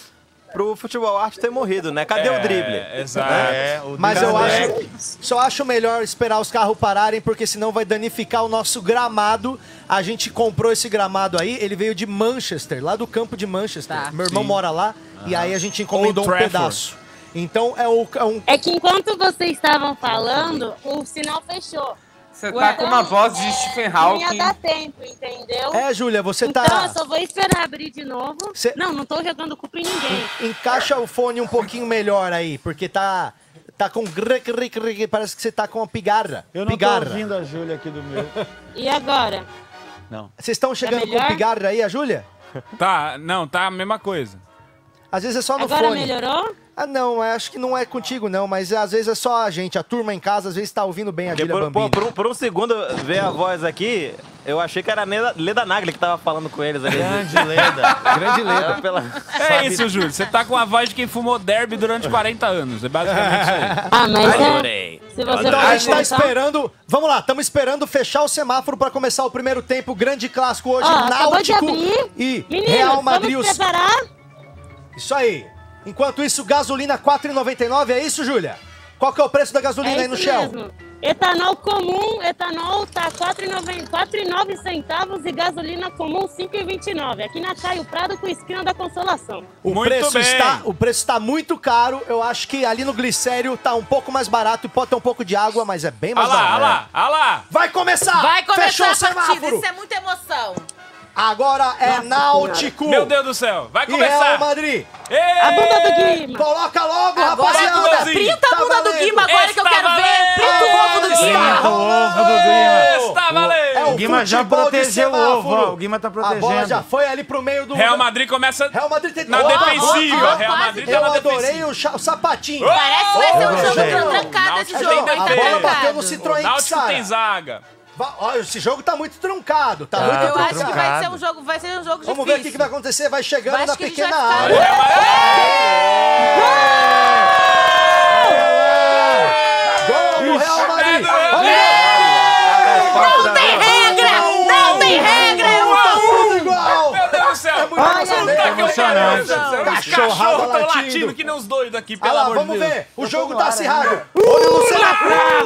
[SPEAKER 5] pro futebol arte ter morrido, né? Cadê o drible? Né?
[SPEAKER 2] Exato.
[SPEAKER 8] É,
[SPEAKER 1] Mas eu
[SPEAKER 8] Cadê?
[SPEAKER 1] acho. Só acho melhor esperar os carros pararem, porque senão vai danificar o nosso gramado. A gente comprou esse gramado aí, ele veio de Manchester, lá do campo de Manchester.
[SPEAKER 4] Tá.
[SPEAKER 1] Meu irmão mora lá, e aí a gente encomendou um
[SPEAKER 2] Old Trafford.
[SPEAKER 1] pedaço. Então é, o, é um.
[SPEAKER 10] É que enquanto vocês estavam falando, o sinal fechou.
[SPEAKER 6] Você tá com uma voz de Stephen
[SPEAKER 10] Não
[SPEAKER 6] Hawking.
[SPEAKER 10] ia dar tempo, entendeu?
[SPEAKER 1] É, Júlia, você
[SPEAKER 10] então
[SPEAKER 1] tá.
[SPEAKER 10] eu só vou esperar abrir de novo.
[SPEAKER 1] Cê-
[SPEAKER 10] Não, não tô jogando culpa em ninguém.
[SPEAKER 1] Encaixa o fone um pouquinho melhor aí, porque tá. Tá com. gric, gric, gric, Parece que você tá com uma pigarra.
[SPEAKER 8] Eu não
[SPEAKER 1] pigarra.
[SPEAKER 8] tô ouvindo a Júlia aqui do meu.
[SPEAKER 10] E agora?
[SPEAKER 8] Não.
[SPEAKER 1] Vocês estão chegando com
[SPEAKER 10] É melhor?
[SPEAKER 1] pigarra aí, a Júlia?
[SPEAKER 2] Tá, não, tá a mesma coisa.
[SPEAKER 1] Às vezes é só no
[SPEAKER 10] Agora
[SPEAKER 1] fone.
[SPEAKER 10] melhorou?
[SPEAKER 1] Ah, não, é, acho que não é contigo, não, mas às vezes é só a gente, a turma em casa, às vezes tá ouvindo bem a
[SPEAKER 5] Porque
[SPEAKER 1] Júlia
[SPEAKER 5] por,
[SPEAKER 1] Bambini.
[SPEAKER 5] por- por um, por um segundo, ver a voz aqui, eu achei que era a Neda- Leda Nagli que tava falando com eles ali.
[SPEAKER 8] Grande lenda.
[SPEAKER 5] Grande Leda. Pela...
[SPEAKER 2] É isso, Júlio. Você tá com a voz de quem fumou derby durante 40 anos. É basicamente isso aí.
[SPEAKER 10] Ah, mas
[SPEAKER 5] Adorei.
[SPEAKER 10] Se você
[SPEAKER 1] Então
[SPEAKER 10] for
[SPEAKER 1] a gente tá
[SPEAKER 10] voltar-
[SPEAKER 1] esperando. Vamos lá, estamos esperando fechar o semáforo pra começar o primeiro tempo. Grande clássico hoje,
[SPEAKER 10] Ó, acabou de
[SPEAKER 1] Náutico
[SPEAKER 10] abrir.
[SPEAKER 1] e
[SPEAKER 10] Meninos,
[SPEAKER 1] Real Madrid.
[SPEAKER 10] vamos
[SPEAKER 1] os-
[SPEAKER 10] preparar?
[SPEAKER 1] Isso aí. Enquanto isso, gasolina 4,99, é isso, Júlia? Qual que é o preço da gasolina
[SPEAKER 10] É
[SPEAKER 1] aí no
[SPEAKER 10] isso
[SPEAKER 1] Shell?
[SPEAKER 10] mesmo. Etanol comum, etanol tá 4,9 centavos e gasolina comum 5,29. Aqui na Caio Prado com esquina da Consolação.
[SPEAKER 1] O
[SPEAKER 2] Muito
[SPEAKER 1] preço,
[SPEAKER 2] bem.
[SPEAKER 1] Está, o preço está muito caro. Eu acho que ali no glicério tá um pouco mais barato. Pode ter um pouco de água, mas é bem
[SPEAKER 2] Olha
[SPEAKER 1] mais
[SPEAKER 2] lá,
[SPEAKER 1] barato.
[SPEAKER 2] olha lá, olha lá.
[SPEAKER 1] Vai começar!
[SPEAKER 4] Vai
[SPEAKER 1] Fechou
[SPEAKER 4] começar
[SPEAKER 1] o
[SPEAKER 4] a partida,
[SPEAKER 1] semáforo!
[SPEAKER 4] isso é muita emoção.
[SPEAKER 1] Agora é Náutico!
[SPEAKER 2] Meu Deus do céu, vai
[SPEAKER 1] E Real
[SPEAKER 2] começar.
[SPEAKER 1] Madrid!
[SPEAKER 2] Ê!
[SPEAKER 10] A bunda do Guima.
[SPEAKER 1] Coloca
[SPEAKER 4] é assim. Tá
[SPEAKER 1] Tá é já protegeu o ovo,
[SPEAKER 8] ó, o Guima tá
[SPEAKER 1] A bola
[SPEAKER 8] protegendo.
[SPEAKER 1] já foi ali pro meio do...
[SPEAKER 2] Real Madrid começa
[SPEAKER 1] Real Madrid tem...
[SPEAKER 2] na
[SPEAKER 1] Opa,
[SPEAKER 2] defensiva.
[SPEAKER 1] opa,
[SPEAKER 2] Real
[SPEAKER 1] opa,
[SPEAKER 2] Madrid tá
[SPEAKER 1] Eu
[SPEAKER 2] na
[SPEAKER 1] adorei
[SPEAKER 2] defensiva.
[SPEAKER 1] o, cha- o sapatinho.
[SPEAKER 4] Parece que vai ser um
[SPEAKER 1] Ô,
[SPEAKER 4] jogo
[SPEAKER 1] Rogério.
[SPEAKER 4] trancado esse
[SPEAKER 2] Náutico
[SPEAKER 4] jogo.
[SPEAKER 2] tem
[SPEAKER 4] vai
[SPEAKER 1] A
[SPEAKER 4] estar
[SPEAKER 1] bola
[SPEAKER 2] defesa.
[SPEAKER 1] bateu no
[SPEAKER 4] trancado.
[SPEAKER 2] O
[SPEAKER 1] Citroën
[SPEAKER 2] Náutico
[SPEAKER 1] Sara.
[SPEAKER 2] tem zaga.
[SPEAKER 1] Va- Olha, esse jogo tá muito truncado. Tá muito
[SPEAKER 4] Eu acho que vai
[SPEAKER 8] truncado.
[SPEAKER 4] ser um jogo, vai ser um jogo
[SPEAKER 1] Vamos ver o que, que
[SPEAKER 4] difícil.
[SPEAKER 1] vai acontecer. Vai chegando
[SPEAKER 4] Acho
[SPEAKER 1] na
[SPEAKER 4] que tá a gente
[SPEAKER 1] pequena
[SPEAKER 4] vai ficar-
[SPEAKER 1] área. Gol do
[SPEAKER 2] né,
[SPEAKER 1] Real Madrid.
[SPEAKER 4] Não tem regra! Não tem regra! É um
[SPEAKER 1] Tá tudo igual.
[SPEAKER 2] Meu Deus do céu!
[SPEAKER 1] É muito emocionante.
[SPEAKER 2] Puta que eu quero
[SPEAKER 8] emocionante.
[SPEAKER 2] isso. Os
[SPEAKER 1] Cachorrada
[SPEAKER 2] cachorros tão
[SPEAKER 1] latindo.
[SPEAKER 2] latindo tá que nem os doidos aqui,
[SPEAKER 1] Olha
[SPEAKER 2] pelo
[SPEAKER 1] lá,
[SPEAKER 2] amor de
[SPEAKER 1] vamos
[SPEAKER 2] Deus.
[SPEAKER 1] ver. O jogo tá acirrado. Olha o Luciano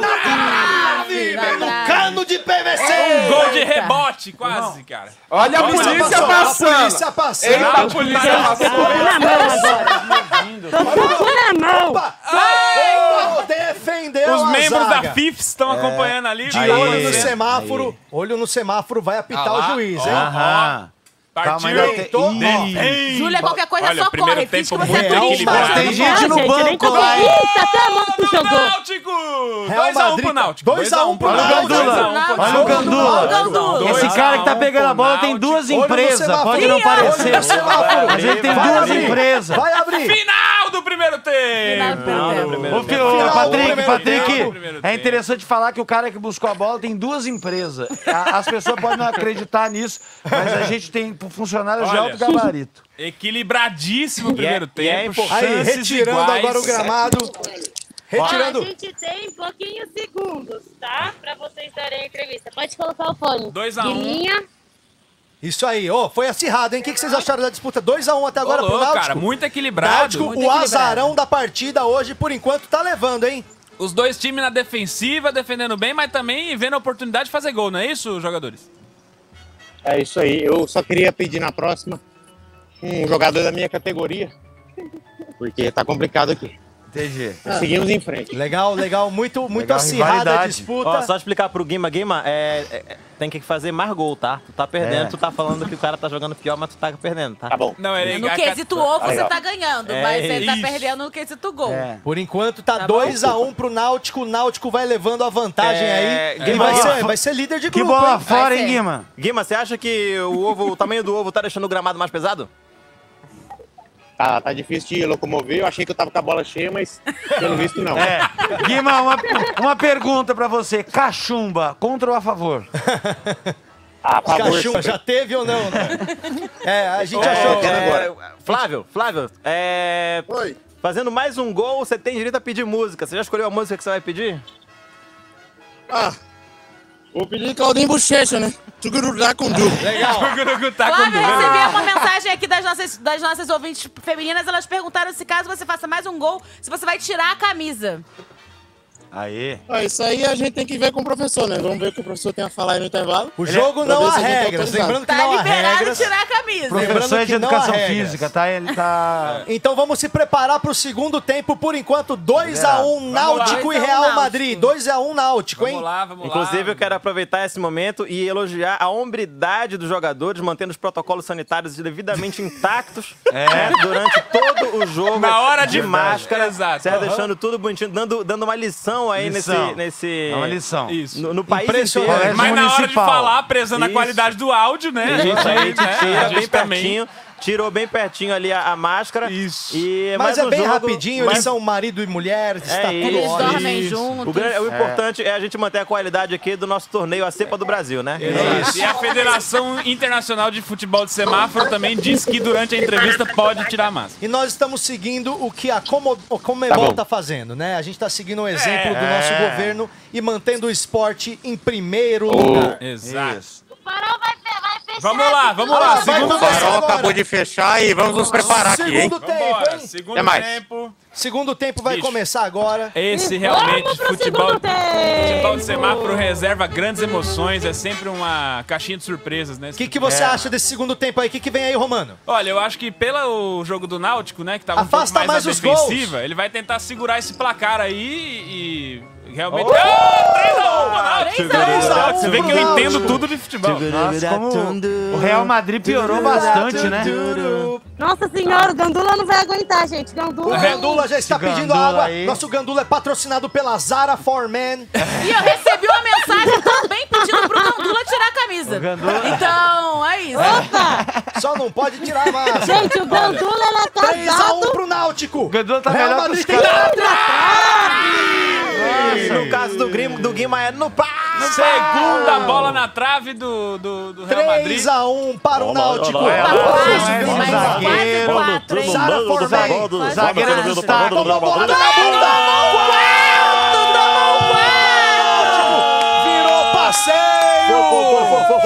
[SPEAKER 1] na trave, velho, no cano Um de PVC.
[SPEAKER 2] Um Gol de rebote, quase, cara.
[SPEAKER 6] Olha a
[SPEAKER 1] Polícia
[SPEAKER 6] polícia
[SPEAKER 1] passou, a
[SPEAKER 6] passando.
[SPEAKER 1] polícia passando.
[SPEAKER 6] Eita, a polícia passando.
[SPEAKER 10] na mão agora.
[SPEAKER 6] é
[SPEAKER 10] Tô na mão.
[SPEAKER 1] Opa! Opa! Defendeu
[SPEAKER 2] Os
[SPEAKER 1] a
[SPEAKER 2] membros
[SPEAKER 1] zaga.
[SPEAKER 2] da FIFS estão acompanhando ali.
[SPEAKER 1] De
[SPEAKER 9] É.
[SPEAKER 2] Aí,
[SPEAKER 1] olho no
[SPEAKER 8] Aí.
[SPEAKER 1] Tá semáforo. Olho no semáforo vai apitar
[SPEAKER 2] Ah lá,
[SPEAKER 1] o juiz, hein?
[SPEAKER 8] Aham. Calma,
[SPEAKER 2] Partiu.
[SPEAKER 8] ainda tem...
[SPEAKER 1] Deitou,
[SPEAKER 8] Ih,
[SPEAKER 2] Ei,
[SPEAKER 4] Júlia, qualquer coisa,
[SPEAKER 2] Olha,
[SPEAKER 4] só
[SPEAKER 2] o primeiro
[SPEAKER 4] corre,
[SPEAKER 2] tempo
[SPEAKER 4] finge que você é
[SPEAKER 2] muito
[SPEAKER 1] turista.
[SPEAKER 8] Mas
[SPEAKER 2] equilibrado.
[SPEAKER 8] tem
[SPEAKER 10] Ah,
[SPEAKER 8] gente no
[SPEAKER 10] gente, nem
[SPEAKER 8] banco
[SPEAKER 10] tô
[SPEAKER 8] lá, hein?
[SPEAKER 10] Eita, até a mão que
[SPEAKER 2] Gol do
[SPEAKER 10] jogou.
[SPEAKER 2] Náutico!
[SPEAKER 1] Real
[SPEAKER 2] 2x1 pro
[SPEAKER 1] Madrid.
[SPEAKER 2] Náutico.
[SPEAKER 1] 2x1 pro
[SPEAKER 8] Olha o
[SPEAKER 1] Náutico.
[SPEAKER 8] Gandula.
[SPEAKER 4] Náutico.
[SPEAKER 8] Olha o
[SPEAKER 4] Olha o
[SPEAKER 8] Gandula.
[SPEAKER 4] Gandula.
[SPEAKER 2] Dois
[SPEAKER 8] Esse cara que tá
[SPEAKER 2] a um
[SPEAKER 8] pegando a
[SPEAKER 2] pro
[SPEAKER 8] bola tem
[SPEAKER 2] Náutico.
[SPEAKER 8] duas
[SPEAKER 1] Olho no
[SPEAKER 8] empresas,
[SPEAKER 1] semáforo.
[SPEAKER 8] pode não
[SPEAKER 1] Ih, olho no
[SPEAKER 8] parecer.
[SPEAKER 1] semáforo.
[SPEAKER 8] Mas ele tem
[SPEAKER 1] Vai
[SPEAKER 8] duas
[SPEAKER 1] abrir.
[SPEAKER 8] empresas.
[SPEAKER 1] Vai abrir.
[SPEAKER 2] Final do primeiro
[SPEAKER 4] Final
[SPEAKER 2] tempo!
[SPEAKER 4] do primeiro tempo.
[SPEAKER 8] Ô, filho,
[SPEAKER 1] Final do
[SPEAKER 8] Patrick,
[SPEAKER 1] primeiro
[SPEAKER 2] tempo.
[SPEAKER 8] Patrick,
[SPEAKER 2] Primeiro
[SPEAKER 8] é
[SPEAKER 2] tempo.
[SPEAKER 8] interessante falar que o cara que buscou a bola tem duas empresas. A- As pessoas podem não acreditar nisso, mas a gente tem funcionários de
[SPEAKER 2] Olha.
[SPEAKER 8] alto gabarito.
[SPEAKER 2] Equilibradíssimo o primeiro
[SPEAKER 5] e é
[SPEAKER 2] tempo.
[SPEAKER 5] importante-
[SPEAKER 1] Aí,
[SPEAKER 2] chances
[SPEAKER 1] retirando
[SPEAKER 2] iguais.
[SPEAKER 1] agora o gramado.
[SPEAKER 10] Ó, a
[SPEAKER 1] Retirando.
[SPEAKER 10] gente tem pouquinhos segundos, tá? Pra vocês darem a entrevista. Pode colocar o fone.
[SPEAKER 2] Dois a um.
[SPEAKER 10] Guiminha.
[SPEAKER 1] Isso aí, ó, foi acirrado, hein? O que, que vocês acharam da disputa? 2x1 até
[SPEAKER 2] Ô,
[SPEAKER 1] agora pro
[SPEAKER 2] louco,
[SPEAKER 1] Náutico.
[SPEAKER 2] cara, muito equilibrado.
[SPEAKER 1] Náutico, o azarão da partida hoje, por enquanto, tá levando, hein?
[SPEAKER 2] Os dois times na defensiva, defendendo bem, mas também vendo a oportunidade de fazer gol, não é isso, jogadores?
[SPEAKER 11] É isso aí. Eu só queria pedir na próxima um jogador da minha categoria. Porque tá complicado aqui.
[SPEAKER 8] Entendi.
[SPEAKER 1] Ah.
[SPEAKER 11] Seguimos em frente.
[SPEAKER 1] Legal, legal, muito, muito acirrada a
[SPEAKER 8] rivalidade.
[SPEAKER 1] disputa.
[SPEAKER 5] Ó, só explicar pro Guima, Guima, é, é, é, tem que fazer mais gol, tá? Tu tá
[SPEAKER 8] É.
[SPEAKER 5] perdendo, tu tá falando que o cara tá jogando pior, mas tu tá perdendo, tá?
[SPEAKER 11] Tá bom.
[SPEAKER 2] Não, ele
[SPEAKER 4] No
[SPEAKER 2] a-
[SPEAKER 4] quesito ovo você
[SPEAKER 11] Legal.
[SPEAKER 4] tá ganhando,
[SPEAKER 5] É
[SPEAKER 4] mas você tá
[SPEAKER 2] isso.
[SPEAKER 4] perdendo no quesito gol.
[SPEAKER 8] É.
[SPEAKER 1] Por enquanto tá
[SPEAKER 4] Tá
[SPEAKER 1] 2x1 pro Náutico. O Náutico vai levando a vantagem
[SPEAKER 5] É,
[SPEAKER 1] aí.
[SPEAKER 5] que
[SPEAKER 1] E vai,
[SPEAKER 5] bola.
[SPEAKER 1] ser, vai ser líder de
[SPEAKER 8] Que
[SPEAKER 1] grupo.
[SPEAKER 8] bola
[SPEAKER 1] hein?
[SPEAKER 8] fora,
[SPEAKER 4] Vai ser.
[SPEAKER 8] hein, Guima?
[SPEAKER 5] Guima, você acha que o ovo, o tamanho do ovo tá deixando o gramado mais pesado?
[SPEAKER 11] Tá, tá difícil de locomover. Eu achei que eu tava com a bola cheia, mas pelo visto não.
[SPEAKER 8] É. Guima, uma, uma pergunta pra você. Cachumba, contra ou a favor?
[SPEAKER 11] A favor.
[SPEAKER 1] Cachumba, já teve ou não? né? É, a gente achou que era
[SPEAKER 5] É, Flávio, Flávio, é,
[SPEAKER 12] Oi.
[SPEAKER 5] fazendo mais um gol, você tem direito a pedir música. Você já escolheu a música que você vai pedir?
[SPEAKER 12] Ah, vou pedir é Claudinho Bochecha, né? Tugururacundu.
[SPEAKER 1] legal.
[SPEAKER 2] tá com
[SPEAKER 4] Flávia, eu
[SPEAKER 2] dúvida.
[SPEAKER 4] recebi uma mensagem aqui das nossas, das nossas ouvintes femininas. Elas perguntaram se caso você faça mais um gol, se você vai tirar a camisa.
[SPEAKER 8] Aí.
[SPEAKER 12] Ah, isso aí
[SPEAKER 1] é
[SPEAKER 12] a gente tem que ver com o professor, né? Vamos ver o que o professor tem a falar aí no intervalo.
[SPEAKER 1] O
[SPEAKER 11] é
[SPEAKER 1] jogo não
[SPEAKER 12] Pra ver se
[SPEAKER 1] há
[SPEAKER 12] a gente tá
[SPEAKER 1] regras.
[SPEAKER 12] autorizado.
[SPEAKER 1] Lembrando que
[SPEAKER 4] Tá
[SPEAKER 1] não há
[SPEAKER 4] liberado
[SPEAKER 1] regras.
[SPEAKER 4] tirar a camisa.
[SPEAKER 1] Lembrando
[SPEAKER 8] Professor é de
[SPEAKER 1] que não há
[SPEAKER 8] educação
[SPEAKER 1] regras.
[SPEAKER 8] física, tá? Ele tá.
[SPEAKER 1] Então vamos se preparar para o segundo tempo. Por enquanto, 2x1 Náutico
[SPEAKER 4] lá.
[SPEAKER 1] e
[SPEAKER 4] 2 a 1
[SPEAKER 1] Real
[SPEAKER 2] um
[SPEAKER 4] Náutico.
[SPEAKER 1] Madrid. 2x1 Náutico, hein?
[SPEAKER 2] Vamos lá, vamos
[SPEAKER 5] Inclusive,
[SPEAKER 2] lá.
[SPEAKER 5] eu quero aproveitar esse momento e elogiar a hombridade dos jogadores, mantendo os protocolos sanitários devidamente intactos né, durante todo o jogo.
[SPEAKER 2] É. Na hora de-
[SPEAKER 5] máscara,
[SPEAKER 2] Exato.
[SPEAKER 5] certo?
[SPEAKER 2] Aham.
[SPEAKER 5] deixando tudo bonitinho, dando, dando uma lição aí
[SPEAKER 8] Lição.
[SPEAKER 5] nesse, nesse.
[SPEAKER 8] É uma lição.
[SPEAKER 2] Isso.
[SPEAKER 5] No, no país
[SPEAKER 1] Impressionante.
[SPEAKER 5] inteiro. né?
[SPEAKER 8] Colégio
[SPEAKER 2] Mas na hora de
[SPEAKER 8] Municipal.
[SPEAKER 2] falar, presa na
[SPEAKER 5] Isso.
[SPEAKER 2] qualidade do áudio, né? A gente,
[SPEAKER 5] A gente
[SPEAKER 2] né?
[SPEAKER 5] tira
[SPEAKER 2] A gente
[SPEAKER 5] bem pertinho. Tirou bem pertinho ali a, a máscara.
[SPEAKER 2] Isso.
[SPEAKER 5] E
[SPEAKER 1] Mas
[SPEAKER 5] mais
[SPEAKER 1] é
[SPEAKER 5] um
[SPEAKER 1] bem
[SPEAKER 5] jogo,
[SPEAKER 1] rapidinho,
[SPEAKER 5] mais-
[SPEAKER 1] eles são marido e mulher, está Tá tudo
[SPEAKER 5] isso.
[SPEAKER 4] Eles
[SPEAKER 1] ótimo.
[SPEAKER 4] dormem
[SPEAKER 2] É Isso.
[SPEAKER 5] O,
[SPEAKER 4] juntos.
[SPEAKER 5] grande- o importante é a gente manter a qualidade aqui do nosso torneio, a cepa do Brasil, né?
[SPEAKER 1] É
[SPEAKER 2] É Isso. E a Federação Internacional de Futebol de Semáforo também diz que durante a entrevista pode tirar a máscara.
[SPEAKER 1] E nós estamos seguindo o que a Como- o
[SPEAKER 11] Tá
[SPEAKER 1] Comebol está fazendo, né? A gente está seguindo o exemplo
[SPEAKER 2] É.
[SPEAKER 1] do nosso governo e mantendo o esporte em primeiro lugar.
[SPEAKER 2] Exato.
[SPEAKER 10] O farol vai, fe- vai fechar.
[SPEAKER 2] Vamos lá, vamos lá.
[SPEAKER 1] Ah, Vai
[SPEAKER 2] Segundo,
[SPEAKER 1] começar
[SPEAKER 11] farol
[SPEAKER 1] agora.
[SPEAKER 11] acabou de fechar e vamos nos preparar aqui, hein?
[SPEAKER 1] Segundo tempo,
[SPEAKER 2] Vambora.
[SPEAKER 1] hein?
[SPEAKER 2] Segundo
[SPEAKER 11] Até mais.
[SPEAKER 2] tempo.
[SPEAKER 1] Segundo tempo vai
[SPEAKER 2] Bicho.
[SPEAKER 1] começar agora.
[SPEAKER 2] Esse realmente
[SPEAKER 10] Vamos pro
[SPEAKER 2] futebol.
[SPEAKER 10] segundo tempo.
[SPEAKER 2] Futebol de semáforo reserva grandes emoções, é sempre uma caixinha de surpresas, né?
[SPEAKER 1] O que, que
[SPEAKER 11] É.
[SPEAKER 1] você acha desse segundo tempo aí? O que, que vem aí, Romano?
[SPEAKER 2] Olha, eu acho que pelo jogo do Náutico, né, que tava
[SPEAKER 1] Afasta
[SPEAKER 2] um pouco mais,
[SPEAKER 1] mais os Oh!
[SPEAKER 2] na defensiva, ele vai tentar segurar esse placar aí e e realmente... Ah, 3 a
[SPEAKER 1] um
[SPEAKER 2] Você vê que eu entendo tudo de futebol.
[SPEAKER 9] Nossa, como o Real Madrid piorou bastante, né?
[SPEAKER 10] Nossa senhora, o Gandula não vai aguentar, gente. Gandula.
[SPEAKER 1] O Gandula já está
[SPEAKER 9] Esse Gandula
[SPEAKER 1] pedindo água.
[SPEAKER 9] aí.
[SPEAKER 1] Nosso Gandula é patrocinado pela Zara for Men.
[SPEAKER 4] E eu recebi uma mensagem também pedindo pro Gandula tirar a camisa.
[SPEAKER 1] Gandula-
[SPEAKER 4] Então, é isso.
[SPEAKER 1] Só não pode tirar a máscara.
[SPEAKER 4] Gente, o Gandula,
[SPEAKER 1] ela tá 3 a 1 pro Náutico. O Gandula tá Real
[SPEAKER 9] melhor que
[SPEAKER 1] Madrid
[SPEAKER 9] os
[SPEAKER 1] tem
[SPEAKER 9] caras.
[SPEAKER 1] outra.
[SPEAKER 5] No caso do Grimo, do Guima é no pá!
[SPEAKER 2] Segunda bola na trave do, do, do Real Madrid.
[SPEAKER 1] 3 a 1 para o Náutico.
[SPEAKER 2] olha lá, olha lá, olha lá, olha lá.
[SPEAKER 9] Zagueiro,
[SPEAKER 2] quatro, hein?
[SPEAKER 1] Zara for Men.
[SPEAKER 9] zagueiro de destaque.
[SPEAKER 1] Bola na bunda. Virou passeio.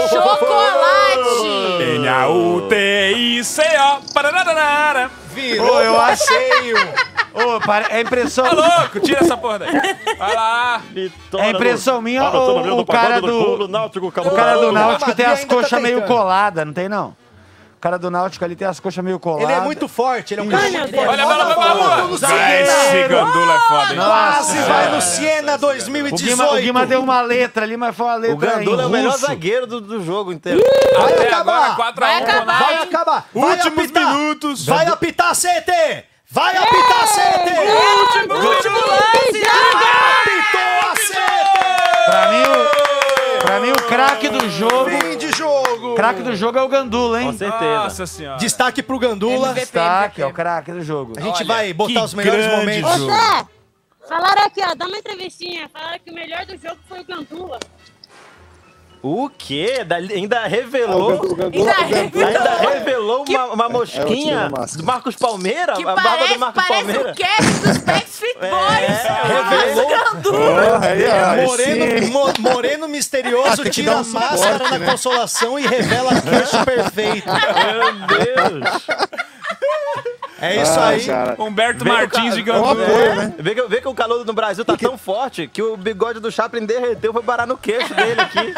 [SPEAKER 4] Chocolate!
[SPEAKER 2] Tem a UTICO. Parararara.
[SPEAKER 9] Ô, eu achei. Ô, pare- é impressão.
[SPEAKER 2] Tá louco? Tira essa porra daí. Vai lá.
[SPEAKER 9] É impressão minha ou o cara do.
[SPEAKER 13] Náutico,
[SPEAKER 9] O cara do Náutico tem as
[SPEAKER 1] ainda tá
[SPEAKER 9] coxas meio
[SPEAKER 1] tentando.
[SPEAKER 9] coladas, não tem não? O cara do Náutico ali tem as coxas meio coladas.
[SPEAKER 1] Ele é muito forte, ele é um cara muito forte.
[SPEAKER 2] Olha a bola, vai pra rua. Vai, Esse
[SPEAKER 9] Zagueiro.
[SPEAKER 2] gandula é foda, hein?
[SPEAKER 1] Quase
[SPEAKER 9] Nossa.
[SPEAKER 1] vai no Siena
[SPEAKER 9] O Guima,
[SPEAKER 1] 2018.
[SPEAKER 9] o Guima deu uma letra ali, mas foi uma letra
[SPEAKER 5] O Gandula
[SPEAKER 9] em
[SPEAKER 5] é o melhor
[SPEAKER 9] russo.
[SPEAKER 5] zagueiro do, do jogo inteiro.
[SPEAKER 1] Vai
[SPEAKER 2] Até agora,
[SPEAKER 1] acabar.
[SPEAKER 2] 4 a 1
[SPEAKER 4] acabar.
[SPEAKER 1] Vai acabar. Vai
[SPEAKER 2] Últimos
[SPEAKER 1] apitar.
[SPEAKER 2] minutos.
[SPEAKER 1] Vai apitar, CT. Vai apitar, CT.
[SPEAKER 2] Último, último lance.
[SPEAKER 1] Apitou a CT.
[SPEAKER 9] Pra mim, o, pra mim, o craque do jogo.
[SPEAKER 1] Fim de jogo.
[SPEAKER 9] craque do jogo é o Gandula, hein?
[SPEAKER 5] Com certeza.
[SPEAKER 2] Nossa senhora.
[SPEAKER 1] Destaque pro Gandula.
[SPEAKER 9] Destaque, é o craque do jogo.
[SPEAKER 1] A gente
[SPEAKER 2] Olha,
[SPEAKER 1] vai botar
[SPEAKER 2] que
[SPEAKER 1] os melhores
[SPEAKER 2] grande
[SPEAKER 1] momentos.
[SPEAKER 10] Ô, Zé, falaram aqui, ó, dá uma entrevistinha. Falaram que o melhor do jogo foi o Gandula.
[SPEAKER 5] O quê? Da- ainda revelou. Ainda
[SPEAKER 4] Ainda
[SPEAKER 5] revelou uma, uma
[SPEAKER 12] É, tirei
[SPEAKER 5] mosquinha
[SPEAKER 12] a máscara.
[SPEAKER 5] do Marcos Palmeira?
[SPEAKER 4] que
[SPEAKER 5] a barba do
[SPEAKER 4] parece,
[SPEAKER 5] Marcos
[SPEAKER 4] parece o
[SPEAKER 5] Palmeira?
[SPEAKER 4] cast dos Backstreet Boys.
[SPEAKER 5] revelou.
[SPEAKER 4] Nossa, Gandula.
[SPEAKER 1] Moreno, mo- moreno
[SPEAKER 9] Ah,
[SPEAKER 1] misterioso
[SPEAKER 9] um
[SPEAKER 1] tira a máscara
[SPEAKER 9] né?
[SPEAKER 1] na consolação e revela queixo perfeito.
[SPEAKER 5] Meu Deus!
[SPEAKER 1] É isso
[SPEAKER 12] Ah,
[SPEAKER 1] aí.
[SPEAKER 2] Humberto
[SPEAKER 5] Vem
[SPEAKER 2] Martins
[SPEAKER 5] o
[SPEAKER 2] de
[SPEAKER 5] cara-
[SPEAKER 2] Gandula.
[SPEAKER 5] É,
[SPEAKER 12] né?
[SPEAKER 5] Vê que, vê que o calor no Brasil tá tão forte que o bigode do Chaplin derreteu foi parar no queixo dele aqui.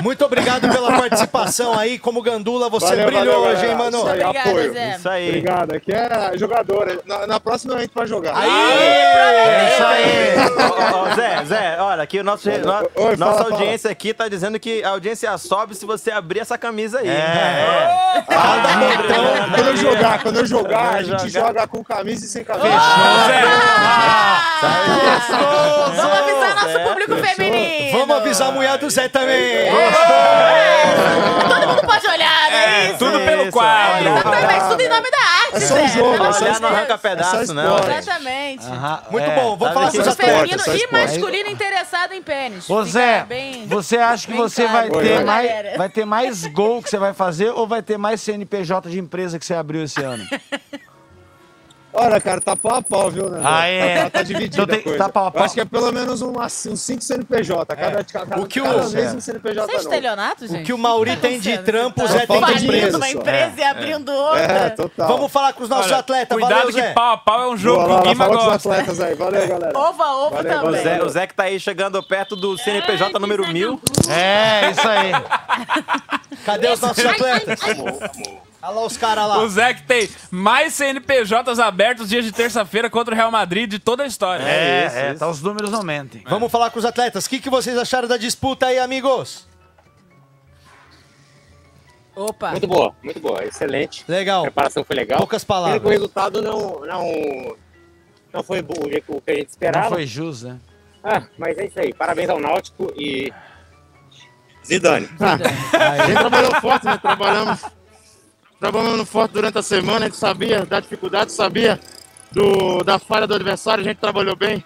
[SPEAKER 1] Muito obrigado pela participação aí. Como Gandula, você
[SPEAKER 12] Valeu,
[SPEAKER 1] brilhou
[SPEAKER 12] valeu,
[SPEAKER 1] hoje,
[SPEAKER 12] galera.
[SPEAKER 1] hein, mano?
[SPEAKER 12] Isso aí,
[SPEAKER 4] Obrigada,
[SPEAKER 12] apoio.
[SPEAKER 4] Zé.
[SPEAKER 5] Isso aí.
[SPEAKER 12] Obrigado, aqui é jogador. Na, na próxima a gente vai jogar.
[SPEAKER 5] É isso aí. Ó, ó, Zé, É, Zé, olha, aqui o nosso, no-
[SPEAKER 12] oi,
[SPEAKER 5] nossa
[SPEAKER 12] fala,
[SPEAKER 5] audiência aqui tá dizendo que a audiência sobe se você abrir essa camisa aí.
[SPEAKER 12] É.
[SPEAKER 5] É.
[SPEAKER 12] Ah, Então, quando
[SPEAKER 5] né?
[SPEAKER 12] eu jogar, quando eu jogar, a gente
[SPEAKER 5] jogar.
[SPEAKER 12] joga com camisa e sem camisa.
[SPEAKER 2] Ah!
[SPEAKER 4] Vamos avisar nosso público feminino.
[SPEAKER 1] Vamos avisar a mulher do Zé também.
[SPEAKER 4] Todo mundo pode olhar, tá né? isso?
[SPEAKER 2] Tudo pelo
[SPEAKER 5] Isso,
[SPEAKER 2] quadro.
[SPEAKER 4] Exatamente, tudo em nome da arte,
[SPEAKER 12] é Só um
[SPEAKER 4] Zé.
[SPEAKER 12] jogo,
[SPEAKER 4] Pelo amor
[SPEAKER 12] só É
[SPEAKER 4] de
[SPEAKER 5] Olhar não
[SPEAKER 4] Deus.
[SPEAKER 5] arranca pedaço, não.
[SPEAKER 4] Exatamente.
[SPEAKER 1] Muito bom.
[SPEAKER 4] assim,
[SPEAKER 12] tá
[SPEAKER 1] Vamos
[SPEAKER 5] sabe
[SPEAKER 1] falar
[SPEAKER 5] que
[SPEAKER 1] com os
[SPEAKER 5] isso é
[SPEAKER 1] atletas.
[SPEAKER 4] Feminino
[SPEAKER 12] só
[SPEAKER 4] e
[SPEAKER 12] esporte.
[SPEAKER 4] masculino interessado em pênis.
[SPEAKER 9] Ô
[SPEAKER 4] Fica
[SPEAKER 9] Zé,
[SPEAKER 4] bem-
[SPEAKER 9] você acha que
[SPEAKER 4] bem
[SPEAKER 9] você vai
[SPEAKER 4] claro,
[SPEAKER 9] ter,
[SPEAKER 4] né,
[SPEAKER 9] mais,
[SPEAKER 4] galera?
[SPEAKER 9] vai ter mais gol que você vai fazer ou vai ter mais CNPJ de empresa que você abriu esse ano?
[SPEAKER 12] Olha, cara, tá pau a pau, viu, né?
[SPEAKER 9] Ah, é.
[SPEAKER 12] Tá, tá dividido
[SPEAKER 9] Então tem-
[SPEAKER 12] a coisa.
[SPEAKER 9] tá pau a
[SPEAKER 12] Eu
[SPEAKER 9] pau.
[SPEAKER 12] Acho que é pelo menos umas, uns 5 CNPJ. Cada, cada,
[SPEAKER 1] É. O que o-
[SPEAKER 12] cada mês
[SPEAKER 9] Certo.
[SPEAKER 12] um CNPJ
[SPEAKER 4] Isso é
[SPEAKER 12] novo.
[SPEAKER 4] estelionato, gente?
[SPEAKER 1] O que o Mauri tem de trampo, o Zé tem
[SPEAKER 12] Tá falta
[SPEAKER 1] de
[SPEAKER 12] de preso,
[SPEAKER 4] Falindo
[SPEAKER 1] empresa.
[SPEAKER 4] uma
[SPEAKER 12] só.
[SPEAKER 4] empresa e abrindo outra.
[SPEAKER 12] É, total.
[SPEAKER 1] Vamos falar com os nossos
[SPEAKER 2] Olha,
[SPEAKER 1] atletas.
[SPEAKER 2] Cuidado
[SPEAKER 1] Valeu,
[SPEAKER 2] que
[SPEAKER 1] Zé.
[SPEAKER 2] pau a pau é um jogo
[SPEAKER 12] Boa, lá,
[SPEAKER 2] que o
[SPEAKER 12] lá,
[SPEAKER 2] Guima
[SPEAKER 12] fala com os
[SPEAKER 2] gosta.
[SPEAKER 12] atletas aí. Valeu, galera.
[SPEAKER 4] Ova, ova
[SPEAKER 12] Valeu,
[SPEAKER 5] O
[SPEAKER 4] também.
[SPEAKER 5] Zé, o Zé que tá aí chegando perto do CNPJ número 1000.
[SPEAKER 9] É, isso aí.
[SPEAKER 1] Cadê os nossos atletas? Olha lá os caras lá.
[SPEAKER 2] O Zé que tem mais CNPJs abertos dias de terça-feira contra o Real Madrid de toda a história.
[SPEAKER 9] É, é, tá, os números não mentem.
[SPEAKER 1] Vamos falar com os atletas. O que, que vocês acharam da disputa aí, amigos? É.
[SPEAKER 4] Opa.
[SPEAKER 11] Muito boa, muito boa, excelente. A
[SPEAKER 1] Legal.
[SPEAKER 11] preparação foi legal.
[SPEAKER 1] Poucas
[SPEAKER 11] Pena que O
[SPEAKER 1] palavras.
[SPEAKER 11] resultado não, não, não foi bom, o jeito que a gente
[SPEAKER 9] Não
[SPEAKER 11] esperava.
[SPEAKER 9] foi jus, né?
[SPEAKER 11] Ah, mas é isso aí. Parabéns ao Náutico e. Zidane. Ah,
[SPEAKER 12] A gente trabalhou forte, né? Trabalhamos, trabalhamos forte durante a semana, a gente sabia da dificuldade, sabia do, da falha do adversário, a gente trabalhou bem,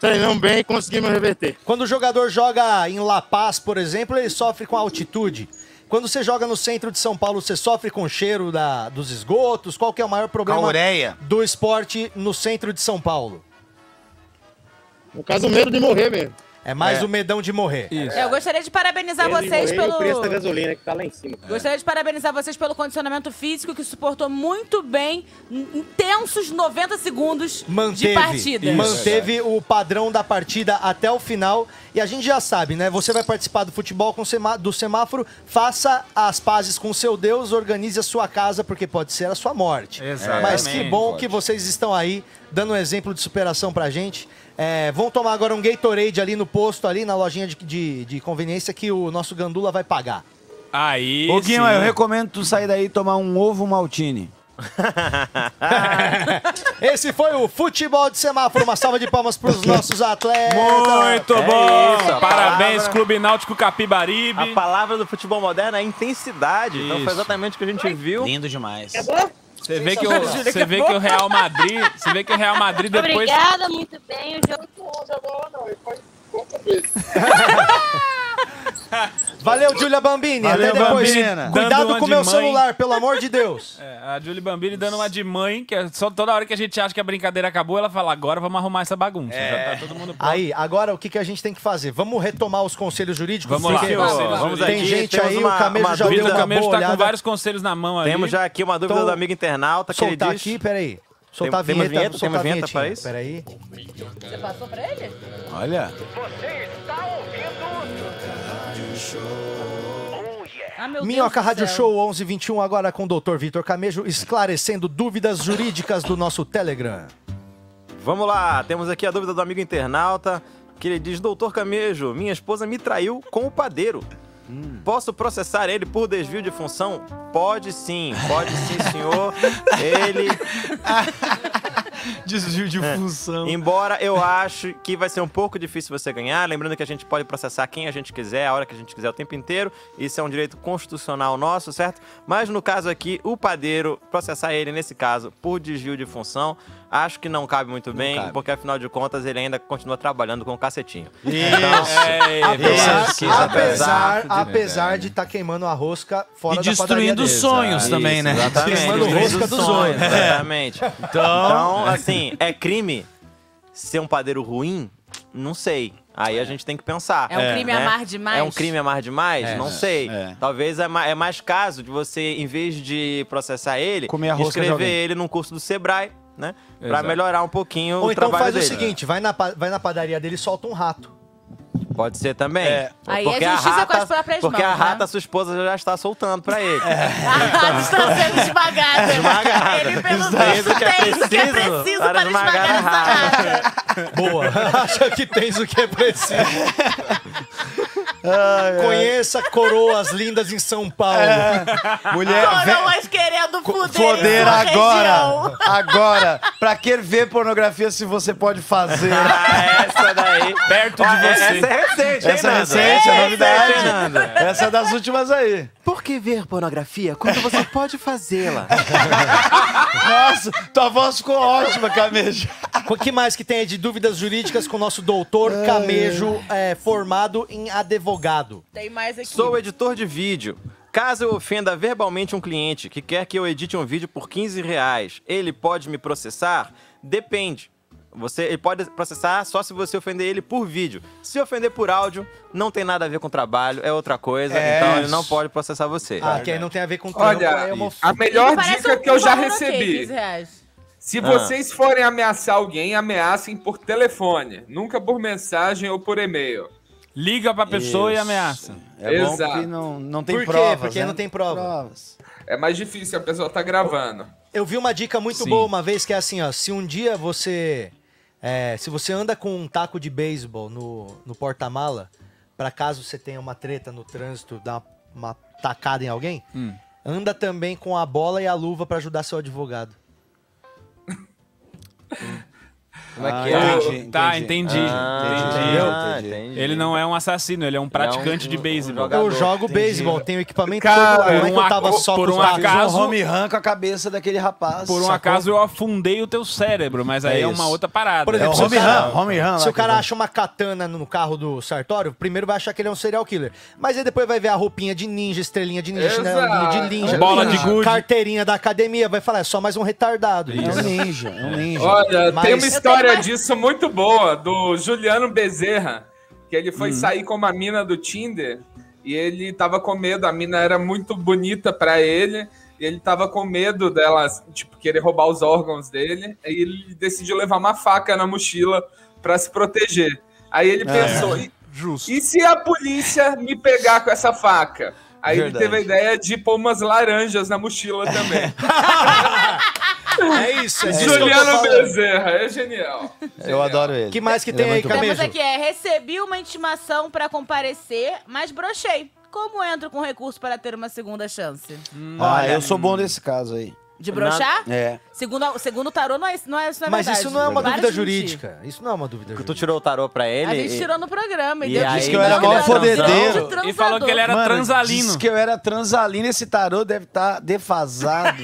[SPEAKER 12] treinamos bem e conseguimos reverter.
[SPEAKER 1] Quando o jogador joga em La Paz, por exemplo, ele sofre com altitude. Quando você joga no centro de São Paulo, você sofre com o cheiro da, dos esgotos? Qual que é o maior problema
[SPEAKER 9] ureia.
[SPEAKER 1] do esporte no centro de São Paulo?
[SPEAKER 12] No caso, o medo de morrer mesmo.
[SPEAKER 1] É mais o medão de morrer.
[SPEAKER 4] Eu gostaria de parabenizar
[SPEAKER 11] Ele
[SPEAKER 4] vocês
[SPEAKER 11] morreu e
[SPEAKER 4] pelo.
[SPEAKER 11] O preço da gasolina que tá lá em cima.
[SPEAKER 4] Gostaria de parabenizar vocês pelo condicionamento físico que suportou muito bem n- intensos 90 segundos de partida.
[SPEAKER 1] Manteve, manteve o padrão da partida até o final. E a gente já sabe, né? Você vai participar do futebol com semá- do semáforo, faça as pazes com seu Deus, organize a sua casa, porque pode ser a sua morte.
[SPEAKER 2] Exatamente.
[SPEAKER 1] Mas que bom que vocês estão aí dando um exemplo de superação pra gente. É, vão tomar agora um Gatorade ali no posto, ali na lojinha de, de- de conveniência que o nosso Gandula vai pagar.
[SPEAKER 2] Aí.
[SPEAKER 9] Ô, Guima,
[SPEAKER 2] sim.
[SPEAKER 9] eu recomendo tu sair daí e tomar um ovo maltine.
[SPEAKER 1] Esse foi o futebol de semáforo. Uma salva de palmas pros nossos atletas. É
[SPEAKER 2] Muito bom!
[SPEAKER 5] isso, a
[SPEAKER 2] Parabéns,
[SPEAKER 5] palavra-
[SPEAKER 2] Clube Náutico Capibaribe.
[SPEAKER 5] A palavra do futebol moderno é intensidade. Então foi
[SPEAKER 2] Isso.
[SPEAKER 5] exatamente o que a gente viu.
[SPEAKER 8] Lindo demais.
[SPEAKER 2] Você vê, que o, você vê que o Real Madrid. Você vê que o Real Madrid depois.
[SPEAKER 10] Obrigada, muito bem. O jogo bom, jogou não. Foi
[SPEAKER 1] Valeu, Júlia Bambini.
[SPEAKER 2] Valeu,
[SPEAKER 1] Até depois.
[SPEAKER 2] Bambini. Dando
[SPEAKER 1] Cuidado
[SPEAKER 2] uma
[SPEAKER 1] com o
[SPEAKER 2] de
[SPEAKER 1] meu
[SPEAKER 2] mãe.
[SPEAKER 1] celular, pelo amor de Deus.
[SPEAKER 2] É, a Julie Bambini dando uma de mãe, que é só toda hora que a gente acha que a brincadeira acabou, ela fala: agora vamos arrumar essa bagunça.
[SPEAKER 9] É.
[SPEAKER 2] Já tá todo mundo
[SPEAKER 1] Aí, agora o que, que a gente tem que fazer? Vamos retomar os conselhos jurídicos?
[SPEAKER 2] Vamos lá,
[SPEAKER 1] Porque
[SPEAKER 2] conselhos
[SPEAKER 1] Tem
[SPEAKER 2] jurídicos.
[SPEAKER 1] gente
[SPEAKER 5] Temos
[SPEAKER 1] aí,
[SPEAKER 5] uma-
[SPEAKER 1] o Camejo
[SPEAKER 5] uma
[SPEAKER 1] já deu
[SPEAKER 5] dúvida.
[SPEAKER 1] uma
[SPEAKER 5] O Camejo
[SPEAKER 1] boa
[SPEAKER 2] tá com
[SPEAKER 1] olhada.
[SPEAKER 2] vários conselhos na mão ali.
[SPEAKER 5] Temos já aqui uma dúvida
[SPEAKER 1] Então,
[SPEAKER 5] do amigo internauta que ele
[SPEAKER 1] Soltar
[SPEAKER 5] diz.
[SPEAKER 1] aqui, peraí. Soltar
[SPEAKER 5] Tem- temos
[SPEAKER 1] a vinheta,
[SPEAKER 5] vinheta?
[SPEAKER 1] soltar
[SPEAKER 5] Temos
[SPEAKER 1] a
[SPEAKER 5] vinheta pra
[SPEAKER 1] vinhetinha,
[SPEAKER 5] isso?
[SPEAKER 1] Peraí.
[SPEAKER 4] Você passou pra ele?
[SPEAKER 9] Olha.
[SPEAKER 4] Ah, meu
[SPEAKER 1] Minhoca
[SPEAKER 4] Deus do
[SPEAKER 1] Rádio
[SPEAKER 4] céu.
[SPEAKER 1] Show 1121, agora com o Dr. Vitor Camejo, esclarecendo dúvidas jurídicas do nosso Telegram.
[SPEAKER 5] Vamos lá, temos aqui a dúvida do amigo internauta, que ele diz: Doutor Camejo, minha esposa me traiu com o padeiro. Posso processar ele por desvio de função? Pode sim, pode sim, senhor. ele.
[SPEAKER 8] Desvio
[SPEAKER 1] É.
[SPEAKER 8] de função.
[SPEAKER 5] Embora eu ache que vai ser um pouco difícil você ganhar, lembrando que a gente pode processar quem a gente quiser, a hora que a gente quiser, o tempo inteiro. Isso é um direito constitucional nosso, certo? Mas no caso aqui, o padeiro, processar ele, nesse caso, por desvio de função, acho que não cabe muito bem,
[SPEAKER 8] cabe.
[SPEAKER 5] porque afinal de contas ele ainda continua trabalhando com o cacetinho. Então,
[SPEAKER 2] É,
[SPEAKER 1] Apesar,
[SPEAKER 5] tipo
[SPEAKER 8] isso,
[SPEAKER 5] tá
[SPEAKER 1] apesar,
[SPEAKER 8] exato.
[SPEAKER 1] apesar de estar queimando a rosca fora
[SPEAKER 8] E
[SPEAKER 1] da padaria É
[SPEAKER 8] destruindo os
[SPEAKER 1] dele.
[SPEAKER 8] sonhos também, né?
[SPEAKER 5] é. Exatamente.
[SPEAKER 1] Queimando
[SPEAKER 5] Destruindo
[SPEAKER 1] rosca
[SPEAKER 5] os
[SPEAKER 1] dos
[SPEAKER 5] sonhos, É,
[SPEAKER 1] sonhos. É.
[SPEAKER 5] Exatamente.
[SPEAKER 8] Então-
[SPEAKER 5] Então, assim, é crime ser um padeiro ruim? Não sei. Aí a gente tem que pensar.
[SPEAKER 4] É um crime amar demais?
[SPEAKER 5] É um crime amar demais?
[SPEAKER 8] É.
[SPEAKER 5] Não sei.
[SPEAKER 8] É.
[SPEAKER 5] Talvez é ma- é mais caso de você, em vez de processar ele,
[SPEAKER 9] Comer a rosca de
[SPEAKER 5] inscrever
[SPEAKER 9] alguém.
[SPEAKER 5] ele num curso do Sebrae, né? Pra
[SPEAKER 2] Exato.
[SPEAKER 5] melhorar um pouquinho
[SPEAKER 1] Ou
[SPEAKER 5] o
[SPEAKER 1] então
[SPEAKER 5] trabalho
[SPEAKER 1] faz o
[SPEAKER 5] dele.
[SPEAKER 1] seguinte, vai na, pa- vai na padaria dele e solta um rato.
[SPEAKER 5] Pode ser também.
[SPEAKER 4] Aí
[SPEAKER 5] Porque
[SPEAKER 4] é
[SPEAKER 5] a
[SPEAKER 4] justiça
[SPEAKER 5] rata,
[SPEAKER 4] com as próprias
[SPEAKER 5] Porque a
[SPEAKER 4] mãos, né?
[SPEAKER 5] rata, sua esposa, já está soltando pra ele.
[SPEAKER 4] Ah, está sendo esmagada.
[SPEAKER 5] Esmagada.
[SPEAKER 4] Ele pelo
[SPEAKER 5] Esmagada.
[SPEAKER 4] visto
[SPEAKER 5] Que é
[SPEAKER 4] tem o que é
[SPEAKER 5] preciso
[SPEAKER 4] preciso
[SPEAKER 5] para
[SPEAKER 4] para
[SPEAKER 5] esmagar
[SPEAKER 4] esmagar
[SPEAKER 5] a
[SPEAKER 4] essa rata.
[SPEAKER 1] Boa. Acha que tens o que é preciso. Conheça coroas lindas em São Paulo.
[SPEAKER 4] É.
[SPEAKER 9] É. Mulher, ve-
[SPEAKER 4] Coroas querendo foder,
[SPEAKER 9] foder
[SPEAKER 4] essa
[SPEAKER 9] agora.
[SPEAKER 4] região.
[SPEAKER 9] Agora. Pra que ver pornografia se você pode fazer? É,
[SPEAKER 2] é.
[SPEAKER 5] Ah, essa daí.
[SPEAKER 2] perto
[SPEAKER 5] Ó,
[SPEAKER 2] de você.
[SPEAKER 5] Essa é recente, hein,
[SPEAKER 9] Ah, Essa é
[SPEAKER 5] Nando?
[SPEAKER 9] recente, é novidade.
[SPEAKER 5] hein, Nando?
[SPEAKER 9] Essa é das últimas aí.
[SPEAKER 5] Por que ver pornografia quando você pode fazê-la?
[SPEAKER 9] Nossa, tua voz ficou ótima, Camejo.
[SPEAKER 1] O que mais que tem aí de dúvidas jurídicas com o nosso doutor Camejo, é, formado em advogado? Ah,
[SPEAKER 4] Tem mais aqui.
[SPEAKER 5] Sou editor de vídeo. Caso eu ofenda verbalmente um cliente que quer que eu edite um vídeo por 15 reais, ele pode me processar? Depende. Você, ele pode processar só se você ofender ele por vídeo. Se ofender por áudio, não tem nada a ver com trabalho, é outra coisa.
[SPEAKER 9] É
[SPEAKER 5] então ele
[SPEAKER 9] isso.
[SPEAKER 5] não pode processar você.
[SPEAKER 1] Ah, que aí não tem a ver com trampo,
[SPEAKER 6] Olha,
[SPEAKER 1] é uma
[SPEAKER 6] a melhor
[SPEAKER 4] Ele parece
[SPEAKER 6] dica
[SPEAKER 4] um
[SPEAKER 6] que eu já
[SPEAKER 4] valor ok, 15
[SPEAKER 6] recebi.
[SPEAKER 4] reais.
[SPEAKER 6] Se
[SPEAKER 5] Ah.
[SPEAKER 6] vocês forem ameaçar alguém, ameacem por telefone, nunca por mensagem ou por e-mail.
[SPEAKER 2] Liga pra pessoa e
[SPEAKER 9] Isso.
[SPEAKER 2] ameaça.
[SPEAKER 9] É
[SPEAKER 6] Exato.
[SPEAKER 9] bom que não, não tem
[SPEAKER 1] Por quê?
[SPEAKER 9] provas,
[SPEAKER 1] Porque
[SPEAKER 9] né?
[SPEAKER 1] não tem prova.
[SPEAKER 9] provas.
[SPEAKER 6] É mais difícil, a pessoa tá gravando.
[SPEAKER 1] Eu vi uma dica muito
[SPEAKER 2] Sim.
[SPEAKER 1] boa uma vez que é assim, ó. Se um dia você. é, se você anda com um taco de beisebol no, no porta-mala, pra caso você tenha uma treta no trânsito, dar uma, uma tacada em alguém,
[SPEAKER 5] Hum.
[SPEAKER 1] anda também com a bola e a luva pra ajudar seu advogado.
[SPEAKER 5] Como é que
[SPEAKER 2] Ah,
[SPEAKER 6] é?
[SPEAKER 2] tá, entendi. entendi.
[SPEAKER 5] Ah,
[SPEAKER 9] entendi.
[SPEAKER 5] entendi.
[SPEAKER 2] Ele não é um assassino, ele é um praticante
[SPEAKER 5] um-
[SPEAKER 2] de
[SPEAKER 5] um
[SPEAKER 2] beisebol.
[SPEAKER 5] jogador.
[SPEAKER 1] eu jogo
[SPEAKER 9] entendi.
[SPEAKER 1] beisebol, tenho equipamento
[SPEAKER 6] Cara,
[SPEAKER 1] todo lá. Como
[SPEAKER 2] por
[SPEAKER 1] é que
[SPEAKER 2] um
[SPEAKER 1] eu tava
[SPEAKER 2] aca-
[SPEAKER 1] só
[SPEAKER 2] por
[SPEAKER 1] com
[SPEAKER 2] um
[SPEAKER 1] o taco?
[SPEAKER 2] acaso-
[SPEAKER 9] Caso... Um home run com a cabeça daquele rapaz.
[SPEAKER 2] Por um
[SPEAKER 9] sacou?
[SPEAKER 2] acaso eu afundei o teu cérebro, mas aí é,
[SPEAKER 9] É
[SPEAKER 2] uma
[SPEAKER 9] isso.
[SPEAKER 2] outra parada.
[SPEAKER 1] Por
[SPEAKER 9] É
[SPEAKER 1] exemplo,
[SPEAKER 9] um home
[SPEAKER 1] cara-
[SPEAKER 9] run, home run. lá
[SPEAKER 1] Se o
[SPEAKER 9] que eu-
[SPEAKER 1] cara acha uma katana no carro do Sartório, primeiro vai achar que ele é um serial killer. Mas aí depois vai ver a roupinha de ninja, estrelinha de ninja,
[SPEAKER 6] Exato.
[SPEAKER 1] chinelinho de ninja,
[SPEAKER 2] Bola de gude.
[SPEAKER 1] carteirinha da academia, vai falar, é só mais um retardado.
[SPEAKER 9] É um ninja, é um ninja.
[SPEAKER 6] Olha,
[SPEAKER 1] Mas-
[SPEAKER 6] tem
[SPEAKER 1] Eu
[SPEAKER 6] uma
[SPEAKER 1] tenho
[SPEAKER 6] história
[SPEAKER 4] mais-
[SPEAKER 6] disso muito boa, do Juliano Bezerra, que ele
[SPEAKER 9] Hum.
[SPEAKER 6] foi sair com uma mina do Tinder e ele tava com medo, a mina era muito bonita pra ele, e ele tava com medo dela, tipo, querer roubar os órgãos dele, e ele decidiu levar uma faca na mochila pra se proteger. Aí
[SPEAKER 9] É.
[SPEAKER 6] ele pensou, e,
[SPEAKER 2] Justo.
[SPEAKER 6] e se a polícia me pegar com essa faca? Aí
[SPEAKER 9] Verdade.
[SPEAKER 6] ele teve a ideia de pôr umas laranjas na mochila também.
[SPEAKER 1] É isso, é isso que eu tô
[SPEAKER 6] Juliano
[SPEAKER 1] falando.
[SPEAKER 6] Bezerra, é genial.
[SPEAKER 5] Eu adoro ele.
[SPEAKER 1] Que mais que
[SPEAKER 5] Ele
[SPEAKER 1] tem
[SPEAKER 5] é
[SPEAKER 1] aí,
[SPEAKER 5] muito bom.
[SPEAKER 1] Camejo?
[SPEAKER 4] Temos aqui é, recebi uma intimação para comparecer, mas brochei. Como entro com recurso para ter uma segunda chance?
[SPEAKER 9] Ah, eu sou bom nesse caso aí.
[SPEAKER 4] De broxar?
[SPEAKER 9] É.
[SPEAKER 4] Segundo, a- segundo o tarô, não é, isso- não é, isso não é
[SPEAKER 1] Mas
[SPEAKER 4] verdade.
[SPEAKER 1] isso não é uma
[SPEAKER 4] Para
[SPEAKER 1] dúvida
[SPEAKER 4] de mentir.
[SPEAKER 1] jurídica. Isso não é uma dúvida jurídica.
[SPEAKER 5] Tu tirou o tarô pra ele?
[SPEAKER 4] A gente tirou no programa.
[SPEAKER 5] E
[SPEAKER 4] deu
[SPEAKER 5] aí,
[SPEAKER 4] de-
[SPEAKER 5] Diz que eu era
[SPEAKER 4] deu de
[SPEAKER 5] mó
[SPEAKER 4] transão,
[SPEAKER 5] fodedeiro.
[SPEAKER 4] de transador.
[SPEAKER 2] E falou que ele era
[SPEAKER 9] Mano,
[SPEAKER 2] transalino.
[SPEAKER 9] Diz que eu era transalino, esse tarô deve estar defasado.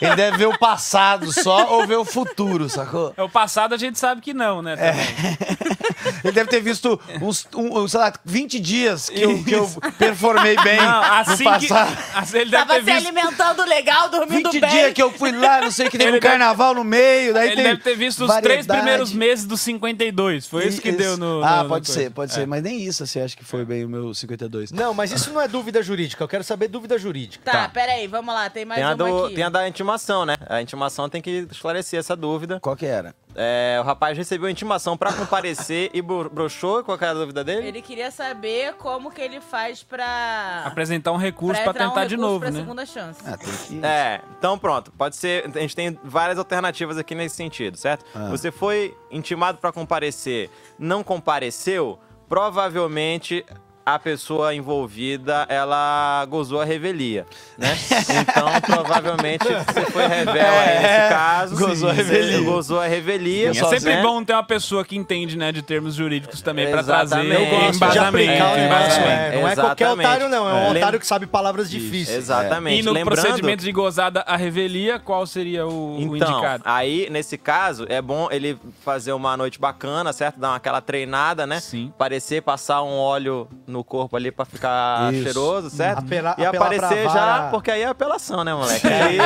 [SPEAKER 9] Ele deve ver o passado só ou ver o futuro, sacou?
[SPEAKER 2] É o passado a gente sabe que não, né? também.
[SPEAKER 9] Ele deve ter visto uns, um, sei lá, 20 dias que eu, que eu performei bem
[SPEAKER 2] Não, assim
[SPEAKER 9] no
[SPEAKER 2] que.
[SPEAKER 9] passado.
[SPEAKER 2] assim ele deve
[SPEAKER 4] Tava
[SPEAKER 2] ter
[SPEAKER 4] se
[SPEAKER 2] visto.
[SPEAKER 4] alimentando legal, dormindo
[SPEAKER 9] 20
[SPEAKER 4] bem.
[SPEAKER 9] dias que eu fui lá, não sei o que teve
[SPEAKER 2] Ele
[SPEAKER 9] um carnaval no meio, daí
[SPEAKER 2] Ele
[SPEAKER 9] tem
[SPEAKER 2] deve ter visto os três
[SPEAKER 9] variedade.
[SPEAKER 2] primeiros meses dos 52. Foi isso que deu no.
[SPEAKER 9] Ah,
[SPEAKER 2] no-
[SPEAKER 9] pode
[SPEAKER 2] no
[SPEAKER 9] ser,
[SPEAKER 2] coisa. É.
[SPEAKER 9] pode ser, mas nem isso você acha que foi bem o meu 52.
[SPEAKER 1] Não, mas isso não é dúvida jurídica. Eu quero saber dúvida jurídica.
[SPEAKER 4] Tá, peraí, vamos lá, tem mais
[SPEAKER 5] Tem a,
[SPEAKER 4] uma
[SPEAKER 5] do-
[SPEAKER 4] aqui.
[SPEAKER 5] tem a da intimação, né? A intimação tem que esclarecer essa dúvida.
[SPEAKER 9] Qual que era?
[SPEAKER 5] É, o rapaz recebeu a intimação pra comparecer e bro- broxou. Qual que era a dúvida dele?
[SPEAKER 4] Ele queria saber como que ele faz pra...
[SPEAKER 2] Apresentar um recurso pra,
[SPEAKER 4] entrar um
[SPEAKER 2] tentar de
[SPEAKER 4] recurso
[SPEAKER 2] novo,
[SPEAKER 4] pra
[SPEAKER 2] né?
[SPEAKER 4] segunda chance.
[SPEAKER 9] Ah,
[SPEAKER 5] É, então pronto, pode ser. A gente tem várias alternativas aqui nesse sentido, certo?
[SPEAKER 9] Ah.
[SPEAKER 5] Você foi intimado para comparecer, não compareceu, provavelmente a pessoa envolvida ela gozou a revelia, né? Então provavelmente você foi revel aí nesse caso.
[SPEAKER 9] É. gozou a
[SPEAKER 5] Você
[SPEAKER 9] revelia.
[SPEAKER 5] Gozou a revelia.
[SPEAKER 2] É sempre
[SPEAKER 5] né?
[SPEAKER 2] bom ter uma pessoa que entende, né, de termos jurídicos também pra trazer
[SPEAKER 5] Exatamente. Eu gosto de
[SPEAKER 2] embasamento.
[SPEAKER 5] aplicar o negócio,
[SPEAKER 2] embasamento.
[SPEAKER 1] É, não é qualquer
[SPEAKER 5] Exatamente.
[SPEAKER 1] otário, não. É um
[SPEAKER 5] É.
[SPEAKER 1] otário que sabe palavras difíceis.
[SPEAKER 5] Exatamente.
[SPEAKER 2] E no
[SPEAKER 5] Lembrando-
[SPEAKER 2] procedimento de gozada a revelia, qual seria o, o
[SPEAKER 5] Então,
[SPEAKER 2] indicado?
[SPEAKER 5] aí, nesse caso, é bom ele fazer uma noite bacana, certo? Dar uma- aquela treinada, né?
[SPEAKER 2] Sim.
[SPEAKER 5] Parecer, passar um óleo no corpo ali pra ficar
[SPEAKER 9] Isso.
[SPEAKER 5] cheiroso, certo?
[SPEAKER 1] Apelar-
[SPEAKER 5] e
[SPEAKER 1] apelar pra
[SPEAKER 5] aparecer
[SPEAKER 1] vara.
[SPEAKER 5] já, porque aí é apelação, né, moleque? Aí,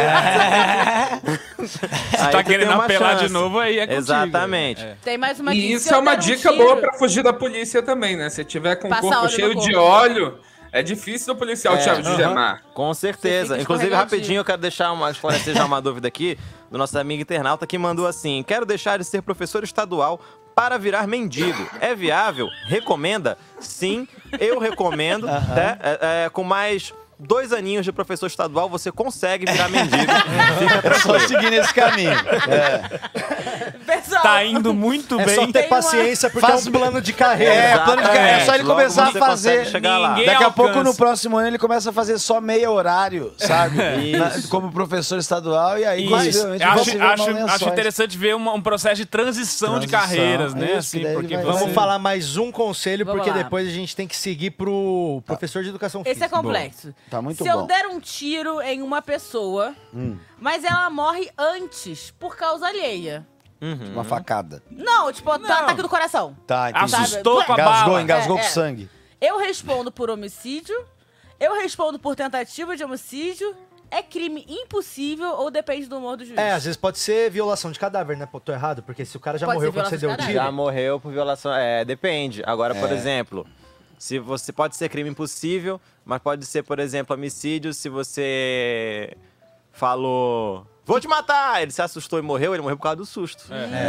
[SPEAKER 5] aí
[SPEAKER 2] tá
[SPEAKER 5] tu tem
[SPEAKER 2] querendo
[SPEAKER 5] uma
[SPEAKER 2] apelar
[SPEAKER 5] chance.
[SPEAKER 2] de novo, aí é contigo.
[SPEAKER 5] Exatamente.
[SPEAKER 2] É.
[SPEAKER 4] Tem mais uma aqui.
[SPEAKER 6] E isso
[SPEAKER 4] Se eu
[SPEAKER 6] é
[SPEAKER 4] der
[SPEAKER 6] uma
[SPEAKER 4] um
[SPEAKER 6] dica
[SPEAKER 4] tiro-
[SPEAKER 6] boa pra fugir da polícia também, né? Se tiver com o
[SPEAKER 4] Passar
[SPEAKER 6] corpo
[SPEAKER 4] óleo no
[SPEAKER 6] cheio de
[SPEAKER 4] corpo.
[SPEAKER 6] óleo, é difícil do policial te
[SPEAKER 5] aham.
[SPEAKER 6] algemar.
[SPEAKER 5] Com
[SPEAKER 4] Você
[SPEAKER 5] certeza.
[SPEAKER 4] fica
[SPEAKER 5] Inclusive,
[SPEAKER 4] escorregadio.
[SPEAKER 5] rapidinho, eu quero deixar uma, esclarecer já uma dúvida aqui do nosso amigo internauta que mandou assim: quero deixar de ser professor estadual para virar mendigo. É viável? Recomenda? Sim, eu recomendo. né? É, é, com mais dois aninhos de professor estadual, você consegue virar mendigo. Fica
[SPEAKER 9] Era É só
[SPEAKER 5] tranquilo.
[SPEAKER 9] seguir nesse caminho.
[SPEAKER 5] É.
[SPEAKER 4] Pessoal,
[SPEAKER 2] Tá indo muito
[SPEAKER 1] É
[SPEAKER 2] bem.
[SPEAKER 1] só
[SPEAKER 4] Tem
[SPEAKER 1] ter
[SPEAKER 4] uma-
[SPEAKER 1] paciência, porque
[SPEAKER 9] Faz-
[SPEAKER 1] é um plano de carreira.
[SPEAKER 9] É, plano de carreira. É só ele
[SPEAKER 5] Logo
[SPEAKER 9] começar a
[SPEAKER 5] você consegue
[SPEAKER 9] fazer.
[SPEAKER 5] chegar lá.
[SPEAKER 2] Ninguém-
[SPEAKER 9] Daqui a pouco,
[SPEAKER 2] alcança.
[SPEAKER 9] no próximo ano, ele começa a fazer só meia horário, sabe? Na-
[SPEAKER 5] Isso.
[SPEAKER 9] como professor estadual, e aí,
[SPEAKER 2] Isso.
[SPEAKER 9] possivelmente,
[SPEAKER 2] Eu
[SPEAKER 9] vão
[SPEAKER 2] acho,
[SPEAKER 9] se ver
[SPEAKER 2] acho-
[SPEAKER 9] mal lençóis.
[SPEAKER 2] acho interessante ver uma- um processo de transição, de
[SPEAKER 9] Transição,
[SPEAKER 2] carreiras,
[SPEAKER 9] é
[SPEAKER 2] né?
[SPEAKER 9] isso, que
[SPEAKER 2] assim,
[SPEAKER 9] daí ele
[SPEAKER 2] porque
[SPEAKER 9] vai
[SPEAKER 1] Vamos
[SPEAKER 9] Sim.
[SPEAKER 1] falar mais um conselho,
[SPEAKER 4] Vamos
[SPEAKER 1] porque
[SPEAKER 4] lá.
[SPEAKER 1] depois a gente tem que seguir pro professor de educação
[SPEAKER 4] Esse
[SPEAKER 1] física.
[SPEAKER 4] é complexo.
[SPEAKER 9] Tá muito
[SPEAKER 4] Se eu
[SPEAKER 9] bom. Hum.
[SPEAKER 4] der um tiro em uma pessoa, mas ela morre antes por causa alheia.
[SPEAKER 9] Uma facada.
[SPEAKER 4] Não, tipo, tá- ataque do coração.
[SPEAKER 9] Tá, entendi.
[SPEAKER 2] Assustou com a
[SPEAKER 9] Engasgou,
[SPEAKER 2] bala.
[SPEAKER 9] engasgou
[SPEAKER 4] É,
[SPEAKER 9] com
[SPEAKER 4] é.
[SPEAKER 9] sangue.
[SPEAKER 4] Eu respondo por homicídio, eu respondo por tentativa de homicídio. É crime impossível ou depende do humor do juiz?
[SPEAKER 1] É, às vezes pode ser violação de cadáver, né? Pô, tô errado, porque se o cara já
[SPEAKER 4] Pode
[SPEAKER 1] morreu
[SPEAKER 4] ser
[SPEAKER 1] quando você deu
[SPEAKER 4] violação
[SPEAKER 1] o É.
[SPEAKER 4] de
[SPEAKER 1] tiro.
[SPEAKER 5] Já morreu por violação. É, depende. Agora, por exemplo, se você pode ser crime impossível, mas pode ser, por exemplo, homicídio se você falou. Vou te matar! Ele se assustou e morreu, ele morreu por causa do
[SPEAKER 4] É.
[SPEAKER 5] susto.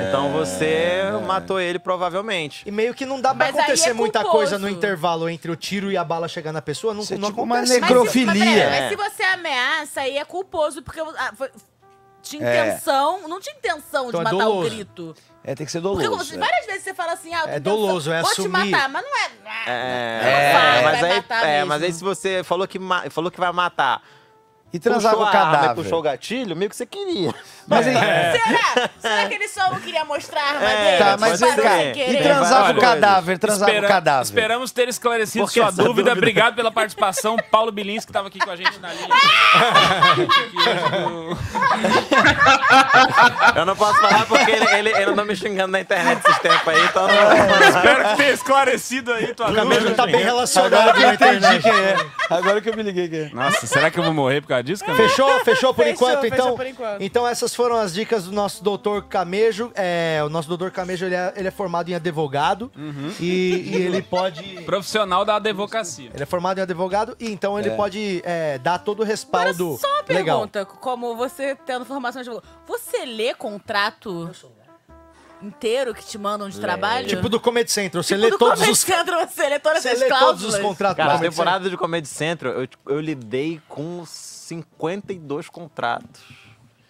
[SPEAKER 5] Então você matou ele provavelmente.
[SPEAKER 1] É. E meio que não dá pra
[SPEAKER 4] Mas aí é
[SPEAKER 1] acontecer muita
[SPEAKER 4] culposo.
[SPEAKER 1] coisa no intervalo entre o tiro e a bala chegar na pessoa. Não,
[SPEAKER 9] Isso é
[SPEAKER 1] não
[SPEAKER 9] tipo uma
[SPEAKER 1] acontece.
[SPEAKER 4] Mas se- mas peraí,
[SPEAKER 9] necrofilia.
[SPEAKER 1] É.
[SPEAKER 4] Mas se, você ameaça, aí é culposo, porque ah, foi- tinha
[SPEAKER 5] É.
[SPEAKER 4] intenção. Não tinha intenção
[SPEAKER 1] Então é
[SPEAKER 4] de matar o
[SPEAKER 1] doloso.
[SPEAKER 4] grito.
[SPEAKER 9] É, tem que ser
[SPEAKER 4] Porque
[SPEAKER 9] doloroso.
[SPEAKER 4] você- várias vezes você fala assim, ah, eu tenho
[SPEAKER 1] É doloso, é
[SPEAKER 4] intenção, Vou te
[SPEAKER 1] assumir.
[SPEAKER 4] matar, mas não é.
[SPEAKER 5] É,
[SPEAKER 4] vai,
[SPEAKER 5] mas,
[SPEAKER 4] vai
[SPEAKER 5] aí,
[SPEAKER 4] matar
[SPEAKER 5] é,
[SPEAKER 4] mesmo.
[SPEAKER 5] mas aí se você falou que, ma- falou que vai matar.
[SPEAKER 9] E transar com
[SPEAKER 5] puxou
[SPEAKER 9] o
[SPEAKER 5] a arma e
[SPEAKER 9] cadáver.
[SPEAKER 5] puxou o gatilho, meio que você queria.
[SPEAKER 9] Mas, hein,
[SPEAKER 4] Será? Será que ele só não queria mostrar a arma
[SPEAKER 5] É,
[SPEAKER 4] dele?
[SPEAKER 9] Tá, mas
[SPEAKER 4] Parou
[SPEAKER 9] vem
[SPEAKER 5] pode
[SPEAKER 9] cá.
[SPEAKER 5] ser.
[SPEAKER 4] sem querer?
[SPEAKER 9] E transar
[SPEAKER 2] Olha,
[SPEAKER 9] com o cadáver, transar
[SPEAKER 2] Espera-
[SPEAKER 9] com o cadáver.
[SPEAKER 2] Esperamos ter esclarecido
[SPEAKER 5] Por que
[SPEAKER 2] sua
[SPEAKER 5] essa
[SPEAKER 2] dúvida.
[SPEAKER 5] dúvida?
[SPEAKER 2] Obrigado pela participação. Paulo Bilins, que estava aqui com a gente na linha. Aqui hoje no-
[SPEAKER 5] Eu não posso falar porque ele, ele, ele andou me xingando na internet esses tempos aí, então eu não posso falar.
[SPEAKER 2] Espero que tenha esclarecido aí tua
[SPEAKER 1] O cabelo
[SPEAKER 2] dúvida.
[SPEAKER 1] tá bem
[SPEAKER 9] Agora
[SPEAKER 1] relacionado
[SPEAKER 9] que
[SPEAKER 1] com
[SPEAKER 9] eu
[SPEAKER 1] a
[SPEAKER 9] entendi
[SPEAKER 1] internet.
[SPEAKER 9] quem é. Agora que eu me liguei quem é.
[SPEAKER 2] Nossa, será que eu vou morrer por causa disso, cara?
[SPEAKER 1] Fechou? Fechou por
[SPEAKER 4] Fechou,
[SPEAKER 1] enquanto,
[SPEAKER 4] fechou
[SPEAKER 1] então?
[SPEAKER 4] por enquanto.
[SPEAKER 1] Então essas foram as dicas do nosso doutor Camejo. É, o nosso doutor Camejo, ele é, ele é formado em advogado e, e ele pode...
[SPEAKER 2] Profissional da advocacia.
[SPEAKER 1] Ele é formado em advogado e então ele pode é, dar todo o
[SPEAKER 4] Agora,
[SPEAKER 1] respaldo
[SPEAKER 4] só uma
[SPEAKER 1] legal.
[SPEAKER 4] pergunta, como você tendo formação de advogado, você lê contrato inteiro que te mandam de trabalho?
[SPEAKER 1] Tipo do Comedy Central, você
[SPEAKER 4] Tipo
[SPEAKER 1] lê
[SPEAKER 4] do
[SPEAKER 1] todos
[SPEAKER 4] Comedy
[SPEAKER 1] os...
[SPEAKER 4] Central, você lê todas
[SPEAKER 1] Você
[SPEAKER 4] as
[SPEAKER 1] lê todos
[SPEAKER 4] cláusulas?
[SPEAKER 1] os contratos.
[SPEAKER 5] Cara, a
[SPEAKER 1] Comedy Central.
[SPEAKER 5] temporada de tipo, Comedy Central, eu, eu lidei com 52 contratos.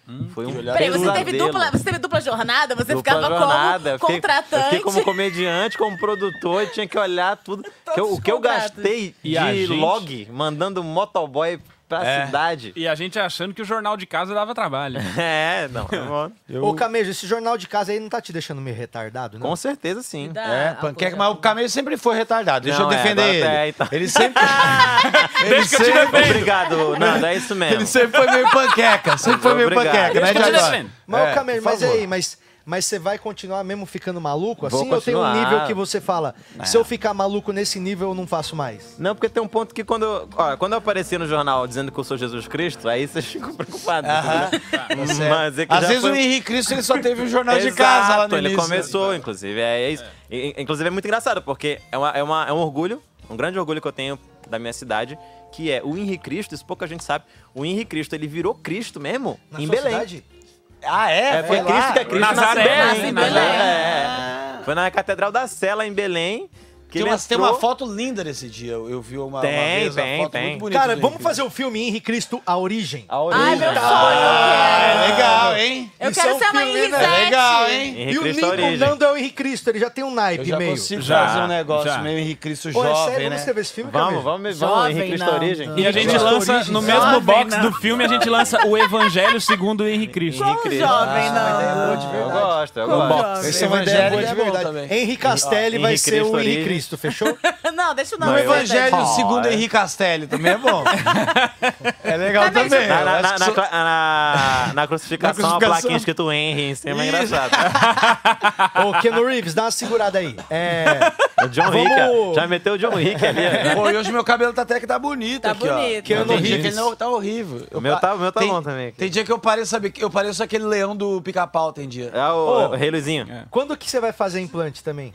[SPEAKER 2] Hum,
[SPEAKER 5] Foi um
[SPEAKER 4] Peraí, você teve,
[SPEAKER 5] pesadelo.
[SPEAKER 4] dupla, você teve dupla jornada? Você
[SPEAKER 5] Dupla
[SPEAKER 4] ficava
[SPEAKER 5] jornada, eu
[SPEAKER 4] como
[SPEAKER 5] fiquei- Eu
[SPEAKER 4] contratante?
[SPEAKER 5] fiquei como comediante, como produtor, eu tinha que olhar tudo. Que eu- o que eu
[SPEAKER 2] contratos.
[SPEAKER 5] gastei
[SPEAKER 2] E a
[SPEAKER 5] de
[SPEAKER 2] gente?
[SPEAKER 5] log mandando motoboy pra
[SPEAKER 2] É.
[SPEAKER 5] cidade.
[SPEAKER 2] E a gente achando que o jornal de casa dava trabalho.
[SPEAKER 5] É, não.
[SPEAKER 1] Ô, Camejo, esse jornal de casa aí não tá te deixando meio retardado, não?
[SPEAKER 5] Com certeza sim.
[SPEAKER 1] É, panqueca, mas o Camejo sempre foi retardado.
[SPEAKER 9] Deixa eu defender ele. Ele sempre. ele
[SPEAKER 5] Deixa que eu te
[SPEAKER 9] sempre-
[SPEAKER 5] defendo. Obrigado, Nando, é isso mesmo.
[SPEAKER 9] Ele sempre foi meio panqueca. Sempre foi meio
[SPEAKER 5] Obrigado.
[SPEAKER 9] panqueca, né,
[SPEAKER 5] Deixa que eu te
[SPEAKER 9] Diagora?
[SPEAKER 5] defendo.
[SPEAKER 1] Mas,
[SPEAKER 9] É,
[SPEAKER 1] ô, Camejo,
[SPEAKER 9] por
[SPEAKER 1] mas
[SPEAKER 9] favor.
[SPEAKER 1] aí, mas, mas você vai continuar mesmo ficando maluco
[SPEAKER 5] Vou
[SPEAKER 1] assim? Ou tem um
[SPEAKER 5] continuar.
[SPEAKER 1] nível que você fala,
[SPEAKER 5] É.
[SPEAKER 1] se eu ficar maluco nesse nível, eu não faço mais?
[SPEAKER 5] Não, porque tem um ponto que quando eu, ó, quando eu apareci no jornal dizendo que eu sou Jesus Cristo, aí vocês ficam preocupados. né?
[SPEAKER 9] Aham. Tá certo.
[SPEAKER 5] Mas é que
[SPEAKER 9] Às
[SPEAKER 5] já
[SPEAKER 9] vezes
[SPEAKER 5] foi
[SPEAKER 9] o
[SPEAKER 5] um-
[SPEAKER 9] Henrique Cristo ele só teve o jornal de casa lá no
[SPEAKER 5] Exato, ele
[SPEAKER 9] início.
[SPEAKER 5] começou, inclusive. É, é isso. E- e- Inclusive é muito engraçado, porque é, uma- é uma- é um orgulho, um grande orgulho que eu tenho da minha cidade, que é o Henrique Cristo, isso pouca gente sabe. O Henrique Cristo, ele virou Cristo mesmo
[SPEAKER 1] Na
[SPEAKER 5] em
[SPEAKER 1] sua
[SPEAKER 5] Belém.
[SPEAKER 1] cidade?
[SPEAKER 9] Ah, é?
[SPEAKER 5] foi
[SPEAKER 9] Foi lá?
[SPEAKER 5] Cristo que é Cristo
[SPEAKER 9] Nazaré,
[SPEAKER 5] nasce
[SPEAKER 9] nasce
[SPEAKER 5] em
[SPEAKER 9] em
[SPEAKER 5] Belém.
[SPEAKER 9] Belém.
[SPEAKER 5] É, é. Foi na Catedral da Sela, em Belém. Que
[SPEAKER 9] Tem
[SPEAKER 5] ele
[SPEAKER 9] uma, tem
[SPEAKER 5] entrou-
[SPEAKER 9] uma foto linda desse dia. Eu eu vi uma, uma
[SPEAKER 5] Tem,
[SPEAKER 9] vez
[SPEAKER 5] tem,
[SPEAKER 9] uma foto
[SPEAKER 5] tem.
[SPEAKER 9] muito bonita.
[SPEAKER 1] Cara,
[SPEAKER 9] do
[SPEAKER 1] vamos
[SPEAKER 9] Henrique
[SPEAKER 1] fazer o filme Henri Cristo, A Origem.
[SPEAKER 5] A Origem. Ai, meu
[SPEAKER 9] Ah, é legal, hein? é um
[SPEAKER 4] Eu quero ser uma
[SPEAKER 1] Henri
[SPEAKER 4] Henriquete.
[SPEAKER 9] né? Legal, hein?
[SPEAKER 1] E o
[SPEAKER 9] Henrique Cristo, A
[SPEAKER 1] Nico
[SPEAKER 9] Origem.
[SPEAKER 1] Nando é o Henri Cristo, ele já tem um
[SPEAKER 9] Eu
[SPEAKER 1] naipe
[SPEAKER 9] já
[SPEAKER 1] meio.
[SPEAKER 9] consigo
[SPEAKER 2] Já,
[SPEAKER 9] fazer um negócio
[SPEAKER 2] já.
[SPEAKER 9] meio Henrique Cristo
[SPEAKER 1] Pô, é sério,
[SPEAKER 9] jovem,
[SPEAKER 1] vamos
[SPEAKER 9] né?
[SPEAKER 1] escrever esse filme,
[SPEAKER 5] Vamos,
[SPEAKER 1] Camilo?
[SPEAKER 5] vamos, vamos,
[SPEAKER 4] Jovem,
[SPEAKER 5] Henrique Cristo
[SPEAKER 4] não,
[SPEAKER 5] Origem.
[SPEAKER 2] E a gente lança, no mesmo
[SPEAKER 4] Jovem,
[SPEAKER 2] box
[SPEAKER 4] não.
[SPEAKER 2] do filme, a gente lança o Evangelho segundo o Henri Cristo. Ah, é um
[SPEAKER 4] Como jovem,
[SPEAKER 1] é
[SPEAKER 4] não.
[SPEAKER 5] Eu gosto, eu
[SPEAKER 4] Como
[SPEAKER 5] gosto.
[SPEAKER 4] jovem?
[SPEAKER 9] Esse evangelho é bom
[SPEAKER 1] verdade.
[SPEAKER 9] também.
[SPEAKER 1] Henri Castelli vai
[SPEAKER 5] Henri
[SPEAKER 1] ser
[SPEAKER 5] Cristo
[SPEAKER 1] o Henri
[SPEAKER 5] Origem.
[SPEAKER 1] Cristo, fechou?
[SPEAKER 4] Não, deixa o
[SPEAKER 9] O
[SPEAKER 4] nome.
[SPEAKER 9] Evangelho
[SPEAKER 5] Ah,
[SPEAKER 9] segundo
[SPEAKER 5] é.
[SPEAKER 9] Henrique Castelli também é bom. É
[SPEAKER 6] Tá
[SPEAKER 9] legal
[SPEAKER 4] Também,
[SPEAKER 9] também.
[SPEAKER 5] Na, na,
[SPEAKER 9] Eu acho
[SPEAKER 5] na,
[SPEAKER 9] que sou-
[SPEAKER 5] na- na- na crucificação,
[SPEAKER 9] Na
[SPEAKER 5] a
[SPEAKER 9] crucificação.
[SPEAKER 5] plaquinha escrito Henry em cima, é
[SPEAKER 9] Isso.
[SPEAKER 5] engraçado.
[SPEAKER 1] Ô, Keanu Reeves, dá uma segurada aí. É,
[SPEAKER 5] O John
[SPEAKER 1] Vamos-
[SPEAKER 5] Rick, ó. já meteu o John Rick ali. ó.
[SPEAKER 9] Pô, e hoje meu cabelo tá até que tá bonito
[SPEAKER 4] Tá
[SPEAKER 9] aqui, ó.
[SPEAKER 4] bonito.
[SPEAKER 9] Tem
[SPEAKER 1] Keanu
[SPEAKER 9] dia que
[SPEAKER 1] Reeves.
[SPEAKER 9] ele não- tá horrível.
[SPEAKER 5] O meu tá- o meu tá
[SPEAKER 9] tem-
[SPEAKER 5] bom também aqui.
[SPEAKER 9] Tem dia que eu pareço, sabe, que eu pareço aquele leão do pica-pau, tem dia. É.
[SPEAKER 5] É o,
[SPEAKER 1] Ô.
[SPEAKER 5] o Rei Luizinho.
[SPEAKER 1] quando que você vai fazer implante também?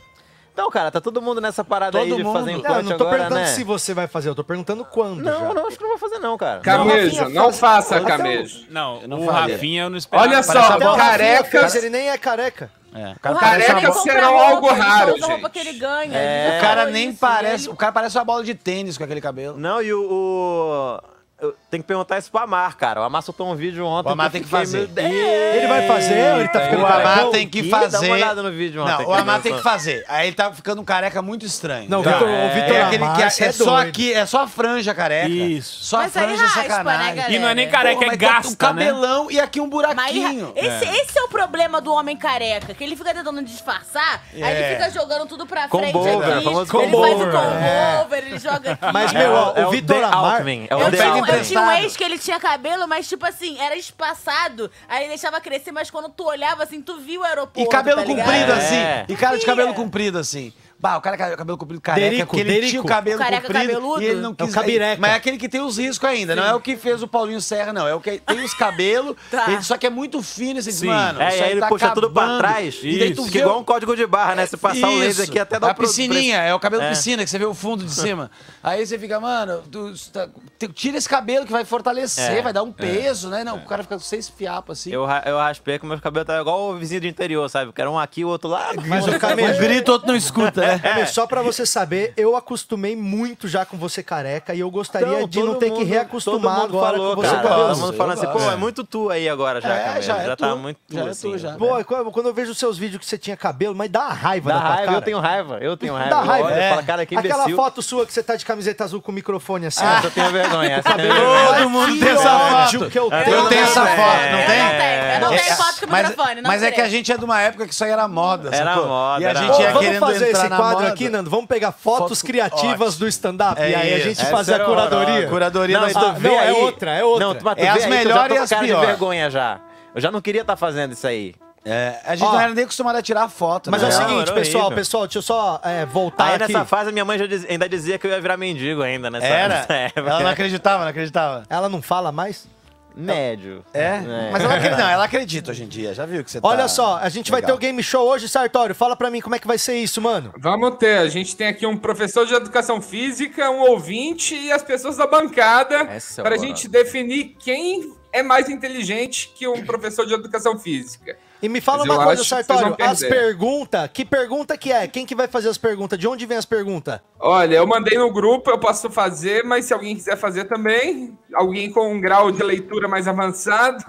[SPEAKER 5] Então, cara, tá todo mundo nessa parada
[SPEAKER 9] Todo
[SPEAKER 5] aí de fazer
[SPEAKER 9] mundo.
[SPEAKER 5] implante
[SPEAKER 1] Não, eu não tô
[SPEAKER 5] agora,
[SPEAKER 1] perguntando
[SPEAKER 5] né?
[SPEAKER 1] se você vai fazer, eu tô perguntando quando. já.
[SPEAKER 5] Não, não, acho que não vou fazer não, cara.
[SPEAKER 6] Camejo, não, faça
[SPEAKER 5] Até o-
[SPEAKER 6] Camejo.
[SPEAKER 9] é
[SPEAKER 2] Não,
[SPEAKER 9] um Eu não
[SPEAKER 2] o
[SPEAKER 9] faria.
[SPEAKER 2] Rafinha eu não esperava.
[SPEAKER 6] Olha
[SPEAKER 1] Até
[SPEAKER 6] só,
[SPEAKER 1] o Rafinha
[SPEAKER 6] carecas.
[SPEAKER 1] fez, ele nem é careca.
[SPEAKER 9] É. O
[SPEAKER 4] O
[SPEAKER 9] cara,
[SPEAKER 4] Rafa
[SPEAKER 9] parece
[SPEAKER 4] nem
[SPEAKER 9] uma
[SPEAKER 6] Carecas
[SPEAKER 9] bola-
[SPEAKER 4] compra
[SPEAKER 6] serão
[SPEAKER 4] roupa,
[SPEAKER 6] é algo
[SPEAKER 4] ele só
[SPEAKER 6] raro,
[SPEAKER 4] usa roupa
[SPEAKER 6] gente.
[SPEAKER 4] que ele ganha.
[SPEAKER 5] É.
[SPEAKER 4] ele já
[SPEAKER 9] o cara
[SPEAKER 4] falou
[SPEAKER 9] nem
[SPEAKER 4] isso,
[SPEAKER 9] parece.
[SPEAKER 4] ele-
[SPEAKER 9] O cara parece uma bola de tênis com aquele cabelo.
[SPEAKER 5] Não, e o... o- eu- Tem que perguntar isso pro Amar, cara. O Amar soltou um vídeo ontem.
[SPEAKER 9] O Amar
[SPEAKER 5] que
[SPEAKER 9] tem que
[SPEAKER 5] eu
[SPEAKER 9] fazer.
[SPEAKER 5] fiquei meio-
[SPEAKER 1] Ele vai fazer ou ele tá ficando
[SPEAKER 9] o
[SPEAKER 1] careca?
[SPEAKER 9] Amar tem que
[SPEAKER 5] Ih,
[SPEAKER 9] fazer.
[SPEAKER 5] Dá uma olhada no vídeo ontem.
[SPEAKER 9] Não, o Amar tem que fazer. Aí ele tá ficando um careca muito estranho.
[SPEAKER 1] Não, o
[SPEAKER 9] Tá?
[SPEAKER 1] Vitor, o Vitor
[SPEAKER 9] É aquele que
[SPEAKER 1] Amar, você
[SPEAKER 9] é,
[SPEAKER 1] é
[SPEAKER 9] só
[SPEAKER 1] doido.
[SPEAKER 9] aqui, é só a franja careca.
[SPEAKER 2] Isso.
[SPEAKER 9] Só a
[SPEAKER 4] Mas aí
[SPEAKER 9] franja é
[SPEAKER 4] raspa, né,
[SPEAKER 9] sacanagem.
[SPEAKER 4] galera?
[SPEAKER 2] E não é nem careca,
[SPEAKER 9] Porra,
[SPEAKER 2] é
[SPEAKER 9] mas tá um
[SPEAKER 2] gasta, né?
[SPEAKER 9] cabelão e aqui um
[SPEAKER 4] Mas
[SPEAKER 9] buraquinho.
[SPEAKER 4] esse, esse é o problema do homem careca, que ele fica tentando disfarçar, aí ele
[SPEAKER 9] É.
[SPEAKER 4] fica jogando tudo pra frente
[SPEAKER 5] Combover,
[SPEAKER 4] aqui.
[SPEAKER 5] famoso
[SPEAKER 4] ele faz o
[SPEAKER 5] combover.
[SPEAKER 4] combover, ele joga aqui.
[SPEAKER 1] Mas,
[SPEAKER 5] É
[SPEAKER 1] meu, ó,
[SPEAKER 5] o- é
[SPEAKER 1] o
[SPEAKER 5] o
[SPEAKER 1] Vitor
[SPEAKER 5] The
[SPEAKER 1] Amar...
[SPEAKER 5] Alckmin, é o
[SPEAKER 4] Eu
[SPEAKER 5] The
[SPEAKER 4] tinha, um- eu
[SPEAKER 5] Alckmin.
[SPEAKER 4] tinha um
[SPEAKER 9] emprestado.
[SPEAKER 4] ex que ele tinha cabelo, mas tipo assim, era espaçado. Aí ele deixava crescer, mas quando tu olhava assim, tu viu o aeroporto.
[SPEAKER 9] E cabelo
[SPEAKER 4] tá ligado?
[SPEAKER 9] comprido assim.
[SPEAKER 5] É.
[SPEAKER 9] E cara de cabelo
[SPEAKER 4] Filha.
[SPEAKER 9] comprido assim. Bah, o cara com cabelo comprido careca,
[SPEAKER 1] Derico,
[SPEAKER 9] porque ele tinha o
[SPEAKER 1] Derico.
[SPEAKER 9] cabelo
[SPEAKER 4] O careca
[SPEAKER 9] comprido
[SPEAKER 4] cabeludo?
[SPEAKER 9] e ele não
[SPEAKER 1] É o
[SPEAKER 9] quis...
[SPEAKER 1] cabireca.
[SPEAKER 9] Mas é aquele que tem os riscos ainda, não é o que fez o Paulinho Serra, não. É o que tem os cabelos,
[SPEAKER 4] Tá.
[SPEAKER 9] ele só que é muito fino esse
[SPEAKER 2] Sim.
[SPEAKER 9] mano.
[SPEAKER 5] É,
[SPEAKER 9] isso
[SPEAKER 5] e aí ele
[SPEAKER 9] tá
[SPEAKER 5] puxa tudo pra
[SPEAKER 9] acabando.
[SPEAKER 5] trás.
[SPEAKER 9] E daí tu
[SPEAKER 5] Fica
[SPEAKER 9] vê
[SPEAKER 5] igual
[SPEAKER 9] o-
[SPEAKER 5] um código de barra, né? Se passar o laser
[SPEAKER 9] Isso.
[SPEAKER 5] aqui até dá
[SPEAKER 9] A
[SPEAKER 5] pro-
[SPEAKER 9] piscininha, é o cabelo
[SPEAKER 5] É.
[SPEAKER 9] piscina, que você vê o fundo de cima. Aí você fica, mano, tu- isso tá- te- tira esse cabelo que vai fortalecer,
[SPEAKER 5] É.
[SPEAKER 9] vai dar um peso, né? Não, o cara fica com seis fiapos assim.
[SPEAKER 5] Eu, ra- eu raspei que meus cabelos tá igual o vizinho do interior, sabe? Que era um aqui, o outro lá.
[SPEAKER 1] Mas o Camejo...
[SPEAKER 9] grito, outro não escuta, né?
[SPEAKER 1] Camejo, É, só pra você saber, eu acostumei muito já com você careca e eu gostaria
[SPEAKER 5] Então,
[SPEAKER 1] de não
[SPEAKER 5] todo
[SPEAKER 1] ter que
[SPEAKER 5] mundo-
[SPEAKER 1] reacostumar
[SPEAKER 5] todo mundo
[SPEAKER 1] agora
[SPEAKER 5] falou,
[SPEAKER 1] com você
[SPEAKER 5] cara.
[SPEAKER 1] careca.
[SPEAKER 5] Todo mundo falando assim, pô,
[SPEAKER 9] gosto.
[SPEAKER 5] é muito tu aí agora já,
[SPEAKER 9] É,
[SPEAKER 5] Camelo.
[SPEAKER 9] já
[SPEAKER 5] Já,
[SPEAKER 9] é
[SPEAKER 5] tá
[SPEAKER 9] tu.
[SPEAKER 5] muito tu,
[SPEAKER 9] Já é
[SPEAKER 5] assim.
[SPEAKER 9] tu, já.
[SPEAKER 1] Pô, quando- quando eu vejo os seus vídeos que você tinha cabelo, mas dá uma raiva
[SPEAKER 5] Dá
[SPEAKER 1] na tua
[SPEAKER 5] raiva,
[SPEAKER 1] cara.
[SPEAKER 5] eu tenho raiva. Eu tenho raiva.
[SPEAKER 1] Dá
[SPEAKER 5] Eu
[SPEAKER 1] raiva.
[SPEAKER 5] olho e
[SPEAKER 1] É.
[SPEAKER 5] falo, cara, que imbecil.
[SPEAKER 1] Aquela foto sua que você tá de camiseta azul com o microfone assim. ó.
[SPEAKER 5] Essa eu tenho vergonha. essa eu tenho vergonha.
[SPEAKER 9] Todo mundo tem essa
[SPEAKER 1] ódio
[SPEAKER 9] foto.
[SPEAKER 1] que eu
[SPEAKER 9] Eu
[SPEAKER 1] tenho
[SPEAKER 9] tenho essa
[SPEAKER 1] também.
[SPEAKER 9] foto, não
[SPEAKER 4] Eu
[SPEAKER 9] tem?
[SPEAKER 4] não tenho, eu não
[SPEAKER 9] É.
[SPEAKER 4] tenho foto com o
[SPEAKER 9] Mas-
[SPEAKER 4] microfone, não
[SPEAKER 9] Mas é que a
[SPEAKER 4] terei.
[SPEAKER 9] gente é de uma época que isso aí era moda.
[SPEAKER 5] Era
[SPEAKER 9] sacou?
[SPEAKER 5] moda,
[SPEAKER 9] E a
[SPEAKER 5] era
[SPEAKER 9] gente
[SPEAKER 1] Pô,
[SPEAKER 5] moda.
[SPEAKER 9] ia
[SPEAKER 1] vamos
[SPEAKER 9] querendo
[SPEAKER 1] fazer
[SPEAKER 9] entrar
[SPEAKER 1] esse
[SPEAKER 9] na
[SPEAKER 1] quadro
[SPEAKER 9] moda.
[SPEAKER 1] aqui, Nando. Vamos pegar fotos
[SPEAKER 9] Foto-
[SPEAKER 1] criativas
[SPEAKER 9] ótimo.
[SPEAKER 1] do stand-up.
[SPEAKER 9] É
[SPEAKER 1] Ah, e aí a
[SPEAKER 9] isso.
[SPEAKER 1] gente
[SPEAKER 9] Essa
[SPEAKER 1] fazer
[SPEAKER 5] era
[SPEAKER 1] a
[SPEAKER 5] a hora.
[SPEAKER 1] curadoria.
[SPEAKER 9] Curadoria
[SPEAKER 5] Não,
[SPEAKER 9] nós-
[SPEAKER 5] tu
[SPEAKER 1] Ah,
[SPEAKER 5] vê
[SPEAKER 1] não, é
[SPEAKER 5] aí-
[SPEAKER 1] outra, é outra.
[SPEAKER 5] Não, tu- mas tu
[SPEAKER 9] É
[SPEAKER 5] vê
[SPEAKER 9] as
[SPEAKER 5] aí que eu já
[SPEAKER 9] melhores
[SPEAKER 5] tô
[SPEAKER 9] e
[SPEAKER 5] com
[SPEAKER 9] as
[SPEAKER 5] cara de
[SPEAKER 9] pior.
[SPEAKER 5] vergonha já. Eu já não queria estar fazendo isso aí.
[SPEAKER 9] É, a gente
[SPEAKER 1] Ó.
[SPEAKER 9] não era nem acostumado a tirar foto.
[SPEAKER 1] Mas
[SPEAKER 9] né?
[SPEAKER 1] é o
[SPEAKER 5] Não,
[SPEAKER 1] seguinte,
[SPEAKER 5] era
[SPEAKER 1] pessoal,
[SPEAKER 5] horrível.
[SPEAKER 1] pessoal, deixa eu só é, voltar
[SPEAKER 5] Aí
[SPEAKER 1] aqui.
[SPEAKER 5] nessa fase, minha mãe já diz- ainda dizia que eu ia virar mendigo ainda nessa
[SPEAKER 9] Era?
[SPEAKER 5] nessa época.
[SPEAKER 9] Ela não acreditava, não acreditava.
[SPEAKER 1] É, Ela não fala mais?
[SPEAKER 5] Médio.
[SPEAKER 9] É? Mas ela acredita, não, ela acredita hoje em dia, já viu que você tá...
[SPEAKER 1] Olha só, a gente vai ter
[SPEAKER 5] um
[SPEAKER 9] Legal.
[SPEAKER 1] o game show hoje, Sartório. Fala pra mim como é que vai ser isso, mano.
[SPEAKER 6] Vamos ter, a gente tem aqui um professor de educação física, um ouvinte e as pessoas da bancada
[SPEAKER 5] Essa é
[SPEAKER 6] para a
[SPEAKER 5] boa.
[SPEAKER 6] gente definir quem é mais inteligente que um professor de educação física.
[SPEAKER 1] E me fala
[SPEAKER 6] Mas eu
[SPEAKER 1] uma coisa,
[SPEAKER 6] acho que vocês vão
[SPEAKER 1] Sartório. As
[SPEAKER 6] perder.
[SPEAKER 1] perguntas, que pergunta que é? Quem que vai fazer as perguntas? De onde vem as perguntas?
[SPEAKER 6] Olha, eu mandei no grupo, eu posso fazer, mas se alguém quiser fazer também, alguém com um grau de leitura mais avançado.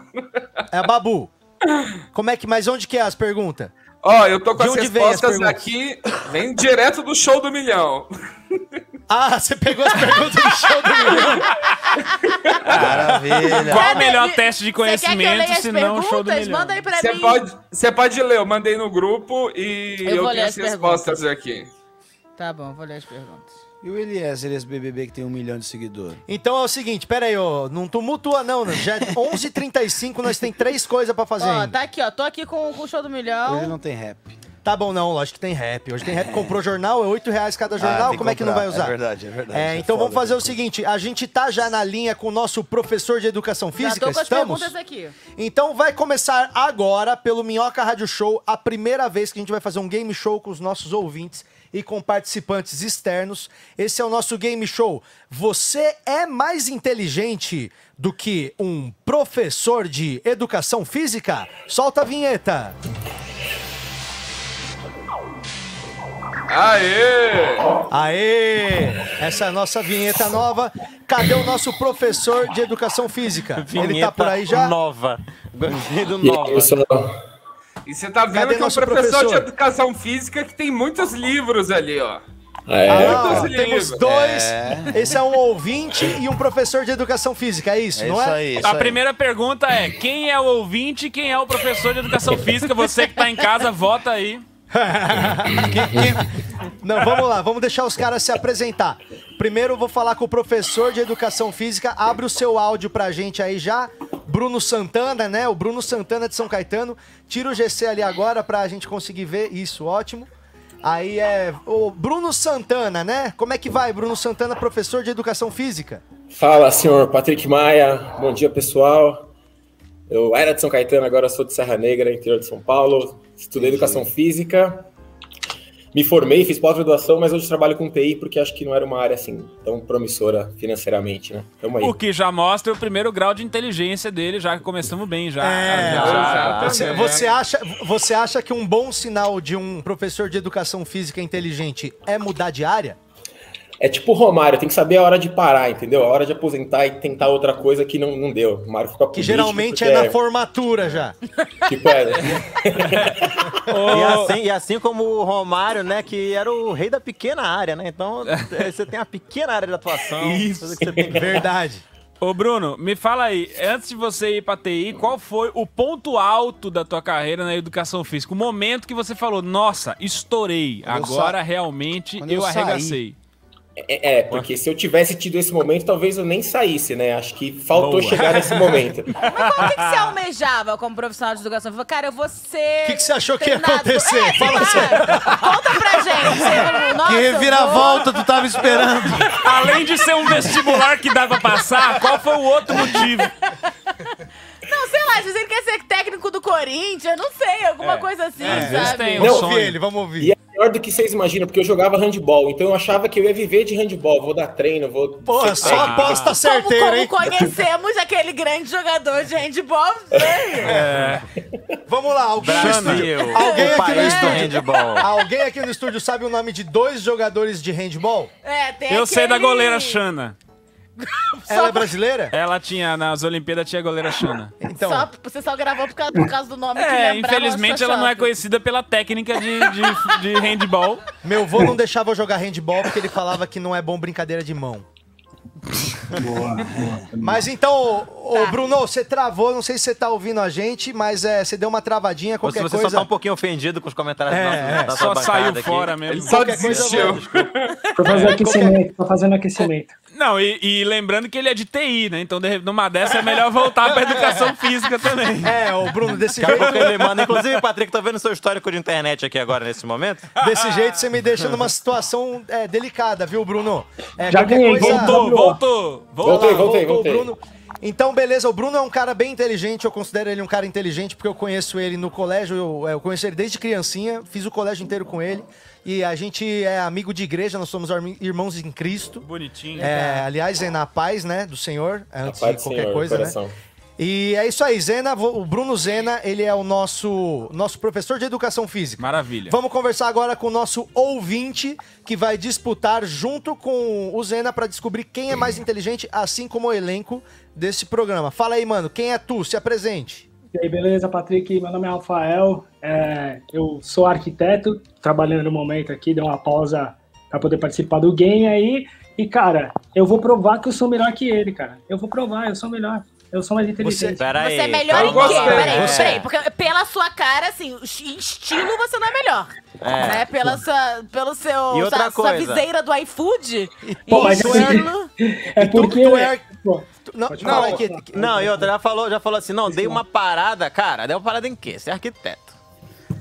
[SPEAKER 1] É, Babu. Como é que, mas onde que é as perguntas?
[SPEAKER 6] Ó, eu tô com
[SPEAKER 1] De
[SPEAKER 6] as
[SPEAKER 1] onde vem as
[SPEAKER 6] respostas
[SPEAKER 1] perguntas?
[SPEAKER 6] aqui, vem direto do show do milhão.
[SPEAKER 1] Ah, você pegou as perguntas do show do milhão.
[SPEAKER 6] Maravilha.
[SPEAKER 2] Qual o melhor teste de conhecimento, se não o show do milhão?
[SPEAKER 4] Manda aí pra
[SPEAKER 6] Você
[SPEAKER 4] mim.
[SPEAKER 6] pode, você pode ler, eu mandei no grupo e
[SPEAKER 4] Eu
[SPEAKER 6] eu,
[SPEAKER 4] vou ler
[SPEAKER 6] tenho as
[SPEAKER 4] as perguntas.
[SPEAKER 6] respostas aqui.
[SPEAKER 4] Tá bom, vou ler as perguntas.
[SPEAKER 9] E o Eliezer, esse BBB que tem um milhão de seguidores?
[SPEAKER 1] Então é o seguinte, pera aí, ó, não tumultua não, né? já é 11h35, nós tem três coisas pra fazer
[SPEAKER 4] Ó,
[SPEAKER 1] ainda.
[SPEAKER 4] tá aqui, ó. Tô aqui com, com o show do milhão.
[SPEAKER 9] um- Hoje não tem rap.
[SPEAKER 1] Tá bom, não, lógico que tem rap. Hoje tem rap, comprou jornal, é 8 reais cada jornal,
[SPEAKER 9] Ah, tem
[SPEAKER 1] como é que não
[SPEAKER 9] comprar.
[SPEAKER 1] vai usar?
[SPEAKER 9] É verdade, é verdade.
[SPEAKER 1] É,
[SPEAKER 9] É
[SPEAKER 1] então vamos
[SPEAKER 9] foda,
[SPEAKER 1] fazer o seguinte, a gente tá já na linha com o nosso professor de educação
[SPEAKER 4] Já tô
[SPEAKER 1] física,
[SPEAKER 4] com as
[SPEAKER 1] estamos?
[SPEAKER 4] perguntas aqui.
[SPEAKER 1] Então vai começar agora pelo Minhoca Rádio Show, a primeira vez que a gente vai fazer um game show com os nossos ouvintes e com participantes externos. Esse é o nosso game show. Você é mais inteligente do que um professor de educação física? Solta a vinheta.
[SPEAKER 6] Aê!
[SPEAKER 1] Aê! Essa é a nossa vinheta nova. Cadê o nosso professor de educação física? Ele tá por aí já?
[SPEAKER 5] Nova. Gostei do
[SPEAKER 13] E aí,
[SPEAKER 5] nova.
[SPEAKER 13] pessoal?
[SPEAKER 6] E você tá vendo
[SPEAKER 1] Cadê
[SPEAKER 6] que é um
[SPEAKER 1] nosso
[SPEAKER 6] professor, de
[SPEAKER 1] professor?
[SPEAKER 6] educação física que tem muitos livros ali, ó.
[SPEAKER 13] É.
[SPEAKER 1] Ah,
[SPEAKER 6] Muitos
[SPEAKER 1] temos
[SPEAKER 6] livros.
[SPEAKER 1] dois.
[SPEAKER 9] É.
[SPEAKER 1] Esse é um ouvinte e um professor de educação física, é isso,
[SPEAKER 9] É
[SPEAKER 1] não
[SPEAKER 9] isso
[SPEAKER 1] é?
[SPEAKER 9] aí, isso
[SPEAKER 2] A
[SPEAKER 9] aí.
[SPEAKER 2] primeira pergunta é: quem é o ouvinte e quem é o professor de educação física? Você que tá em casa, vota aí.
[SPEAKER 1] Não, vamos lá, vamos deixar os caras se apresentar. Primeiro eu vou falar com o professor de educação física. Abre o seu áudio pra gente aí já. Bruno Santana, né? O Bruno Santana de São Caetano. Tira o GC ali agora pra gente conseguir ver. Isso, ótimo. Aí é o Bruno Santana, né? Como é que vai, Bruno Santana, professor de educação física?
[SPEAKER 13] Fala, senhor Patrick Maia. Bom dia, pessoal. Eu era de São Caetano, agora sou de Serra Negra, interior de São Paulo. Estudei educação física. Me formei, fiz pós-graduação, mas hoje trabalho com TI porque acho que não era uma área assim tão promissora financeiramente, né? Tamo aí.
[SPEAKER 2] O que já mostra o primeiro grau de inteligência dele, já que começamos bem já.
[SPEAKER 5] Ah,
[SPEAKER 1] É,
[SPEAKER 2] Já-
[SPEAKER 1] você-
[SPEAKER 5] né?
[SPEAKER 1] você, acha, você acha que um bom sinal de um professor de educação física inteligente é mudar de área?
[SPEAKER 13] É tipo o Romário, tem que saber a hora de parar, entendeu? A hora de aposentar e tentar outra coisa que não, não deu. O Mário fica
[SPEAKER 1] Que
[SPEAKER 13] político
[SPEAKER 1] geralmente é
[SPEAKER 13] porque
[SPEAKER 1] na formatura já.
[SPEAKER 13] Tipo, é,
[SPEAKER 5] E assim, e assim como o Romário, né, que era o rei da pequena área, né? Então eh, você tem a pequena área de atuação.
[SPEAKER 2] Isso.
[SPEAKER 5] coisa que você tem que-
[SPEAKER 1] Verdade.
[SPEAKER 2] Ô Bruno, me fala aí, antes de você ir pra TI, qual foi o ponto alto da tua carreira na educação física? O momento que você falou, nossa, estourei,
[SPEAKER 9] eu
[SPEAKER 2] agora
[SPEAKER 9] sa-
[SPEAKER 2] realmente eu,
[SPEAKER 9] quando eu saí-
[SPEAKER 2] arregacei.
[SPEAKER 13] É, é, porque se eu tivesse tido esse momento, talvez eu nem saísse, né? Acho que faltou chegar nesse momento.
[SPEAKER 4] Mas qual- o que, que você almejava como profissional de educação física? Cara, eu vou ser.
[SPEAKER 1] O que, que você achou que ia
[SPEAKER 4] treinado-
[SPEAKER 1] acontecer?
[SPEAKER 4] É, sei
[SPEAKER 1] Fala assim. É.
[SPEAKER 4] lá.
[SPEAKER 1] sério.
[SPEAKER 4] Conta pra gente. Nossa,
[SPEAKER 9] que
[SPEAKER 4] eu vou-
[SPEAKER 9] reviravolta tu tava esperando?
[SPEAKER 2] Além de ser um vestibular que dá pra passar, qual foi o outro motivo?
[SPEAKER 4] Não, sei lá, às vezes ele quer ser técnico do Corinthians, não sei, alguma
[SPEAKER 2] É.
[SPEAKER 4] coisa assim,
[SPEAKER 2] Às vezes
[SPEAKER 4] sabe?
[SPEAKER 2] tem um
[SPEAKER 13] Não,
[SPEAKER 1] Vamos ouvir
[SPEAKER 2] sonho.
[SPEAKER 1] ele, vamos ouvir.
[SPEAKER 13] E é pior do que vocês imaginam, porque eu jogava handball, então eu achava que eu ia viver de handball, vou dar treino, vou.
[SPEAKER 1] Porra,
[SPEAKER 13] ser
[SPEAKER 1] só
[SPEAKER 13] técnico.
[SPEAKER 1] aposta
[SPEAKER 4] Como,
[SPEAKER 1] certeira, hein?
[SPEAKER 4] como conhecemos aquele grande jogador de handball, né?
[SPEAKER 1] Vamos lá, alguém no
[SPEAKER 5] Brasil,
[SPEAKER 1] estúdio. Alguém
[SPEAKER 5] o
[SPEAKER 1] aqui no
[SPEAKER 5] país do
[SPEAKER 1] estúdio.
[SPEAKER 5] handball.
[SPEAKER 1] Alguém aqui no estúdio sabe o nome de dois jogadores de handball?
[SPEAKER 4] É, tem
[SPEAKER 2] Eu sei da
[SPEAKER 4] aquele-
[SPEAKER 2] goleira Xana.
[SPEAKER 1] Ela é brasileira?
[SPEAKER 2] Ela tinha, nas Olimpíadas tinha a goleira Xana.
[SPEAKER 1] Então,
[SPEAKER 4] Só- você só gravou por causa, por causa do nome que
[SPEAKER 2] É,
[SPEAKER 4] lembrava
[SPEAKER 2] infelizmente
[SPEAKER 4] essa
[SPEAKER 2] ela não é
[SPEAKER 4] chata.
[SPEAKER 2] conhecida pela técnica de, de, de handball.
[SPEAKER 1] meu avô não deixava eu jogar handball porque ele falava que não é bom brincadeira de mão. Mas então, ô, ô, Bruno, você travou, não sei se você tá ouvindo a gente, mas é, você deu uma travadinha,
[SPEAKER 5] Ou se
[SPEAKER 1] qualquer
[SPEAKER 5] você
[SPEAKER 1] coisa.
[SPEAKER 5] só tá um pouquinho ofendido com os comentários da,
[SPEAKER 1] É,
[SPEAKER 5] nossa, da
[SPEAKER 2] Só
[SPEAKER 5] sua
[SPEAKER 2] saiu
[SPEAKER 5] bancada aqui.
[SPEAKER 2] fora
[SPEAKER 6] Ele
[SPEAKER 2] mesmo.
[SPEAKER 6] só
[SPEAKER 1] Qualquer coisa eu
[SPEAKER 6] desistiu.
[SPEAKER 13] Tô fazendo aquecimento, tô fazendo aquecimento.
[SPEAKER 2] Não, e, e lembrando que ele é de TI, né? Então, de- numa dessa é melhor voltar pra educação física também.
[SPEAKER 1] É, o Bruno, desse
[SPEAKER 5] Daqui a pouco
[SPEAKER 1] jeito,
[SPEAKER 5] ele manda. Inclusive, Patrick, tô vendo seu histórico de internet aqui agora nesse momento.
[SPEAKER 1] desse jeito você me deixa numa situação é, delicada, viu, Bruno? É,
[SPEAKER 13] Já
[SPEAKER 1] qualquer
[SPEAKER 13] ganhei,
[SPEAKER 2] Voltou, voltou, voltou.
[SPEAKER 13] Voltei,
[SPEAKER 1] Olha lá,
[SPEAKER 13] voltei,
[SPEAKER 1] voltou o
[SPEAKER 13] voltei.
[SPEAKER 1] Bruno. Então, beleza, o Bruno é um cara bem inteligente, eu considero ele um cara inteligente, porque eu conheço ele no colégio, eu, eu conheço ele desde criancinha, fiz o colégio inteiro com ele. E a gente é amigo de igreja, nós somos armi- irmãos em Cristo.
[SPEAKER 2] Bonitinho.
[SPEAKER 1] É, aliás, é na paz, né, do Senhor, antes
[SPEAKER 13] Paz
[SPEAKER 1] de
[SPEAKER 13] do
[SPEAKER 1] qualquer
[SPEAKER 13] Senhor,
[SPEAKER 1] coisa, né?
[SPEAKER 13] coração.
[SPEAKER 1] E é isso aí, Zena, vo- o Bruno Zena, ele é o nosso, nosso professor de educação física.
[SPEAKER 2] Maravilha.
[SPEAKER 1] Vamos conversar agora com o nosso ouvinte, que vai disputar junto com o Zena para descobrir quem é mais inteligente, assim como o elenco desse programa. Fala aí, mano, quem é tu? Se apresente.
[SPEAKER 14] E aí, beleza, Patrick? Meu nome é Rafael, é, eu sou arquiteto, trabalhando no momento aqui, dei uma pausa para poder participar do game aí. E, cara, eu vou provar que eu sou melhor que ele, cara. Eu vou provar, eu sou melhor. Eu sou mais inteligente.
[SPEAKER 4] Você é melhor em quê? Peraí,
[SPEAKER 1] é.
[SPEAKER 4] peraí, porque pela sua cara, assim, o chi- em estilo você não é melhor.
[SPEAKER 5] É.
[SPEAKER 4] Né? Pela sua, pelo seu,
[SPEAKER 5] E outra
[SPEAKER 4] sua, sua
[SPEAKER 5] coisa.
[SPEAKER 4] viseira do iFood.
[SPEAKER 5] Pô, mas
[SPEAKER 4] em
[SPEAKER 5] assim,
[SPEAKER 4] estilo-
[SPEAKER 14] É
[SPEAKER 5] porque...
[SPEAKER 1] Não,
[SPEAKER 5] não, não, e outra, já falou, já falou assim, não, dei uma parada, cara, deu uma parada em quê? Você é arquiteto.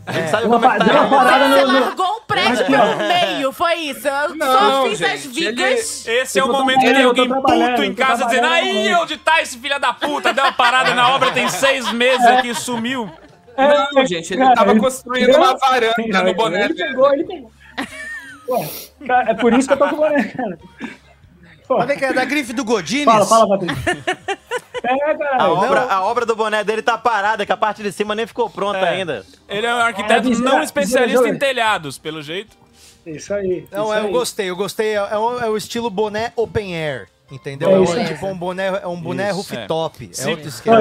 [SPEAKER 5] A gente sabe como é que tá.
[SPEAKER 14] deu uma parada
[SPEAKER 4] Você
[SPEAKER 14] no- no- é.
[SPEAKER 4] largou um prédio
[SPEAKER 5] Mas,
[SPEAKER 4] pelo
[SPEAKER 5] não.
[SPEAKER 4] meio, foi isso. Eu
[SPEAKER 2] Não,
[SPEAKER 4] só fiz as
[SPEAKER 2] gente,
[SPEAKER 4] vigas.
[SPEAKER 2] ele- Esse é
[SPEAKER 4] Eu tô
[SPEAKER 2] o momento que tem
[SPEAKER 4] trabalhando,
[SPEAKER 2] alguém
[SPEAKER 4] eu tô trabalhando,
[SPEAKER 2] puto em
[SPEAKER 4] eu tô
[SPEAKER 2] casa dizendo:
[SPEAKER 4] trabalhando.
[SPEAKER 2] aí, onde tá esse filho da puta? Deu uma parada na obra, tem seis meses aqui, sumiu.
[SPEAKER 14] É,
[SPEAKER 4] É,
[SPEAKER 6] Não, gente, ele tava construindo uma varanda no boné
[SPEAKER 14] Ele pegou, ele pegou. Ué, cara, é por isso que eu tô com o boné, cara. Pô.
[SPEAKER 9] Mas vem cá, é da grife do Godinez?
[SPEAKER 14] Fala, fala, Patrick. É, cara.
[SPEAKER 5] A obra, a obra do boné dele tá parada, que a parte de cima nem ficou pronta
[SPEAKER 2] É.
[SPEAKER 5] ainda.
[SPEAKER 2] Ele é um arquiteto
[SPEAKER 5] viseira-
[SPEAKER 2] não especialista
[SPEAKER 5] viseira-
[SPEAKER 2] em telhados, pelo jeito.
[SPEAKER 14] Isso aí.
[SPEAKER 1] Não, eu gostei, eu gostei. É, é o, é o estilo boné open air, entendeu?
[SPEAKER 2] É
[SPEAKER 1] É, um-
[SPEAKER 2] isso aí.
[SPEAKER 1] tipo um boné, é um boné
[SPEAKER 2] Isso,
[SPEAKER 1] rooftop. É,
[SPEAKER 2] Se-
[SPEAKER 1] outro esquema.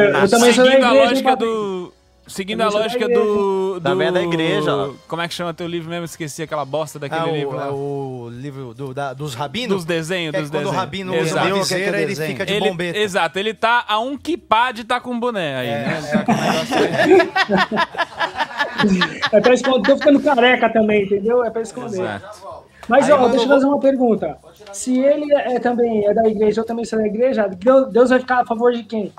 [SPEAKER 2] Seguindo a lógica do.
[SPEAKER 4] É
[SPEAKER 2] Seguindo a
[SPEAKER 1] Também sou da
[SPEAKER 2] lógica
[SPEAKER 1] igreja.
[SPEAKER 2] do, do.
[SPEAKER 1] Também é da igreja, ó.
[SPEAKER 2] Como é que chama teu livro mesmo? Esqueci aquela bosta daquele
[SPEAKER 1] Ah, o-
[SPEAKER 2] livro lá.
[SPEAKER 1] é o livro do- da- dos rabinos?
[SPEAKER 2] Dos desenhos,
[SPEAKER 1] Que é
[SPEAKER 2] dos
[SPEAKER 1] quando o
[SPEAKER 2] desenhos.
[SPEAKER 1] rabino usa uma viseira, ele fica de
[SPEAKER 2] Ele-
[SPEAKER 1] bombeta.
[SPEAKER 2] Exato, ele tá a um quipá de tá com boné
[SPEAKER 1] É,
[SPEAKER 2] aí, né? Ele tá com um negócio aí.
[SPEAKER 14] É pra esconder, tô ficando careca também, entendeu? É pra esconder.
[SPEAKER 2] Exato.
[SPEAKER 14] Mas,
[SPEAKER 2] Aí,
[SPEAKER 14] ó,
[SPEAKER 2] mano,
[SPEAKER 14] deixa eu fazer uma pergunta. Se ele é também é da igreja, eu também sou da igreja, Deus, Deus vai ficar a favor de quem?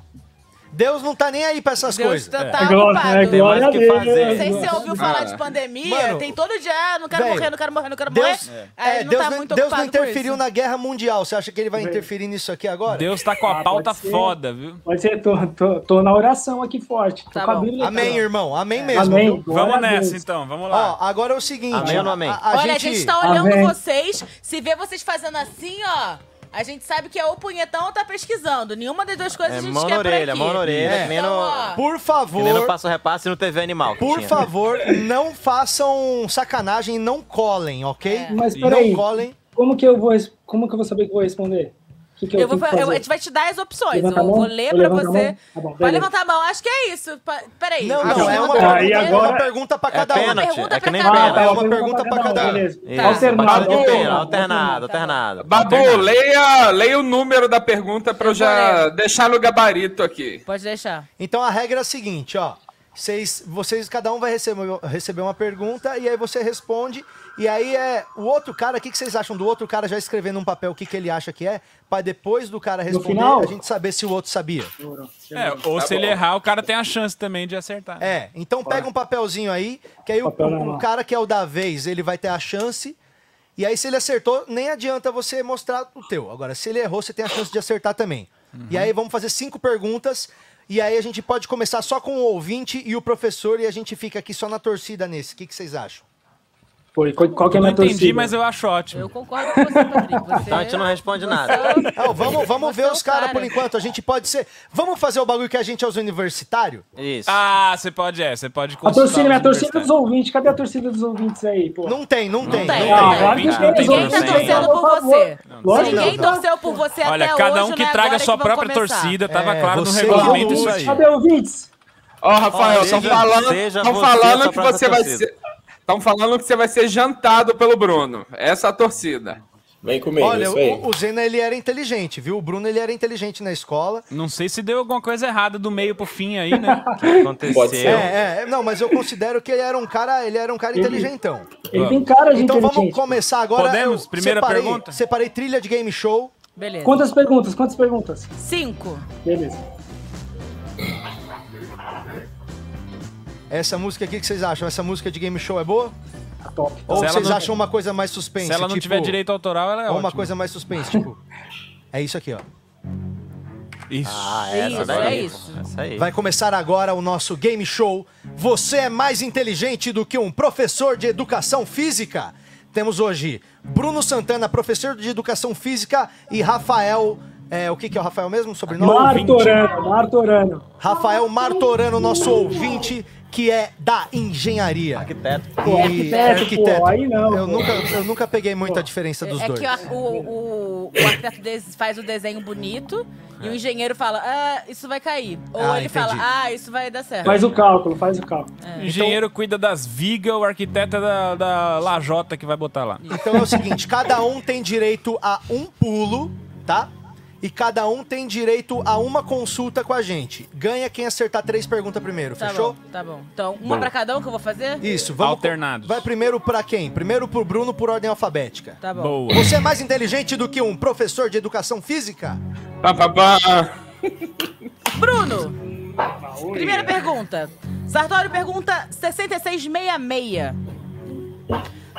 [SPEAKER 1] Deus não tá nem aí pra essas
[SPEAKER 4] Deus
[SPEAKER 1] coisas.
[SPEAKER 4] tá-
[SPEAKER 1] É.
[SPEAKER 4] tá É glória- ocupado. é
[SPEAKER 1] Tem mais
[SPEAKER 4] glória
[SPEAKER 1] o
[SPEAKER 4] a
[SPEAKER 14] né?
[SPEAKER 4] Não sei se você ouviu falar de pandemia,
[SPEAKER 1] Mano,
[SPEAKER 4] tem todo dia, ah, não quero
[SPEAKER 1] velho,
[SPEAKER 4] morrer, não quero morrer, não quero
[SPEAKER 1] Deus,
[SPEAKER 4] morrer.
[SPEAKER 1] é,
[SPEAKER 4] Aí não
[SPEAKER 1] Deus,
[SPEAKER 4] tá
[SPEAKER 1] não,
[SPEAKER 4] muito
[SPEAKER 1] Deus não
[SPEAKER 4] ocupado com
[SPEAKER 1] interferiu
[SPEAKER 4] isso.
[SPEAKER 1] na guerra mundial. Você acha que ele vai interferir nisso aqui agora?
[SPEAKER 2] Deus tá com a pauta foda, viu?
[SPEAKER 14] Ah, Pode ser, tô, tô, tô na oração aqui forte. Tô com a Bíblia,
[SPEAKER 1] Amém,
[SPEAKER 14] cara.
[SPEAKER 1] irmão. Amém
[SPEAKER 14] É.
[SPEAKER 1] mesmo.
[SPEAKER 14] Amém.
[SPEAKER 1] viu?
[SPEAKER 14] Glória
[SPEAKER 2] Vamos nessa então, vamos lá.
[SPEAKER 1] Ó, agora é o seguinte.
[SPEAKER 2] Amém ou não amém?
[SPEAKER 1] A, a
[SPEAKER 4] Olha,
[SPEAKER 1] gente...
[SPEAKER 4] a gente tá olhando
[SPEAKER 1] Amém.
[SPEAKER 4] vocês, se vê vocês fazendo assim, ó, a gente sabe que é ou punhetão ou tá pesquisando. Nenhuma das duas coisas
[SPEAKER 5] É,
[SPEAKER 4] a gente
[SPEAKER 5] mão
[SPEAKER 4] quer
[SPEAKER 5] na
[SPEAKER 4] por
[SPEAKER 5] orelha,
[SPEAKER 4] aqui.
[SPEAKER 5] mão na orelha. que nem
[SPEAKER 4] Então,
[SPEAKER 5] no-
[SPEAKER 4] ó,
[SPEAKER 1] Por favor.
[SPEAKER 5] Que nem no Passo Repasse no TV Animal. que
[SPEAKER 1] Por
[SPEAKER 5] tinha.
[SPEAKER 1] favor, não façam sacanagem e não colem, ok?
[SPEAKER 14] Mas
[SPEAKER 1] não
[SPEAKER 14] peraí,
[SPEAKER 1] colem.
[SPEAKER 14] como que eu vou, res- como que eu vou saber que eu vou responder? O que que eu,
[SPEAKER 4] Eu vou,
[SPEAKER 14] tenho que
[SPEAKER 4] fa- eu, a
[SPEAKER 14] fazer?
[SPEAKER 4] gente vai te dar as opções. Eu
[SPEAKER 14] Levanta a mão?
[SPEAKER 4] vou ler
[SPEAKER 14] Eu
[SPEAKER 4] pra
[SPEAKER 14] levanto a
[SPEAKER 4] você.
[SPEAKER 14] mão? Tá bom,
[SPEAKER 4] Vai
[SPEAKER 14] beleza.
[SPEAKER 4] levantar a mão. Acho que é isso. Pa- Peraí.
[SPEAKER 1] Não,
[SPEAKER 4] Ah,
[SPEAKER 1] não, é uma
[SPEAKER 14] Tá,
[SPEAKER 1] pergunta,
[SPEAKER 14] e
[SPEAKER 1] é
[SPEAKER 14] agora-
[SPEAKER 1] uma pergunta pra
[SPEAKER 5] É
[SPEAKER 1] cada um.
[SPEAKER 5] pênalti, é que nem
[SPEAKER 1] Ah,
[SPEAKER 5] pênalti.
[SPEAKER 1] tá, é uma pergunta pra cada um.
[SPEAKER 14] beleza.
[SPEAKER 5] Isso,
[SPEAKER 14] Tá
[SPEAKER 2] Tá
[SPEAKER 14] Alternado.
[SPEAKER 5] batida de pênalti,
[SPEAKER 14] Alternado.
[SPEAKER 5] alternado, alternado.
[SPEAKER 6] Babu,
[SPEAKER 5] Alternado.
[SPEAKER 6] leia, leia o número da pergunta pra eu já deixar no gabarito aqui.
[SPEAKER 4] Pode deixar.
[SPEAKER 1] Então a regra é a seguinte, ó. Vocês, vocês, cada um vai receber, receber uma pergunta e aí você responde. E aí é o outro cara, o que, que vocês acham do outro cara já escrevendo num papel o que, que ele acha que é? Pra depois do cara responder,
[SPEAKER 14] final?
[SPEAKER 1] a gente saber se o outro sabia.
[SPEAKER 2] É, ou
[SPEAKER 1] Tá
[SPEAKER 2] se ele
[SPEAKER 1] bom.
[SPEAKER 2] errar, o cara tem a chance também de acertar. né?
[SPEAKER 1] É, então pega um papelzinho aí, que aí o,
[SPEAKER 2] Papel na
[SPEAKER 1] o- o
[SPEAKER 2] mão.
[SPEAKER 1] cara que é o da vez, ele vai ter a chance. E aí, se ele acertou, nem adianta você mostrar o teu. Agora, se ele errou, você tem a chance de acertar também.
[SPEAKER 2] Uhum.
[SPEAKER 1] E aí, vamos fazer cinco perguntas. E aí, a gente pode começar só com o ouvinte e o professor. E a gente fica aqui só na torcida nesse. O que, que vocês acham?
[SPEAKER 14] Pô, e qual, qual que é a
[SPEAKER 2] Não
[SPEAKER 14] minha
[SPEAKER 2] entendi,
[SPEAKER 14] torcida?
[SPEAKER 2] mas eu acho ótimo.
[SPEAKER 4] Eu concordo com você,
[SPEAKER 5] Então a gente não responde nada.
[SPEAKER 1] Não, vamos vamos ver os caras por enquanto. A gente pode ser. Vamos fazer o bagulho que a gente é os universitários?
[SPEAKER 5] Isso.
[SPEAKER 2] Ah, você pode, é, você pode
[SPEAKER 14] A torcida, minha torcida é
[SPEAKER 2] universitários.
[SPEAKER 14] dos ouvintes. Cadê a torcida dos ouvintes aí, pô?
[SPEAKER 1] Não tem, não, tem.
[SPEAKER 2] tem,
[SPEAKER 14] Ah,
[SPEAKER 2] não tem.
[SPEAKER 14] claro que
[SPEAKER 2] Não tem
[SPEAKER 14] tem,
[SPEAKER 2] Ninguém tá
[SPEAKER 14] gente.
[SPEAKER 2] torcendo
[SPEAKER 4] por você.
[SPEAKER 14] Lógico que
[SPEAKER 4] Ninguém
[SPEAKER 14] não.
[SPEAKER 4] torceu por você até
[SPEAKER 2] Olha,
[SPEAKER 4] hoje.
[SPEAKER 2] cada um que
[SPEAKER 4] não é
[SPEAKER 2] traga a
[SPEAKER 4] agora
[SPEAKER 2] sua
[SPEAKER 4] que vão
[SPEAKER 2] própria
[SPEAKER 4] começar.
[SPEAKER 2] torcida, tava
[SPEAKER 1] É,
[SPEAKER 2] claro no
[SPEAKER 1] você-
[SPEAKER 2] regulamento isso aí.
[SPEAKER 14] Cadê ouvintes?
[SPEAKER 6] Ó, Rafael, estão
[SPEAKER 14] seja-
[SPEAKER 6] falando,
[SPEAKER 14] seja
[SPEAKER 6] tão
[SPEAKER 14] você
[SPEAKER 6] falando
[SPEAKER 14] sua
[SPEAKER 6] que
[SPEAKER 14] própria
[SPEAKER 6] você vai
[SPEAKER 14] torcida.
[SPEAKER 6] ser. Estão falando que você vai ser jantado pelo Bruno. Essa é a torcida.
[SPEAKER 13] Vem comigo,
[SPEAKER 1] Olha,
[SPEAKER 13] isso aí.
[SPEAKER 1] o, o Zena ele era inteligente, viu? O Bruno ele era inteligente na escola.
[SPEAKER 2] Não sei se deu alguma coisa errada do meio pro fim aí, né?
[SPEAKER 5] aconteceu?
[SPEAKER 2] Pode ser.
[SPEAKER 1] É, é, é, não, mas eu considero que ele era um cara, ele era um cara
[SPEAKER 2] Ele-
[SPEAKER 1] inteligentão.
[SPEAKER 14] ele tem cara de
[SPEAKER 1] Então vamos
[SPEAKER 14] inteligente.
[SPEAKER 1] começar agora.
[SPEAKER 2] Podemos?
[SPEAKER 1] Eu
[SPEAKER 2] Primeira
[SPEAKER 1] separei,
[SPEAKER 2] pergunta?
[SPEAKER 1] Separei trilha de game show.
[SPEAKER 4] Beleza.
[SPEAKER 14] Quantas perguntas? Quantas perguntas?
[SPEAKER 4] Cinco.
[SPEAKER 14] Beleza.
[SPEAKER 1] Essa música aqui que vocês acham? Essa música de game show é boa?
[SPEAKER 14] Top.
[SPEAKER 1] Ou
[SPEAKER 2] Se ela
[SPEAKER 1] vocês
[SPEAKER 2] não-
[SPEAKER 1] acham uma coisa mais suspense?
[SPEAKER 2] Se ela não
[SPEAKER 1] tipo,
[SPEAKER 2] tiver direito autoral, ela é
[SPEAKER 1] Ou uma
[SPEAKER 2] ótima.
[SPEAKER 1] coisa mais suspense, tipo. É isso aqui, ó.
[SPEAKER 2] Isso.
[SPEAKER 5] Ah, essa Isso, daí. é isso. Essa aí.
[SPEAKER 1] Vai começar agora o nosso game show. Você é mais inteligente do que um professor de educação física? Temos hoje Bruno Santana, professor de educação física, e Rafael É, o que, que é o Rafael mesmo? Sobrenome?
[SPEAKER 14] Martorano, Martorano.
[SPEAKER 1] Rafael Martorano, nosso ouvinte, que é da engenharia. Arquiteto.
[SPEAKER 14] Pô, arquiteto, pô, aí não,
[SPEAKER 1] Eu
[SPEAKER 14] pô.
[SPEAKER 1] nunca, eu nunca peguei muita diferença dos
[SPEAKER 4] é
[SPEAKER 1] dois.
[SPEAKER 4] que a- o, o, o arquiteto des- faz o desenho bonito e o engenheiro fala, ah, isso vai cair. Ou
[SPEAKER 2] É. Ah,
[SPEAKER 4] ele
[SPEAKER 2] entendi.
[SPEAKER 4] fala, ah, isso vai dar certo. Tá
[SPEAKER 14] Faz o cálculo, faz o cálculo.
[SPEAKER 2] O engenheiro cuida das vigas, o arquiteto é da, da lajota que vai botar lá.
[SPEAKER 1] Então é o seguinte, cada um tem direito a um pulo, tá? E cada um tem direito a uma consulta com a gente. Ganha quem acertar três perguntas primeiro,
[SPEAKER 4] Tá
[SPEAKER 1] fechou?
[SPEAKER 4] bom, tá bom. Então, uma
[SPEAKER 1] Bom.
[SPEAKER 4] pra cada um que eu vou fazer?
[SPEAKER 1] Isso, vamos. Alternados. Vai primeiro pra quem? Primeiro pro Bruno por ordem alfabética.
[SPEAKER 4] Tá bom.
[SPEAKER 2] Boa.
[SPEAKER 1] Você é mais inteligente do que um professor de educação física?
[SPEAKER 6] Pá, pá, pá.
[SPEAKER 4] Bruno! Primeira pergunta. Sartório pergunta 6666.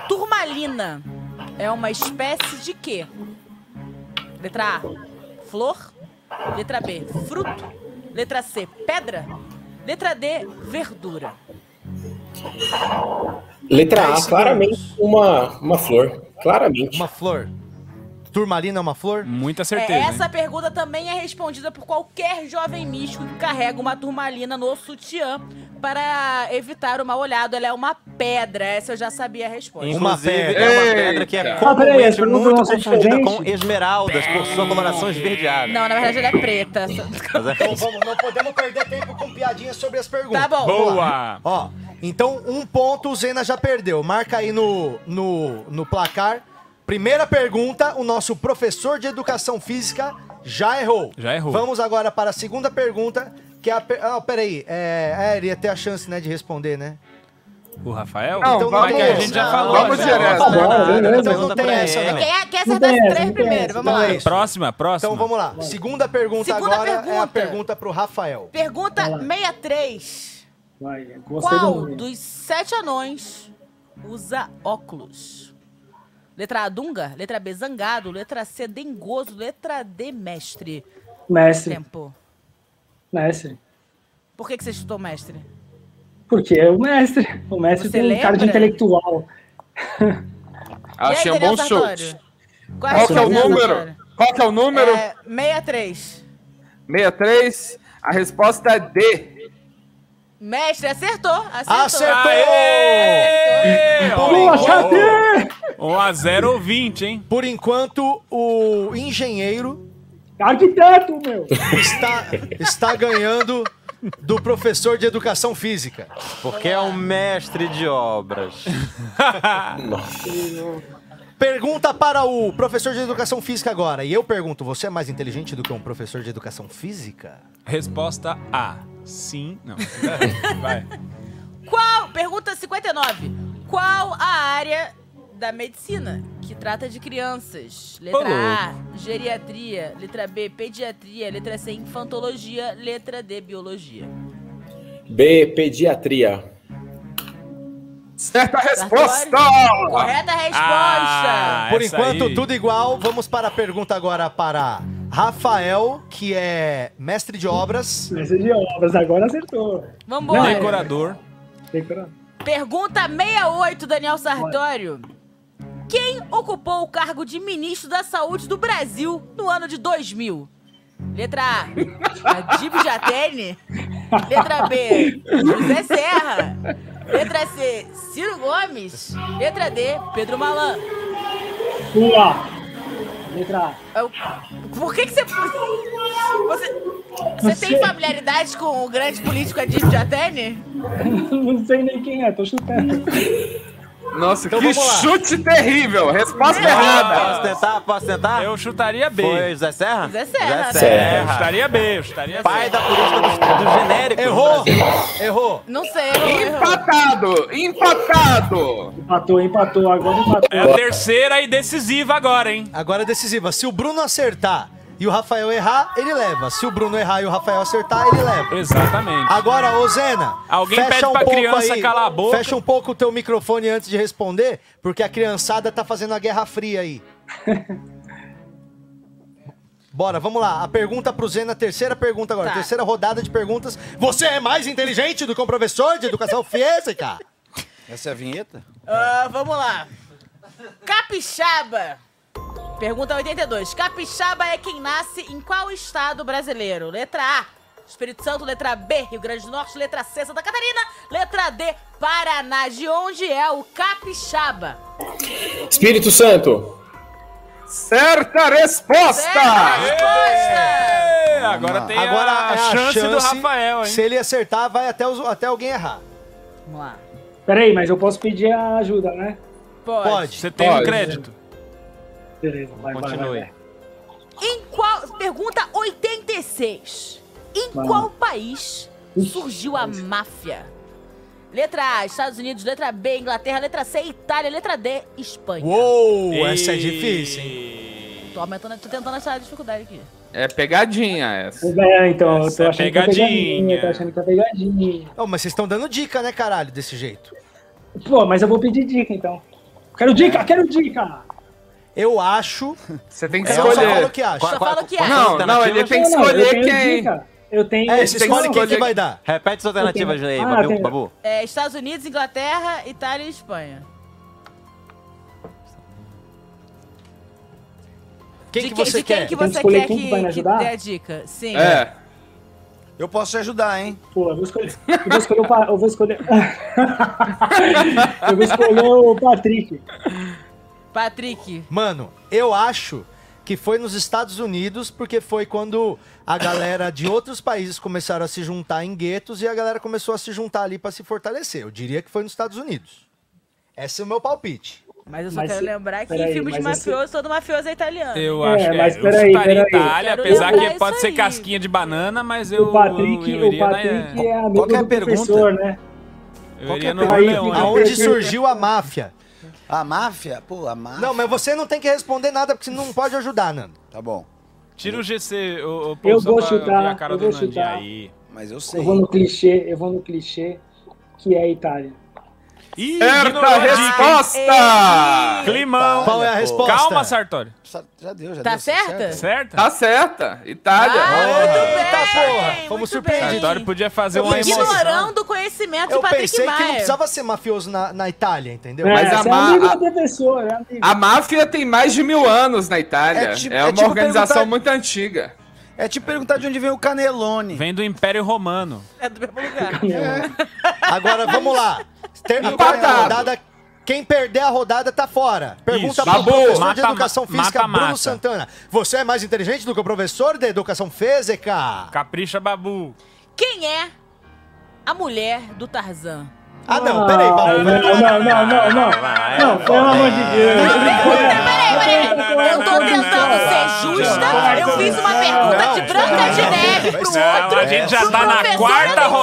[SPEAKER 4] Turmalina é uma espécie de quê? Letra A, flor. Letra B, fruto. Letra C, pedra. Letra D, verdura.
[SPEAKER 13] Letra A,
[SPEAKER 1] Dez
[SPEAKER 13] claramente uma, uma flor. Claramente.
[SPEAKER 1] Uma flor. Turmalina é uma flor?
[SPEAKER 2] Muita
[SPEAKER 4] É, essa pergunta também é respondida por qualquer jovem místico que carrega uma turmalina no sutiã para evitar o mal olhado. Ela é uma pedra. Essa eu já sabia a resposta.
[SPEAKER 5] Inclusive, é uma pedra que é
[SPEAKER 6] Eita.
[SPEAKER 14] Ah, peraí,
[SPEAKER 5] comumente
[SPEAKER 14] essa pergunta
[SPEAKER 5] muito
[SPEAKER 14] não serve pra
[SPEAKER 5] confundida
[SPEAKER 14] gente?
[SPEAKER 5] com esmeraldas por sua coloração esverdeada.
[SPEAKER 4] Não, na verdade ela é preta.
[SPEAKER 5] Mas é-
[SPEAKER 1] Então vamos, não podemos perder tempo com piadinhas sobre as perguntas.
[SPEAKER 4] Tá bom.
[SPEAKER 1] Vamos
[SPEAKER 2] Boa.
[SPEAKER 1] lá. Ó, então um ponto o Zena já perdeu. Marca aí no, no, no placar. Primeira pergunta, o nosso professor de educação física já errou.
[SPEAKER 2] Já errou.
[SPEAKER 1] Vamos agora para a segunda pergunta, que é a... Per... Ah, peraí. É, é, ele ia ter a chance, né, de responder, né?
[SPEAKER 2] O Rafael?
[SPEAKER 1] Não,
[SPEAKER 2] Então
[SPEAKER 1] vamos-
[SPEAKER 2] que a gente já
[SPEAKER 1] não,
[SPEAKER 2] falou. né?
[SPEAKER 1] vamos
[SPEAKER 2] já.
[SPEAKER 1] direto.
[SPEAKER 2] Não,
[SPEAKER 1] Vamos,
[SPEAKER 2] não, não,
[SPEAKER 1] beleza.
[SPEAKER 2] não, né?
[SPEAKER 1] Então não tem essa, não.
[SPEAKER 4] é Quer, quer acertar as três primeiro? Vamos lá.
[SPEAKER 1] Então é isso.
[SPEAKER 2] Próxima, próxima.
[SPEAKER 1] Então vamos lá. Segunda pergunta
[SPEAKER 4] Segunda
[SPEAKER 1] agora é
[SPEAKER 4] pergunta.
[SPEAKER 1] a pergunta pro Rafael.
[SPEAKER 4] Pergunta 63.
[SPEAKER 14] Vai, gostei
[SPEAKER 4] Qual
[SPEAKER 14] do
[SPEAKER 4] dos sete anões usa óculos? Letra A, Dunga. Letra B, Zangado. Letra C, Dengoso. Letra D, Mestre.
[SPEAKER 14] Mestre.
[SPEAKER 4] Tempo.
[SPEAKER 14] mestre.
[SPEAKER 4] Por que, que você chutou Mestre?
[SPEAKER 14] Porque é o mestre. O mestre
[SPEAKER 4] Você
[SPEAKER 14] tem um cara de
[SPEAKER 4] lembra?
[SPEAKER 14] intelectual.
[SPEAKER 4] E
[SPEAKER 6] Achei um
[SPEAKER 4] aí,
[SPEAKER 6] bom
[SPEAKER 4] Daniel
[SPEAKER 6] chute.
[SPEAKER 4] Sartori? Qual é a
[SPEAKER 6] Qual que é o
[SPEAKER 4] resposta,
[SPEAKER 6] número?
[SPEAKER 4] Sartori?
[SPEAKER 6] Qual que é o número?
[SPEAKER 4] É, 63.
[SPEAKER 6] 63. A resposta é D.
[SPEAKER 4] Mestre, acertou. Acertou.
[SPEAKER 1] Acertou! Por
[SPEAKER 14] Boa,
[SPEAKER 1] enquanto-
[SPEAKER 14] Chape!
[SPEAKER 2] 1 a 0 ou 20, hein?
[SPEAKER 1] Por enquanto, o engenheiro
[SPEAKER 14] Arquiteto, meu!
[SPEAKER 1] está, está ganhando do professor de educação física.
[SPEAKER 5] Porque é um mestre de obras.
[SPEAKER 1] Pergunta para o professor de educação física agora. E eu pergunto: você é mais inteligente do que um professor de educação física?
[SPEAKER 2] Resposta A. Sim. Não. Vai.
[SPEAKER 4] Qual? Pergunta 59. Qual a área da medicina que trata de crianças?
[SPEAKER 2] Ô,
[SPEAKER 4] Letra
[SPEAKER 2] louco.
[SPEAKER 4] A, geriatria. Letra B, pediatria. Letra C, infantologia. Letra D, biologia.
[SPEAKER 13] B, pediatria.
[SPEAKER 6] Certa resposta!
[SPEAKER 4] Correta É resposta!
[SPEAKER 2] Ah,
[SPEAKER 1] Por
[SPEAKER 2] essa
[SPEAKER 1] enquanto,
[SPEAKER 2] aí.
[SPEAKER 1] tudo igual. Vamos para a pergunta agora para Rafael, que é mestre de obras.
[SPEAKER 14] Mestre de obras, agora acertou.
[SPEAKER 4] Vambora.
[SPEAKER 1] é
[SPEAKER 2] Decorador.
[SPEAKER 14] Tem que parar.
[SPEAKER 4] Pergunta 68, Daniel Sartório. Quem ocupou o cargo de ministro da Saúde do Brasil no ano de 2000? Letra A, Adib Jatene. Letra B, José Serra. Letra C, Ciro Gomes. Letra D, Pedro Malan.
[SPEAKER 14] Pula! Letra A.
[SPEAKER 4] Eu- É Por que que você... Você, você tem familiaridade com o grande político Adib Jatene?
[SPEAKER 14] Não sei nem quem é, tô chutando.
[SPEAKER 6] Nossa,
[SPEAKER 1] Então
[SPEAKER 6] que
[SPEAKER 1] vamos lá.
[SPEAKER 6] chute terrível! Resposta
[SPEAKER 5] Posso
[SPEAKER 6] errada!
[SPEAKER 5] tentar? Posso tentar?
[SPEAKER 2] Eu chutaria B.
[SPEAKER 5] Foi José Serra?
[SPEAKER 4] José Serra.
[SPEAKER 5] José
[SPEAKER 2] Eu
[SPEAKER 5] Serra.
[SPEAKER 2] chutaria B, eu chutaria B.
[SPEAKER 5] Pai da política dos, dos genéricos.
[SPEAKER 1] Errou!
[SPEAKER 5] do Brasil.
[SPEAKER 1] Errou!
[SPEAKER 4] Não sei, errou, errou.
[SPEAKER 6] Empatado! Empatado!
[SPEAKER 14] Empatou, empatou, agora
[SPEAKER 2] É a
[SPEAKER 14] empatou.
[SPEAKER 2] terceira e decisiva agora, hein?
[SPEAKER 1] Agora é decisiva. Se o Bruno acertar e o Rafael errar, ele leva. Se o Bruno errar e o Rafael acertar, ele leva.
[SPEAKER 2] Exatamente.
[SPEAKER 1] Agora, ô Zena, um
[SPEAKER 2] Alguém pede pra
[SPEAKER 1] pouco
[SPEAKER 2] criança calar a boca.
[SPEAKER 1] Fecha um pouco o teu microfone antes de responder, porque a criançada tá fazendo a Guerra Fria aí. Bora, vamos lá. A pergunta pro Zena, terceira pergunta agora.
[SPEAKER 4] Tá.
[SPEAKER 1] Terceira rodada de perguntas. Você é mais inteligente do que um professor de educação física?
[SPEAKER 9] Essa é a vinheta?
[SPEAKER 4] Ah, vamos lá. Capixaba Pergunta 82. Capixaba é quem nasce em qual estado brasileiro? Letra A. Espírito Santo, letra B, Rio Grande do Norte, letra C, Santa Catarina, letra D, Paraná. De onde é o capixaba?
[SPEAKER 13] Espírito Santo.
[SPEAKER 6] Certa resposta!
[SPEAKER 2] Resposta! Agora tem
[SPEAKER 1] É, Agora
[SPEAKER 2] a,
[SPEAKER 1] é
[SPEAKER 2] chance, do Rafael, hein?
[SPEAKER 1] Se ele acertar, vai até, os- até alguém errar.
[SPEAKER 4] Vamos lá.
[SPEAKER 14] Peraí, mas eu posso pedir a ajuda, né?
[SPEAKER 4] Pode.
[SPEAKER 2] Você tem um
[SPEAKER 14] Pode.
[SPEAKER 2] crédito.
[SPEAKER 14] Beleza, vai, vai,
[SPEAKER 2] Continue.
[SPEAKER 14] vai, vai.
[SPEAKER 4] Em qual. Pergunta 86. Em
[SPEAKER 14] Vamos.
[SPEAKER 4] qual país surgiu a máfia? Letra A, Estados Unidos, letra B, Inglaterra, letra C, Itália, letra D, Espanha.
[SPEAKER 1] Uou,
[SPEAKER 6] essa é
[SPEAKER 1] difícil,
[SPEAKER 4] Tô aumentando, tô tentando achar a dificuldade aqui.
[SPEAKER 6] É pegadinha essa.
[SPEAKER 14] É, então, eu
[SPEAKER 6] Essa
[SPEAKER 14] tô
[SPEAKER 6] é
[SPEAKER 14] achando que é pegadinha.
[SPEAKER 6] pegadinha.
[SPEAKER 14] Eu tô achando que é pegadinha.
[SPEAKER 1] Não, mas vocês estão dando dica, né, caralho, desse jeito.
[SPEAKER 14] Pô, mas eu vou pedir dica, então. Quero dica, quero dica!
[SPEAKER 1] Eu acho. É,
[SPEAKER 6] Você tem
[SPEAKER 14] que escolher. Só fala o que acha. Não,
[SPEAKER 5] não, ele tem que
[SPEAKER 14] Não, não,
[SPEAKER 5] escolher
[SPEAKER 14] eu tenho
[SPEAKER 5] quem-
[SPEAKER 14] dica. Eu tenho...
[SPEAKER 5] É, você
[SPEAKER 14] eu tenho-
[SPEAKER 5] escolhe quem que vai
[SPEAKER 1] dar.
[SPEAKER 5] Repete as alternativas
[SPEAKER 14] Eu
[SPEAKER 5] aí,
[SPEAKER 14] tenho- Ah,
[SPEAKER 5] Babu.
[SPEAKER 14] tem-
[SPEAKER 5] Babu.
[SPEAKER 4] É, Estados Unidos, Inglaterra, Itália e Espanha.
[SPEAKER 1] Quem
[SPEAKER 4] de
[SPEAKER 1] que você
[SPEAKER 4] de
[SPEAKER 1] quer?
[SPEAKER 4] quem que
[SPEAKER 1] Tem que
[SPEAKER 4] você
[SPEAKER 1] escolher
[SPEAKER 4] quer
[SPEAKER 1] quem
[SPEAKER 4] que,
[SPEAKER 1] que vai me
[SPEAKER 4] que
[SPEAKER 1] ajudar?
[SPEAKER 4] dê a dica? Sim.
[SPEAKER 9] É. Eu posso te ajudar, hein?
[SPEAKER 14] Pô, eu vou escolher. Eu vou escolher o, Pa- eu vou escolher... eu vou escolher o Patrick.
[SPEAKER 4] Patrick.
[SPEAKER 1] Mano, eu acho que foi nos Estados Unidos, porque foi quando a galera de outros países começaram a se juntar em guetos e a galera começou a se juntar ali pra se fortalecer. Eu diria que foi nos Estados Unidos. Esse é o meu palpite.
[SPEAKER 4] Mas eu
[SPEAKER 1] só
[SPEAKER 4] só quero lembrar que em filme de mafioso, todo mafioso é italiano.
[SPEAKER 2] Eu
[SPEAKER 1] É,
[SPEAKER 2] acho que
[SPEAKER 1] mas
[SPEAKER 2] é. Eu
[SPEAKER 1] peraí,
[SPEAKER 2] chutaria
[SPEAKER 1] peraí.
[SPEAKER 2] Itália,
[SPEAKER 1] Quero
[SPEAKER 2] apesar
[SPEAKER 1] lembrar
[SPEAKER 2] que pode ser casquinha de banana, mas eu,
[SPEAKER 14] o Patrick,
[SPEAKER 2] eu
[SPEAKER 14] o
[SPEAKER 2] iria na-
[SPEAKER 14] Patrick é amigo
[SPEAKER 9] Qual que é a
[SPEAKER 14] do
[SPEAKER 9] pergunta?
[SPEAKER 14] professor, né?
[SPEAKER 2] Eu
[SPEAKER 9] Qual que é
[SPEAKER 2] iria
[SPEAKER 9] a
[SPEAKER 2] no
[SPEAKER 9] pergunta?
[SPEAKER 2] Leão. né?
[SPEAKER 9] Aí-
[SPEAKER 1] Aonde surgiu a máfia?
[SPEAKER 9] A máfia? Pô, a máfia.
[SPEAKER 1] Não, mas você não tem que responder nada, porque você não pode ajudar, Nando.
[SPEAKER 9] Tá bom.
[SPEAKER 2] Tira o GC, o, o
[SPEAKER 14] Eu
[SPEAKER 2] só
[SPEAKER 14] vou
[SPEAKER 2] pra
[SPEAKER 14] chutar,
[SPEAKER 2] ver a cara
[SPEAKER 14] eu
[SPEAKER 2] do
[SPEAKER 14] vou
[SPEAKER 2] Nandinho.
[SPEAKER 14] chutar.
[SPEAKER 2] Aí.
[SPEAKER 9] Mas eu sei.
[SPEAKER 14] Eu vou no clichê, eu vou no clichê, que é a Itália.
[SPEAKER 2] Ih,
[SPEAKER 14] Certa
[SPEAKER 2] ignorou a dica.
[SPEAKER 6] resposta!
[SPEAKER 2] Climão.
[SPEAKER 6] Qual é a resposta?
[SPEAKER 2] Calma, Sartori.
[SPEAKER 9] Já deu, já
[SPEAKER 2] Tá
[SPEAKER 9] deu.
[SPEAKER 2] certa? Certa.
[SPEAKER 6] Tá certa.
[SPEAKER 4] Ah,
[SPEAKER 6] Itália.
[SPEAKER 1] Eita porra! Fomos surpreendidos.
[SPEAKER 2] Sartori podia fazer um uma emoção.
[SPEAKER 4] Ignorando o conhecimento
[SPEAKER 1] Eu
[SPEAKER 4] de É tipo Patrick
[SPEAKER 1] pensei que não
[SPEAKER 4] Maia.
[SPEAKER 1] precisava ser mafioso na, na Itália, entendeu?
[SPEAKER 6] É, Mas a você é ma- amigo do a-
[SPEAKER 14] professor, é amigo.
[SPEAKER 6] A máfia tem mais de mil anos na Itália.
[SPEAKER 9] É
[SPEAKER 6] É,
[SPEAKER 9] tipo- é
[SPEAKER 6] uma
[SPEAKER 9] tipo
[SPEAKER 6] organização
[SPEAKER 9] perguntar-
[SPEAKER 6] muito antiga.
[SPEAKER 9] É te perguntar de onde vem o Canelone.
[SPEAKER 2] Vem do Império Romano.
[SPEAKER 4] É do mesmo lugar.
[SPEAKER 1] Agora, vamos lá. Terminou a
[SPEAKER 6] Empatado.
[SPEAKER 1] rodada. Quem perder a rodada tá fora.
[SPEAKER 2] Isso.
[SPEAKER 1] Pergunta pro
[SPEAKER 2] Babu,
[SPEAKER 1] professor de
[SPEAKER 2] mata-mata,
[SPEAKER 1] Educação Física,
[SPEAKER 2] mata-mata.
[SPEAKER 1] Bruno Santana. Você é mais inteligente do que o professor de Educação Física?
[SPEAKER 2] Capricha, Babu.
[SPEAKER 4] Quem é a mulher do Tarzan?
[SPEAKER 1] Ah, não, peraí, Babu.
[SPEAKER 14] Não, não, não, não, não. Não, pelo amor
[SPEAKER 5] É.
[SPEAKER 14] de Deus.
[SPEAKER 4] Eu tô
[SPEAKER 5] é
[SPEAKER 4] tentando ser justa. Eu fiz uma pergunta de Branca de Neve pro outro.
[SPEAKER 2] a gente já
[SPEAKER 4] pro
[SPEAKER 2] tá na
[SPEAKER 4] professor,
[SPEAKER 2] quarta
[SPEAKER 4] eu tenho que fazer.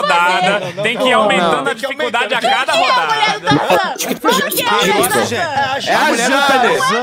[SPEAKER 2] rodada. tem que ir aumentando a dificuldade a cada rodada.
[SPEAKER 4] é
[SPEAKER 6] É a Jane.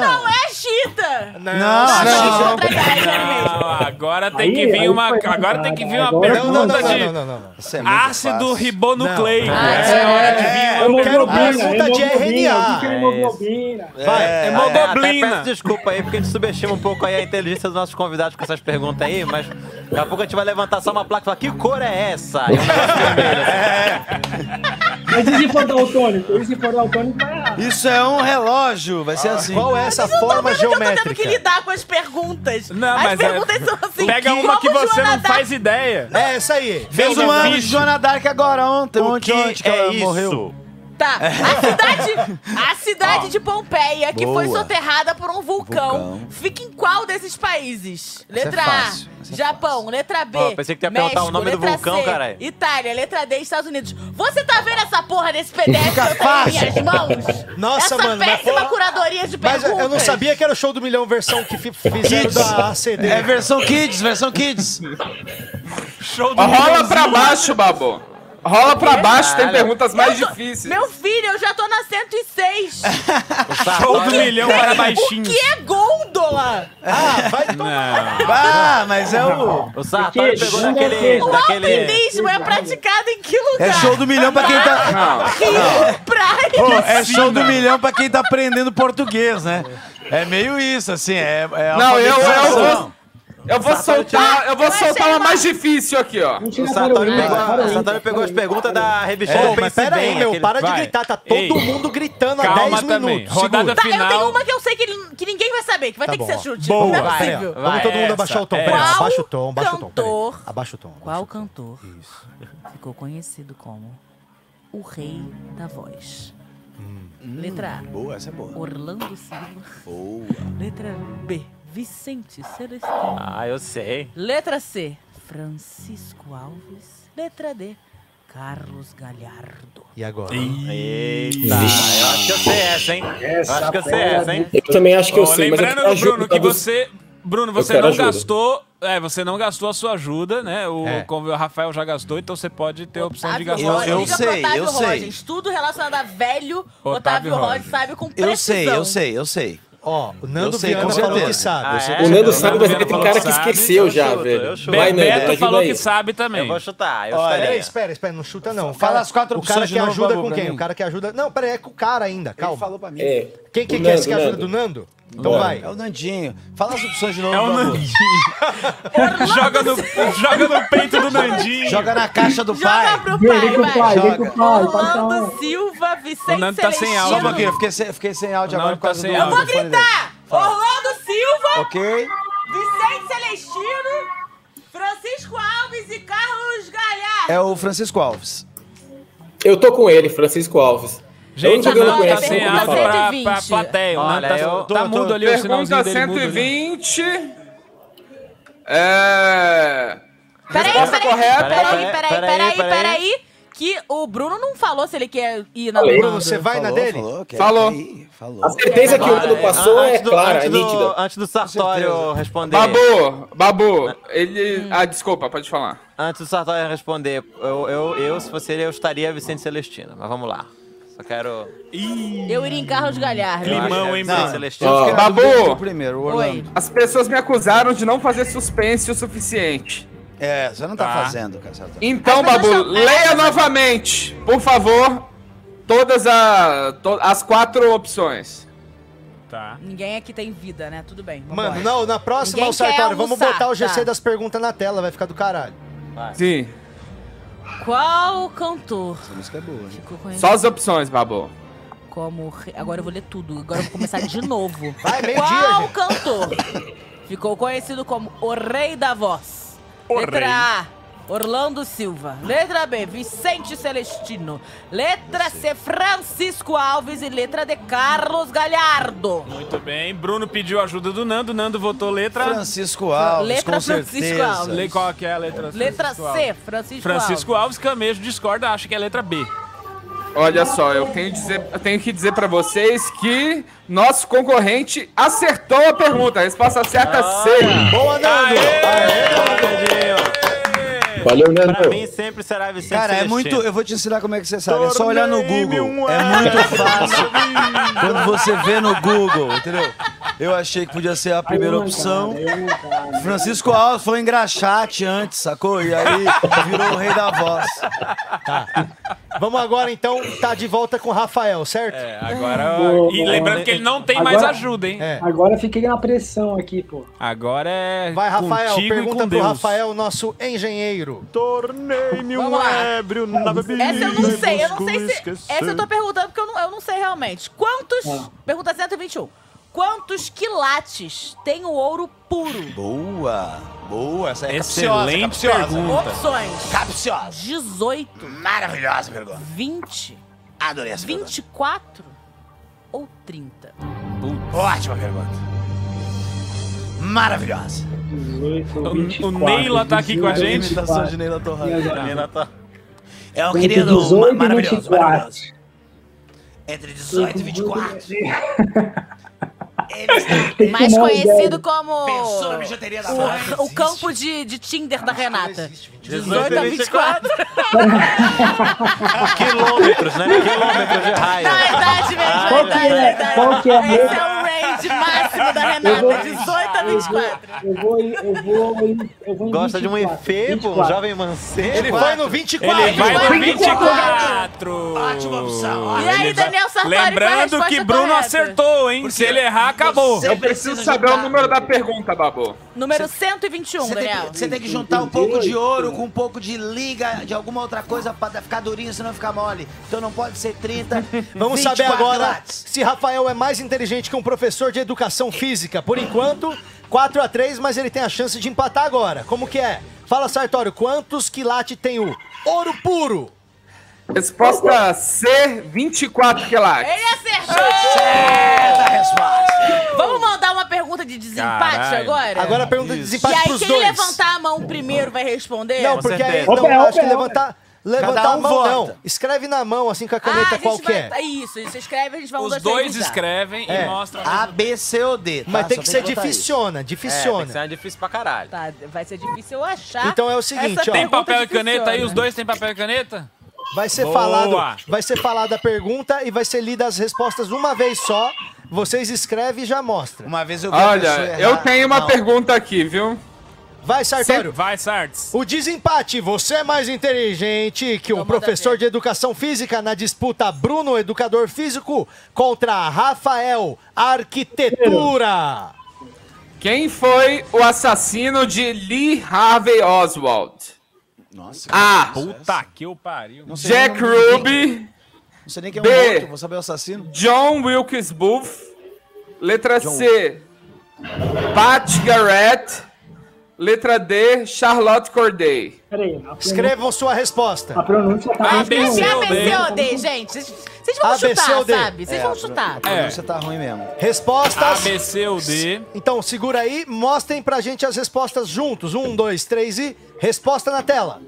[SPEAKER 4] Não é Chita!
[SPEAKER 1] Não,
[SPEAKER 2] não,
[SPEAKER 4] não. é
[SPEAKER 2] Não, agora tem
[SPEAKER 1] é,
[SPEAKER 2] que vir uma, agora tem que vir uma
[SPEAKER 1] Agora- Não, não,
[SPEAKER 2] pergunta
[SPEAKER 1] não,
[SPEAKER 2] de
[SPEAKER 1] não, não, não, não. Isso é muito
[SPEAKER 2] ácido
[SPEAKER 1] fácil.
[SPEAKER 2] ribonucleico.
[SPEAKER 1] Não.
[SPEAKER 2] Essa é a hora de vir
[SPEAKER 1] Eu
[SPEAKER 2] uma
[SPEAKER 1] quero
[SPEAKER 2] pergunta.
[SPEAKER 1] pergunta de
[SPEAKER 14] O que que é
[SPEAKER 1] RNA.
[SPEAKER 14] hemoglobina?
[SPEAKER 5] É,
[SPEAKER 1] Vai, é
[SPEAKER 6] é
[SPEAKER 2] hemoglobina.
[SPEAKER 5] até peço desculpa aí, porque a gente subestima um pouco aí a inteligência dos nossos convidados com essas perguntas aí, mas daqui a pouco a gente vai levantar só uma placa e falar, que cor é essa? E um negócio vermelho,
[SPEAKER 14] Mas e se for daltônico? E se for daltônico, vai errar.
[SPEAKER 9] Isso é um relógio, vai ser assim.
[SPEAKER 1] Qual é essa
[SPEAKER 4] Mas eu tô
[SPEAKER 1] forma
[SPEAKER 4] vendo que eu tô tendo
[SPEAKER 1] geométrica?
[SPEAKER 4] que lidar com as perguntas.
[SPEAKER 2] Não,
[SPEAKER 4] as
[SPEAKER 2] mas é-
[SPEAKER 4] perguntas são assim.
[SPEAKER 2] Pega
[SPEAKER 4] como
[SPEAKER 2] uma que você não
[SPEAKER 4] Jonathan-
[SPEAKER 2] faz ideia.
[SPEAKER 1] É, isso aí.
[SPEAKER 9] Fez
[SPEAKER 2] Vem
[SPEAKER 9] um
[SPEAKER 2] da
[SPEAKER 9] ano de
[SPEAKER 2] ficha.
[SPEAKER 9] Joana Dark agora ontem,
[SPEAKER 5] O
[SPEAKER 9] ontem,
[SPEAKER 5] que
[SPEAKER 9] ontem que
[SPEAKER 5] é
[SPEAKER 9] ela
[SPEAKER 5] isso?
[SPEAKER 9] morreu.
[SPEAKER 4] Tá, a cidade, a cidade de Pompeia, que foi
[SPEAKER 9] Boa.
[SPEAKER 4] soterrada por um vulcão,
[SPEAKER 5] Vulcão.
[SPEAKER 4] fica em qual desses países?
[SPEAKER 1] é
[SPEAKER 4] Letra
[SPEAKER 5] fácil,
[SPEAKER 4] A, Japão. Letra B,
[SPEAKER 5] Ó, pensei que tu ia perguntar
[SPEAKER 4] México.
[SPEAKER 5] o nome do
[SPEAKER 4] Letra
[SPEAKER 5] vulcão,
[SPEAKER 4] C,
[SPEAKER 5] caralho.
[SPEAKER 4] Itália. Letra D, Estados Unidos. Você tá vendo essa porra desse PDF que eu tenho em minhas mãos?
[SPEAKER 1] Nossa,
[SPEAKER 4] essa
[SPEAKER 1] mano, mas
[SPEAKER 4] péssima
[SPEAKER 1] porra-
[SPEAKER 4] curadoria de
[SPEAKER 1] Mas
[SPEAKER 4] perguntas.
[SPEAKER 1] eu não sabia que era o show do milhão versão que fi- fizeram
[SPEAKER 9] Kids.
[SPEAKER 1] da ACD.
[SPEAKER 9] É versão kids, versão kids.
[SPEAKER 2] Show do
[SPEAKER 6] Rola
[SPEAKER 2] milhãozinho.
[SPEAKER 6] pra baixo, Babu. Rola pra baixo, tem
[SPEAKER 5] Caralho.
[SPEAKER 6] perguntas mais
[SPEAKER 4] É? Eu tô-
[SPEAKER 6] difíceis.
[SPEAKER 4] Meu filho, eu já tô na 106.
[SPEAKER 2] Show do milhão para
[SPEAKER 4] o
[SPEAKER 2] baixinho.
[SPEAKER 4] que é gôndola?
[SPEAKER 2] Não.
[SPEAKER 9] Ah, mas é o.
[SPEAKER 5] O Sartori
[SPEAKER 14] Que
[SPEAKER 5] pegou
[SPEAKER 14] que-
[SPEAKER 5] daquele...
[SPEAKER 4] O
[SPEAKER 5] daquele...
[SPEAKER 4] alpinismo é praticado em que lugar?
[SPEAKER 9] É show do milhão pra quem tá.
[SPEAKER 4] Rio, praia.
[SPEAKER 9] Pô, é show do milhão pra quem tá aprendendo português, né? É meio isso, assim, é. é
[SPEAKER 6] Não, eu, eu,
[SPEAKER 9] alfabetização.
[SPEAKER 6] eu, Eu vou soltar, eu vou soltar uma mais difícil aqui, ó.
[SPEAKER 5] O
[SPEAKER 9] é
[SPEAKER 5] Sartori pegou, o Sartori pegou as perguntas da revistinha do
[SPEAKER 1] Ô, É, mas
[SPEAKER 5] Pense
[SPEAKER 1] pera aí,
[SPEAKER 5] Bem,
[SPEAKER 1] meu,
[SPEAKER 5] aquele-
[SPEAKER 1] para de
[SPEAKER 5] Vai.
[SPEAKER 1] gritar, tá todo mundo gritando há
[SPEAKER 5] Calma
[SPEAKER 1] 10
[SPEAKER 5] também,
[SPEAKER 1] minutos.
[SPEAKER 5] rodada
[SPEAKER 4] Tá, eu tenho uma que eu sei que, ele- que ninguém vai saber, que vai ter que ser chute.
[SPEAKER 1] Tá Boa,
[SPEAKER 4] Não é
[SPEAKER 1] pera aí,
[SPEAKER 4] possível.
[SPEAKER 1] Vamos todo mundo abaixar o tom, pera aí,
[SPEAKER 4] Qual
[SPEAKER 1] abaixa o tom, abaixa o tom. pera aí.
[SPEAKER 4] cantor-
[SPEAKER 1] Ah, Abaixa o tom.
[SPEAKER 4] Qual cantor ficou conhecido como o rei da voz?
[SPEAKER 1] Hum.
[SPEAKER 4] Letra A.
[SPEAKER 9] Boa, essa é boa.
[SPEAKER 4] Orlando Silva.
[SPEAKER 9] Boa.
[SPEAKER 4] Letra B. Vicente Celestino.
[SPEAKER 5] Ah, eu sei.
[SPEAKER 4] Letra C. Francisco Alves. Letra D. Carlos Galhardo.
[SPEAKER 1] E agora?
[SPEAKER 5] Eita, eu acho que eu sei essa, hein? Eu acho que eu sei essa, hein?
[SPEAKER 13] Eu também acho que eu
[SPEAKER 2] é Ó,
[SPEAKER 13] sei, mas eu
[SPEAKER 2] Lembrando,
[SPEAKER 13] quero ajuda
[SPEAKER 2] Bruno,
[SPEAKER 13] pra
[SPEAKER 2] que você. Bruno,
[SPEAKER 13] Eu
[SPEAKER 2] você
[SPEAKER 13] quero
[SPEAKER 2] não
[SPEAKER 13] ajuda.
[SPEAKER 2] gastou. É, você não gastou a sua ajuda, né? O,
[SPEAKER 13] É.
[SPEAKER 2] como o Rafael já gastou, então você pode ter a opção de gastar
[SPEAKER 4] Otávio
[SPEAKER 2] a
[SPEAKER 4] Rojas.
[SPEAKER 2] sua
[SPEAKER 4] Liga pro Otávio Rojas. Tudo relacionado a velho, Otávio, Rojas. sabe com precisão.
[SPEAKER 9] Eu sei, eu sei, eu sei.
[SPEAKER 1] Ó, o Nando
[SPEAKER 9] eu sei,
[SPEAKER 1] Viana
[SPEAKER 9] com
[SPEAKER 1] falou
[SPEAKER 9] certeza.
[SPEAKER 1] que
[SPEAKER 2] Ah,
[SPEAKER 1] sabe, eu
[SPEAKER 2] é?
[SPEAKER 1] sei
[SPEAKER 13] O Nando sabe, mas tem cara que esqueceu já, velho. Vai,
[SPEAKER 5] É,
[SPEAKER 13] Nando, ajuda aí.
[SPEAKER 2] sabe também.
[SPEAKER 5] Eu vou chutar, eu
[SPEAKER 1] Olha,
[SPEAKER 5] chutaria.
[SPEAKER 1] peraí, espera, espera, não chuta não. O
[SPEAKER 5] Fala
[SPEAKER 1] cara-
[SPEAKER 5] as quatro
[SPEAKER 1] O cara
[SPEAKER 5] opções de
[SPEAKER 1] que
[SPEAKER 5] novo,
[SPEAKER 1] ajuda
[SPEAKER 5] Babu,
[SPEAKER 1] com
[SPEAKER 5] pra
[SPEAKER 1] quem?
[SPEAKER 5] mim.
[SPEAKER 1] O cara que ajuda... Não, peraí, é com o cara ainda, calma. falou pra mim.
[SPEAKER 13] É.
[SPEAKER 1] Quem que
[SPEAKER 9] O
[SPEAKER 1] quer esse
[SPEAKER 9] Nando,
[SPEAKER 1] que ajuda
[SPEAKER 9] Nando.
[SPEAKER 1] do Nando? Então
[SPEAKER 9] Bora.
[SPEAKER 1] vai.
[SPEAKER 9] É o Nandinho. Fala as opções de novo.
[SPEAKER 1] É o
[SPEAKER 9] por favor.
[SPEAKER 2] joga, no, joga no peito do Nandinho.
[SPEAKER 9] Joga na caixa do
[SPEAKER 4] Joga
[SPEAKER 9] pai.
[SPEAKER 4] pro pai,
[SPEAKER 9] Vem com o
[SPEAKER 4] vai.
[SPEAKER 9] pai, vem com o pai,
[SPEAKER 4] Orlando Silva, Vicente Celestino.
[SPEAKER 9] Só um pouquinho, eu fiquei sem, fiquei sem áudio
[SPEAKER 2] tá O
[SPEAKER 9] agora.
[SPEAKER 2] Nando
[SPEAKER 9] por causa do
[SPEAKER 2] tá sem áudio. Eu vou
[SPEAKER 9] telefone dele.
[SPEAKER 4] Orlando Silva,
[SPEAKER 9] Ok.
[SPEAKER 4] Vicente Celestino, Francisco Alves e Carlos Galhardo.
[SPEAKER 9] É o Francisco Alves.
[SPEAKER 13] Eu tô com ele, Francisco Alves.
[SPEAKER 2] Gente,
[SPEAKER 13] eu
[SPEAKER 2] o Nando
[SPEAKER 13] conheço,
[SPEAKER 2] tá
[SPEAKER 13] não
[SPEAKER 2] sem
[SPEAKER 13] vou
[SPEAKER 2] áudio
[SPEAKER 13] falar.
[SPEAKER 2] pra, pra plateia. O Nando
[SPEAKER 6] Olha,
[SPEAKER 2] tá,
[SPEAKER 6] eu-
[SPEAKER 2] tá mudo ali o sinalzinho
[SPEAKER 6] Pergunta
[SPEAKER 2] dele. mudo ali.
[SPEAKER 6] 120. É.
[SPEAKER 4] Peraí,
[SPEAKER 6] Resposta
[SPEAKER 4] peraí,
[SPEAKER 6] correta.
[SPEAKER 4] peraí, peraí, peraí, peraí,
[SPEAKER 6] peraí.
[SPEAKER 4] peraí, que o Bruno não falou se ele quer ir na do
[SPEAKER 13] Falei.
[SPEAKER 4] Nando.
[SPEAKER 13] Bruno, você vai na
[SPEAKER 9] Falou,
[SPEAKER 13] dele?
[SPEAKER 9] falou, ok.
[SPEAKER 6] Falou.
[SPEAKER 9] Falou.
[SPEAKER 13] A certeza que o Nando passou é
[SPEAKER 5] Antes do,
[SPEAKER 13] clara, é
[SPEAKER 5] antes do,
[SPEAKER 13] nítida.
[SPEAKER 5] antes do Sartório responder.
[SPEAKER 6] Babu, Babu, ele. Ah, desculpa, pode falar.
[SPEAKER 5] Antes do Sartório responder, eu, eu, eu, se fosse ele, eu estaria Vicente Celestino. Mas vamos lá. Só quero.
[SPEAKER 4] Eu iria em Carlos Galhardo.
[SPEAKER 5] Climão, hein, Bruno? Celestino.
[SPEAKER 6] Ó, Babu!
[SPEAKER 9] Primeiro, o
[SPEAKER 4] Oi.
[SPEAKER 9] Orlando.
[SPEAKER 6] As pessoas me acusaram de não fazer suspense o suficiente.
[SPEAKER 9] É, você não tá,
[SPEAKER 6] Tá.
[SPEAKER 9] fazendo, cara. você tá-
[SPEAKER 6] Então,
[SPEAKER 9] Mas
[SPEAKER 6] Babu,
[SPEAKER 9] eu já-
[SPEAKER 6] leia novamente, por favor, todas a, to- as quatro opções.
[SPEAKER 2] Tá.
[SPEAKER 4] Ninguém aqui tem vida, né? Tudo bem. vambora.
[SPEAKER 1] Mano, não, na próxima,
[SPEAKER 4] Ninguém
[SPEAKER 1] o Sartório,
[SPEAKER 4] quer
[SPEAKER 1] vamos
[SPEAKER 4] almoçar,
[SPEAKER 1] botar o GC
[SPEAKER 4] tá.
[SPEAKER 1] das perguntas na tela, vai ficar do caralho.
[SPEAKER 6] Sim,
[SPEAKER 4] Qual cantor
[SPEAKER 9] Essa música é boa, hein?
[SPEAKER 4] ficou conhecido
[SPEAKER 6] só as opções, Babu.
[SPEAKER 4] como... re- Agora eu vou ler tudo, agora eu vou começar de novo.
[SPEAKER 1] Vai, meio-dia,
[SPEAKER 4] Qual
[SPEAKER 1] gente.
[SPEAKER 4] cantor ficou conhecido como o rei da voz? Letra
[SPEAKER 1] rei.
[SPEAKER 4] A, Orlando Silva. Letra B, Vicente Celestino. Letra C, Francisco Alves. E letra D, Carlos Galhardo.
[SPEAKER 2] Muito bem. Bruno pediu ajuda do Nando. Nando votou letra.
[SPEAKER 9] Francisco Alves,
[SPEAKER 4] Letra com Francisco certeza. Alves.
[SPEAKER 2] Le- Qual que é a letra?
[SPEAKER 4] Letra
[SPEAKER 2] Francisco
[SPEAKER 4] C,
[SPEAKER 2] Alves?
[SPEAKER 4] Francisco,
[SPEAKER 2] Francisco Alves, Camejo discorda, acha que é letra B.
[SPEAKER 6] Olha só, eu tenho, dizer- eu tenho que dizer pra vocês que nosso concorrente acertou a pergunta. A resposta certa é C.
[SPEAKER 2] Ah.
[SPEAKER 1] Boa, Nando!
[SPEAKER 13] Valeu, Nando.
[SPEAKER 5] Pra mim sempre será Vicente
[SPEAKER 9] Cara, é
[SPEAKER 5] Celestino.
[SPEAKER 9] muito. Eu vou te ensinar como é que você sabe. É só olhar no Google.
[SPEAKER 2] um
[SPEAKER 9] é muito fácil. Quando você vê no Google, entendeu? Eu achei que podia ser a primeira opção.
[SPEAKER 14] um-
[SPEAKER 9] Francisco Alves foi um engraxate antes, sacou? E aí virou o rei da voz.
[SPEAKER 1] Tá. Vamos agora, então, tá de volta com o Rafael, certo? É,
[SPEAKER 2] agora-
[SPEAKER 14] Boa,
[SPEAKER 2] e
[SPEAKER 14] boa.
[SPEAKER 2] lembrando que ele não tem mais ajuda, hein?
[SPEAKER 1] É.
[SPEAKER 14] Agora eu fiquei na pressão aqui, pô.
[SPEAKER 2] Agora é.
[SPEAKER 1] Vai, Rafael,
[SPEAKER 2] contigo e
[SPEAKER 1] pergunta pro
[SPEAKER 2] com Deus.
[SPEAKER 1] Rafael, nosso engenheiro.
[SPEAKER 4] Alves. Vamos lá. Essa eu não sei, eu não sei se. Essa eu tô perguntando porque eu não, eu não sei realmente. Quantos.
[SPEAKER 9] Ah.
[SPEAKER 1] Hum.
[SPEAKER 4] Pergunta 121. Quantos quilates tem o ouro puro?
[SPEAKER 9] Boa. Boa. Essa é
[SPEAKER 4] Excelente
[SPEAKER 9] capciosa, capciosa.
[SPEAKER 4] Opções:
[SPEAKER 9] Capciosa.
[SPEAKER 4] 18,
[SPEAKER 9] Maravilhosa pergunta.
[SPEAKER 4] 20,
[SPEAKER 9] Adorei essa pergunta.
[SPEAKER 4] 24 ou 30?
[SPEAKER 9] Ótima pergunta. Maravilhosa.
[SPEAKER 2] O, o Neila tá aqui com a gente.
[SPEAKER 9] Imitação de Neila Torrada.
[SPEAKER 5] Nela tá-
[SPEAKER 9] É o
[SPEAKER 14] Entre
[SPEAKER 9] querido
[SPEAKER 14] 18 e
[SPEAKER 9] maravilhoso,
[SPEAKER 14] 24.
[SPEAKER 9] maravilhoso. Entre 18 e 24.
[SPEAKER 4] Mais
[SPEAKER 14] não,
[SPEAKER 4] conhecido
[SPEAKER 14] velho.
[SPEAKER 4] como.
[SPEAKER 9] Pensou na bijuteria da
[SPEAKER 4] o-
[SPEAKER 9] Vans,
[SPEAKER 4] o, campo de, de Tinder da Renata.
[SPEAKER 5] 18
[SPEAKER 4] 18 a 24.
[SPEAKER 5] Quilômetros, né? Quilômetros de raio.
[SPEAKER 4] Verdade, verdade,
[SPEAKER 14] Qual que é,
[SPEAKER 4] verdade.
[SPEAKER 14] qual que é a
[SPEAKER 4] Esse
[SPEAKER 14] letra?
[SPEAKER 4] é o range. idade máxima da Renata, 18 a 24.
[SPEAKER 14] Eu vou, em- eu vou, em- eu vou em
[SPEAKER 5] Gosta de um
[SPEAKER 14] 24,
[SPEAKER 5] efebo, um
[SPEAKER 14] 24.
[SPEAKER 5] jovem mancebo.
[SPEAKER 14] Ele vai no 24.
[SPEAKER 2] Ele vai no
[SPEAKER 14] 24.
[SPEAKER 2] 24.
[SPEAKER 14] Ótima opção.
[SPEAKER 2] Ele
[SPEAKER 14] E aí,
[SPEAKER 2] vai-
[SPEAKER 14] Daniel Sartori, qual é a
[SPEAKER 2] Lembrando
[SPEAKER 14] resposta
[SPEAKER 2] que Bruno
[SPEAKER 14] correta?
[SPEAKER 2] acertou, hein? Se ele errar, acabou.
[SPEAKER 6] Eu preciso saber o número da pergunta, Babu.
[SPEAKER 4] Número 121,
[SPEAKER 15] Você tem,
[SPEAKER 4] Daniel.
[SPEAKER 15] que, você tem que juntar um pouco de ouro com um pouco de liga, de alguma outra coisa pra ficar durinho, senão fica mole. Então não pode ser 30.
[SPEAKER 1] Vamos saber
[SPEAKER 15] 24
[SPEAKER 1] agora
[SPEAKER 15] watts.
[SPEAKER 1] se Rafael é mais inteligente que um professor de educação física. Por enquanto, 4 a 3 mas ele tem a chance de empatar agora. Como que é? Fala, Sartório, quantos quilate tem o ouro puro?
[SPEAKER 6] Resposta C, 24 quilates.
[SPEAKER 4] Ele acertou!
[SPEAKER 6] Certa resposta.
[SPEAKER 4] Vamos mandar uma pergunta de desempate
[SPEAKER 6] Caralho.
[SPEAKER 4] agora?
[SPEAKER 1] Agora a pergunta de desempate
[SPEAKER 4] E aí,
[SPEAKER 1] pros
[SPEAKER 4] quem
[SPEAKER 1] dois.
[SPEAKER 4] levantar a mão primeiro vai responder?
[SPEAKER 1] Não, porque aí não,
[SPEAKER 9] certeza. Opa, é
[SPEAKER 1] acho
[SPEAKER 9] opa,
[SPEAKER 1] que levantar,
[SPEAKER 9] opa.
[SPEAKER 1] levantar
[SPEAKER 9] Cada
[SPEAKER 1] a
[SPEAKER 9] um
[SPEAKER 1] mão
[SPEAKER 9] vota.
[SPEAKER 1] não. Escreve na mão, assim, com
[SPEAKER 4] Ah,
[SPEAKER 1] a
[SPEAKER 4] a
[SPEAKER 1] caneta
[SPEAKER 4] gente
[SPEAKER 1] qualquer.
[SPEAKER 4] vai... Isso, isso. Escreve, a gente vai um,
[SPEAKER 2] Os
[SPEAKER 4] dois,
[SPEAKER 2] dois
[SPEAKER 4] três, juntar.
[SPEAKER 2] escrevem
[SPEAKER 1] É.
[SPEAKER 2] e mostram.
[SPEAKER 15] A, B, C ou D. tá?
[SPEAKER 1] Mas tem
[SPEAKER 15] Só
[SPEAKER 1] que ser
[SPEAKER 15] botar isso.
[SPEAKER 1] dificiona,
[SPEAKER 2] tem
[SPEAKER 1] dificiona.
[SPEAKER 2] que ser-
[SPEAKER 5] É difícil pra caralho.
[SPEAKER 4] Tá, vai ser difícil eu achar.
[SPEAKER 1] Então é o seguinte,
[SPEAKER 4] essa
[SPEAKER 1] ó.
[SPEAKER 2] Tem
[SPEAKER 4] pergunta
[SPEAKER 2] papel e
[SPEAKER 4] difícil,
[SPEAKER 2] caneta aí?
[SPEAKER 4] né?
[SPEAKER 2] Os dois têm papel e caneta?
[SPEAKER 1] Vai ser
[SPEAKER 2] Boa.
[SPEAKER 1] falado, vai ser falada a pergunta e vai ser lida as respostas uma vez só. Vocês escrevem e já mostra.
[SPEAKER 15] Uma vez eu
[SPEAKER 6] Olha, eu tenho uma pergunta aqui, viu?
[SPEAKER 1] Vai, Sartório.
[SPEAKER 2] Vai, Sartes.
[SPEAKER 1] O desempate. Você é mais inteligente que um professor de educação física na disputa Bruno, educador físico, contra Rafael, arquitetura.
[SPEAKER 6] Quem foi o assassino de Lee Harvey Oswald?
[SPEAKER 8] Nossa.
[SPEAKER 6] A.
[SPEAKER 2] Puta que eu pariu.
[SPEAKER 8] sei
[SPEAKER 6] Jack
[SPEAKER 8] nem o nome
[SPEAKER 6] Ruby.
[SPEAKER 8] Não sei nem quem é
[SPEAKER 6] B.
[SPEAKER 8] o outro, vou saber o assassino.
[SPEAKER 6] John Wilkes Booth. Letra C. Pat Garrett. Letra D. Charlotte Corday.
[SPEAKER 14] Peraí,
[SPEAKER 1] Escrevam sua resposta.
[SPEAKER 14] A pronúncia tá
[SPEAKER 6] A,
[SPEAKER 14] muito
[SPEAKER 6] B, C,
[SPEAKER 4] Se é
[SPEAKER 6] ou D?
[SPEAKER 4] ABC ou D, gente, vocês vocês vão
[SPEAKER 1] A, B, C ou
[SPEAKER 4] chutar,
[SPEAKER 1] D?
[SPEAKER 4] sabe? Vocês
[SPEAKER 1] É,
[SPEAKER 4] vão chutar.
[SPEAKER 1] a pronúncia
[SPEAKER 8] Você tá ruim mesmo.
[SPEAKER 1] Respostas.
[SPEAKER 2] ABC ou D.
[SPEAKER 1] Então, segura aí, mostrem pra gente as respostas juntos. Um, dois, três e. Resposta na tela.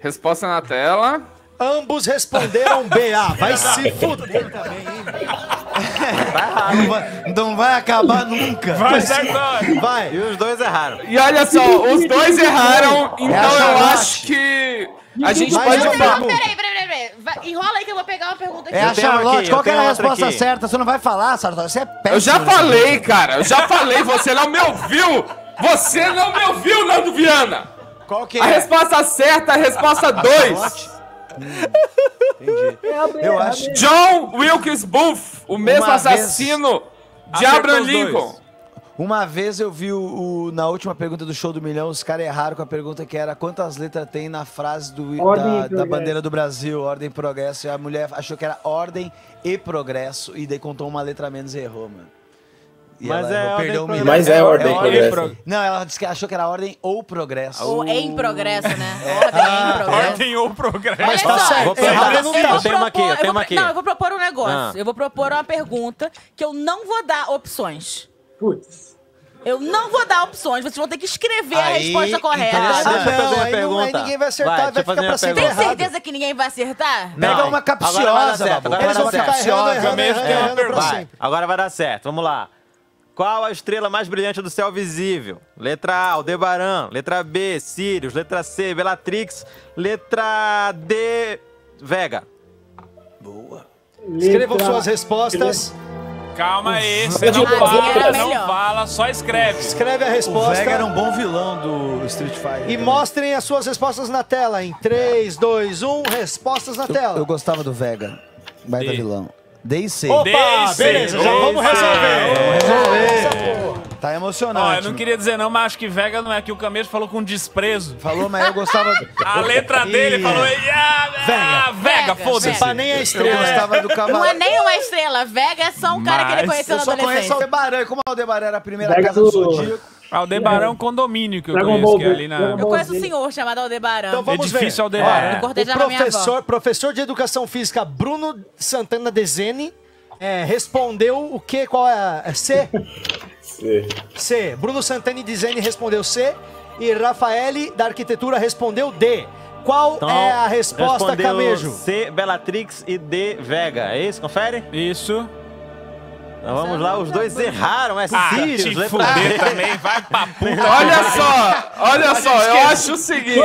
[SPEAKER 6] Resposta na tela.
[SPEAKER 1] Ambos responderam B. Ah, vai se fuder.
[SPEAKER 6] Ah.
[SPEAKER 9] Não vai, não vai acabar nunca.
[SPEAKER 2] Vai, Sartori.
[SPEAKER 1] Vai.
[SPEAKER 5] E os dois erraram.
[SPEAKER 6] E olha só, os dois
[SPEAKER 15] É
[SPEAKER 6] erraram, então eu acho que a gente
[SPEAKER 9] Mas
[SPEAKER 6] pode
[SPEAKER 9] eu
[SPEAKER 6] falar.
[SPEAKER 9] tenho-
[SPEAKER 4] Peraí, peraí, peraí. peraí. Vai- Enrola aí que eu vou pegar uma pergunta aqui.
[SPEAKER 15] É a Charlotte, qual que era a resposta
[SPEAKER 9] aqui.
[SPEAKER 15] certa? Você não vai falar, Sartori, você é péssimo.
[SPEAKER 6] Eu já
[SPEAKER 9] né?
[SPEAKER 15] nessa
[SPEAKER 6] falei,
[SPEAKER 15] vida.
[SPEAKER 6] cara, eu já falei, você não me ouviu! Você não me ouviu, Nando Viana!
[SPEAKER 8] Qual que
[SPEAKER 6] A
[SPEAKER 8] é?
[SPEAKER 6] resposta certa, é a resposta 2.
[SPEAKER 9] Hum, Eu acho.
[SPEAKER 6] John Wilkes Booth, o mesmo
[SPEAKER 9] Uma
[SPEAKER 6] assassino de
[SPEAKER 9] Acertou
[SPEAKER 6] Abraham
[SPEAKER 9] os dois.
[SPEAKER 6] Lincoln.
[SPEAKER 9] Uma vez eu vi o, o- na última pergunta do show do milhão, os caras erraram com a pergunta que era quantas letras tem na frase do,
[SPEAKER 14] Ordem e
[SPEAKER 9] da, da
[SPEAKER 14] progresso.
[SPEAKER 9] bandeira do Brasil, ordem e progresso. E a mulher achou que era ordem e progresso, e daí contou uma letra a menos e errou, mano. E
[SPEAKER 5] Mas
[SPEAKER 9] ela
[SPEAKER 5] é
[SPEAKER 9] errou,
[SPEAKER 5] ordem e
[SPEAKER 9] perdeu um milhão.
[SPEAKER 5] progresso. Mas é ordem e
[SPEAKER 9] e
[SPEAKER 5] progresso.
[SPEAKER 9] pro- Não, ela disse que achou que era ordem ou progresso.
[SPEAKER 4] Ou é em progresso, né?
[SPEAKER 2] Ordem ou progresso.
[SPEAKER 9] tá
[SPEAKER 4] Olha só,
[SPEAKER 5] tá Vou
[SPEAKER 4] eu
[SPEAKER 5] errar,
[SPEAKER 4] vou-
[SPEAKER 9] um
[SPEAKER 5] não
[SPEAKER 4] eu
[SPEAKER 5] tá.
[SPEAKER 4] vou
[SPEAKER 5] Tem uma aqui,
[SPEAKER 4] propor- eu
[SPEAKER 5] tem
[SPEAKER 4] vou-
[SPEAKER 5] uma aqui.
[SPEAKER 4] Não, eu vou propor um negócio.
[SPEAKER 5] Ah.
[SPEAKER 4] Eu vou propor uma pergunta que eu não vou dar opções.
[SPEAKER 14] Putz.
[SPEAKER 4] Eu não vou dar opções, vocês vão ter que escrever a
[SPEAKER 5] Aí,
[SPEAKER 4] resposta correta.
[SPEAKER 5] interessante.
[SPEAKER 4] Tá?
[SPEAKER 5] Deixa eu fazer uma
[SPEAKER 1] aí não- aí
[SPEAKER 5] pergunta.
[SPEAKER 1] ninguém vai acertar,
[SPEAKER 5] Vai, deixa
[SPEAKER 1] vai
[SPEAKER 5] eu fazer
[SPEAKER 1] ficar
[SPEAKER 5] uma
[SPEAKER 1] pra sempre
[SPEAKER 4] Tem
[SPEAKER 5] pergunta.
[SPEAKER 1] errado.
[SPEAKER 4] certeza que ninguém vai acertar?
[SPEAKER 5] Não.
[SPEAKER 9] Pega uma
[SPEAKER 5] Agora vai dar
[SPEAKER 9] capciosa,
[SPEAKER 5] certo,
[SPEAKER 9] Babu.
[SPEAKER 5] agora vai
[SPEAKER 9] Eles
[SPEAKER 5] dar
[SPEAKER 9] vão ficar
[SPEAKER 5] certo.
[SPEAKER 9] errando,
[SPEAKER 1] Errando,
[SPEAKER 9] errando,
[SPEAKER 1] errando, errando pra
[SPEAKER 5] Vai,
[SPEAKER 1] sempre.
[SPEAKER 5] agora vai dar certo, vamos lá. Qual a estrela mais brilhante do céu visível? Letra A, Aldebaran. Letra B, Sirius. Letra C, Bellatrix. Letra D, Vega.
[SPEAKER 1] Escrevam suas respostas.
[SPEAKER 2] Calma aí, você
[SPEAKER 4] Vega
[SPEAKER 2] não
[SPEAKER 4] era
[SPEAKER 2] fala, não
[SPEAKER 4] melhor.
[SPEAKER 2] fala, só escreve.
[SPEAKER 1] Escreve a
[SPEAKER 9] O Vega era
[SPEAKER 1] resposta
[SPEAKER 9] um bom vilão do Street Fighter. né?
[SPEAKER 1] e
[SPEAKER 9] também.
[SPEAKER 1] mostrem as suas respostas na tela. Em 3, 2, 1, respostas na
[SPEAKER 9] Eu, eu
[SPEAKER 1] tela.
[SPEAKER 9] gostava do Vega. Vai da vilão. Dei C.
[SPEAKER 1] Opa,
[SPEAKER 2] Desse,
[SPEAKER 1] beleza, já vamos
[SPEAKER 2] desse.
[SPEAKER 1] resolver.
[SPEAKER 9] Tá
[SPEAKER 2] Ó,
[SPEAKER 9] emocionante.
[SPEAKER 2] eu não queria dizer não, mas acho que Vega não é que o Camejo falou com desprezo.
[SPEAKER 9] Falou, mas eu gostava.
[SPEAKER 2] A letra dele
[SPEAKER 9] Ih,
[SPEAKER 2] falou. Ah, Vega,
[SPEAKER 4] Vega,
[SPEAKER 2] foda-se.
[SPEAKER 4] Vega.
[SPEAKER 1] Pá, nem a
[SPEAKER 9] Eu
[SPEAKER 1] estrela.
[SPEAKER 9] gostava do
[SPEAKER 4] Não é
[SPEAKER 9] Camarão.
[SPEAKER 4] nem uma estrela, Vega é só um cara que ele
[SPEAKER 2] Mas
[SPEAKER 4] conheceu
[SPEAKER 9] Eu
[SPEAKER 4] na
[SPEAKER 9] só conheço
[SPEAKER 4] adolescência.
[SPEAKER 9] Aldebaran. e Como Aldebaran era a primeira
[SPEAKER 14] Pega
[SPEAKER 9] casa do
[SPEAKER 14] do-
[SPEAKER 9] Zodíaco.
[SPEAKER 2] Aldebarão é um condomínio que eu
[SPEAKER 14] Dragon
[SPEAKER 2] conheço,
[SPEAKER 14] Ball
[SPEAKER 2] que é ali na.
[SPEAKER 14] Dragon
[SPEAKER 4] Eu
[SPEAKER 14] Ball
[SPEAKER 4] conheço um
[SPEAKER 14] Z.
[SPEAKER 4] senhor chamado Aldebaran.
[SPEAKER 1] Então
[SPEAKER 5] É
[SPEAKER 1] vamos ver.
[SPEAKER 2] Edifício Aldebaran.
[SPEAKER 1] Ó,
[SPEAKER 4] Cortejava
[SPEAKER 1] É. o
[SPEAKER 4] minha avó.
[SPEAKER 1] professor, professor de educação física Bruno Santana Dezene é, respondeu o quê? Qual é? É C?
[SPEAKER 13] C.
[SPEAKER 1] C. Bruno Santani Dizeni respondeu C. E Rafael da Arquitetura respondeu D. Qual é a resposta,
[SPEAKER 5] Então, respondeu
[SPEAKER 1] Camejo?
[SPEAKER 5] C, Bellatrix e D, Vega. É isso? Confere?
[SPEAKER 2] Isso.
[SPEAKER 5] Então vamos lá, os dois erraram, é
[SPEAKER 2] Ah,
[SPEAKER 5] Sirius.
[SPEAKER 2] te
[SPEAKER 5] lembra?
[SPEAKER 2] fuder também, vai pra puta.
[SPEAKER 6] Olha só, olha só, eu acho o seguinte.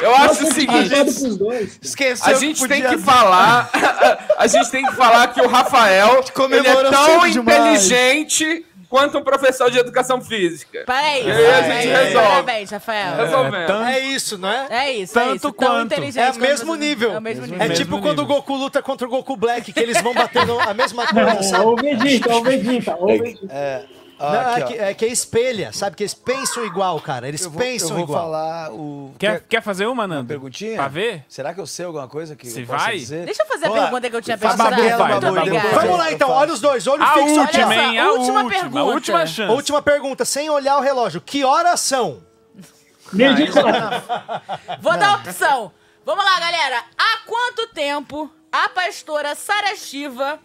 [SPEAKER 6] Eu acho o
[SPEAKER 14] Nossa,
[SPEAKER 6] seguinte.
[SPEAKER 14] que pros dois.
[SPEAKER 6] a
[SPEAKER 9] Esqueceu
[SPEAKER 6] gente
[SPEAKER 9] que
[SPEAKER 6] tem
[SPEAKER 9] podia-
[SPEAKER 6] que falar. A gente tem que falar que o Rafael ele é
[SPEAKER 9] comemorou
[SPEAKER 6] tão
[SPEAKER 9] cedo demais.
[SPEAKER 6] inteligente quanto um professor de educação física.
[SPEAKER 4] Parabéns.
[SPEAKER 6] E aí a gente
[SPEAKER 4] parabéns,
[SPEAKER 6] resolve.
[SPEAKER 4] Parabéns, Rafael.
[SPEAKER 6] Resolvemos.
[SPEAKER 1] É isso, não é?
[SPEAKER 4] É isso, é
[SPEAKER 1] Tanto
[SPEAKER 4] isso. Tão
[SPEAKER 1] quanto.
[SPEAKER 4] inteligente
[SPEAKER 1] É o
[SPEAKER 4] quanto
[SPEAKER 1] mesmo
[SPEAKER 4] você-
[SPEAKER 1] nível.
[SPEAKER 4] É o mesmo nível.
[SPEAKER 1] É tipo quando o Goku luta contra o Goku Black, que eles vão batendo a mesma coisa, sabe?
[SPEAKER 14] Não, ou Vegeta, ou Vegeta, ou Vegeta.
[SPEAKER 1] É.
[SPEAKER 9] Ah,
[SPEAKER 1] Não,
[SPEAKER 9] aqui, ó.
[SPEAKER 1] é, que, é que é espelha, sabe? Que eles pensam igual, cara. Eles
[SPEAKER 9] Eu vou,
[SPEAKER 1] pensam
[SPEAKER 9] eu vou
[SPEAKER 1] igual.
[SPEAKER 9] falar o.
[SPEAKER 2] Quer, quer fazer uma, Nando?
[SPEAKER 9] Perguntinha?
[SPEAKER 2] Pra ver?
[SPEAKER 9] Será que eu sei alguma coisa que
[SPEAKER 2] Se
[SPEAKER 9] eu possa
[SPEAKER 2] vai?
[SPEAKER 9] dizer?
[SPEAKER 4] Deixa eu fazer a
[SPEAKER 9] Vamos lá.
[SPEAKER 4] pergunta que eu tinha
[SPEAKER 9] Faz
[SPEAKER 4] pensado.
[SPEAKER 9] a dela,
[SPEAKER 4] Muito
[SPEAKER 9] Babu, e depois
[SPEAKER 4] obrigada.
[SPEAKER 9] eu-
[SPEAKER 1] Vamos lá então, olha os dois, olho
[SPEAKER 2] A
[SPEAKER 1] fixo. olha
[SPEAKER 2] última,
[SPEAKER 1] só.
[SPEAKER 2] hein? A
[SPEAKER 4] última
[SPEAKER 2] última,
[SPEAKER 4] pergunta.
[SPEAKER 2] a última chance.
[SPEAKER 1] Última pergunta, sem olhar o relógio. Que horas são?
[SPEAKER 14] Meio de quatro.
[SPEAKER 4] Vou dar a opção. Vamos lá, galera. Há quanto tempo a pastora Sara Shiva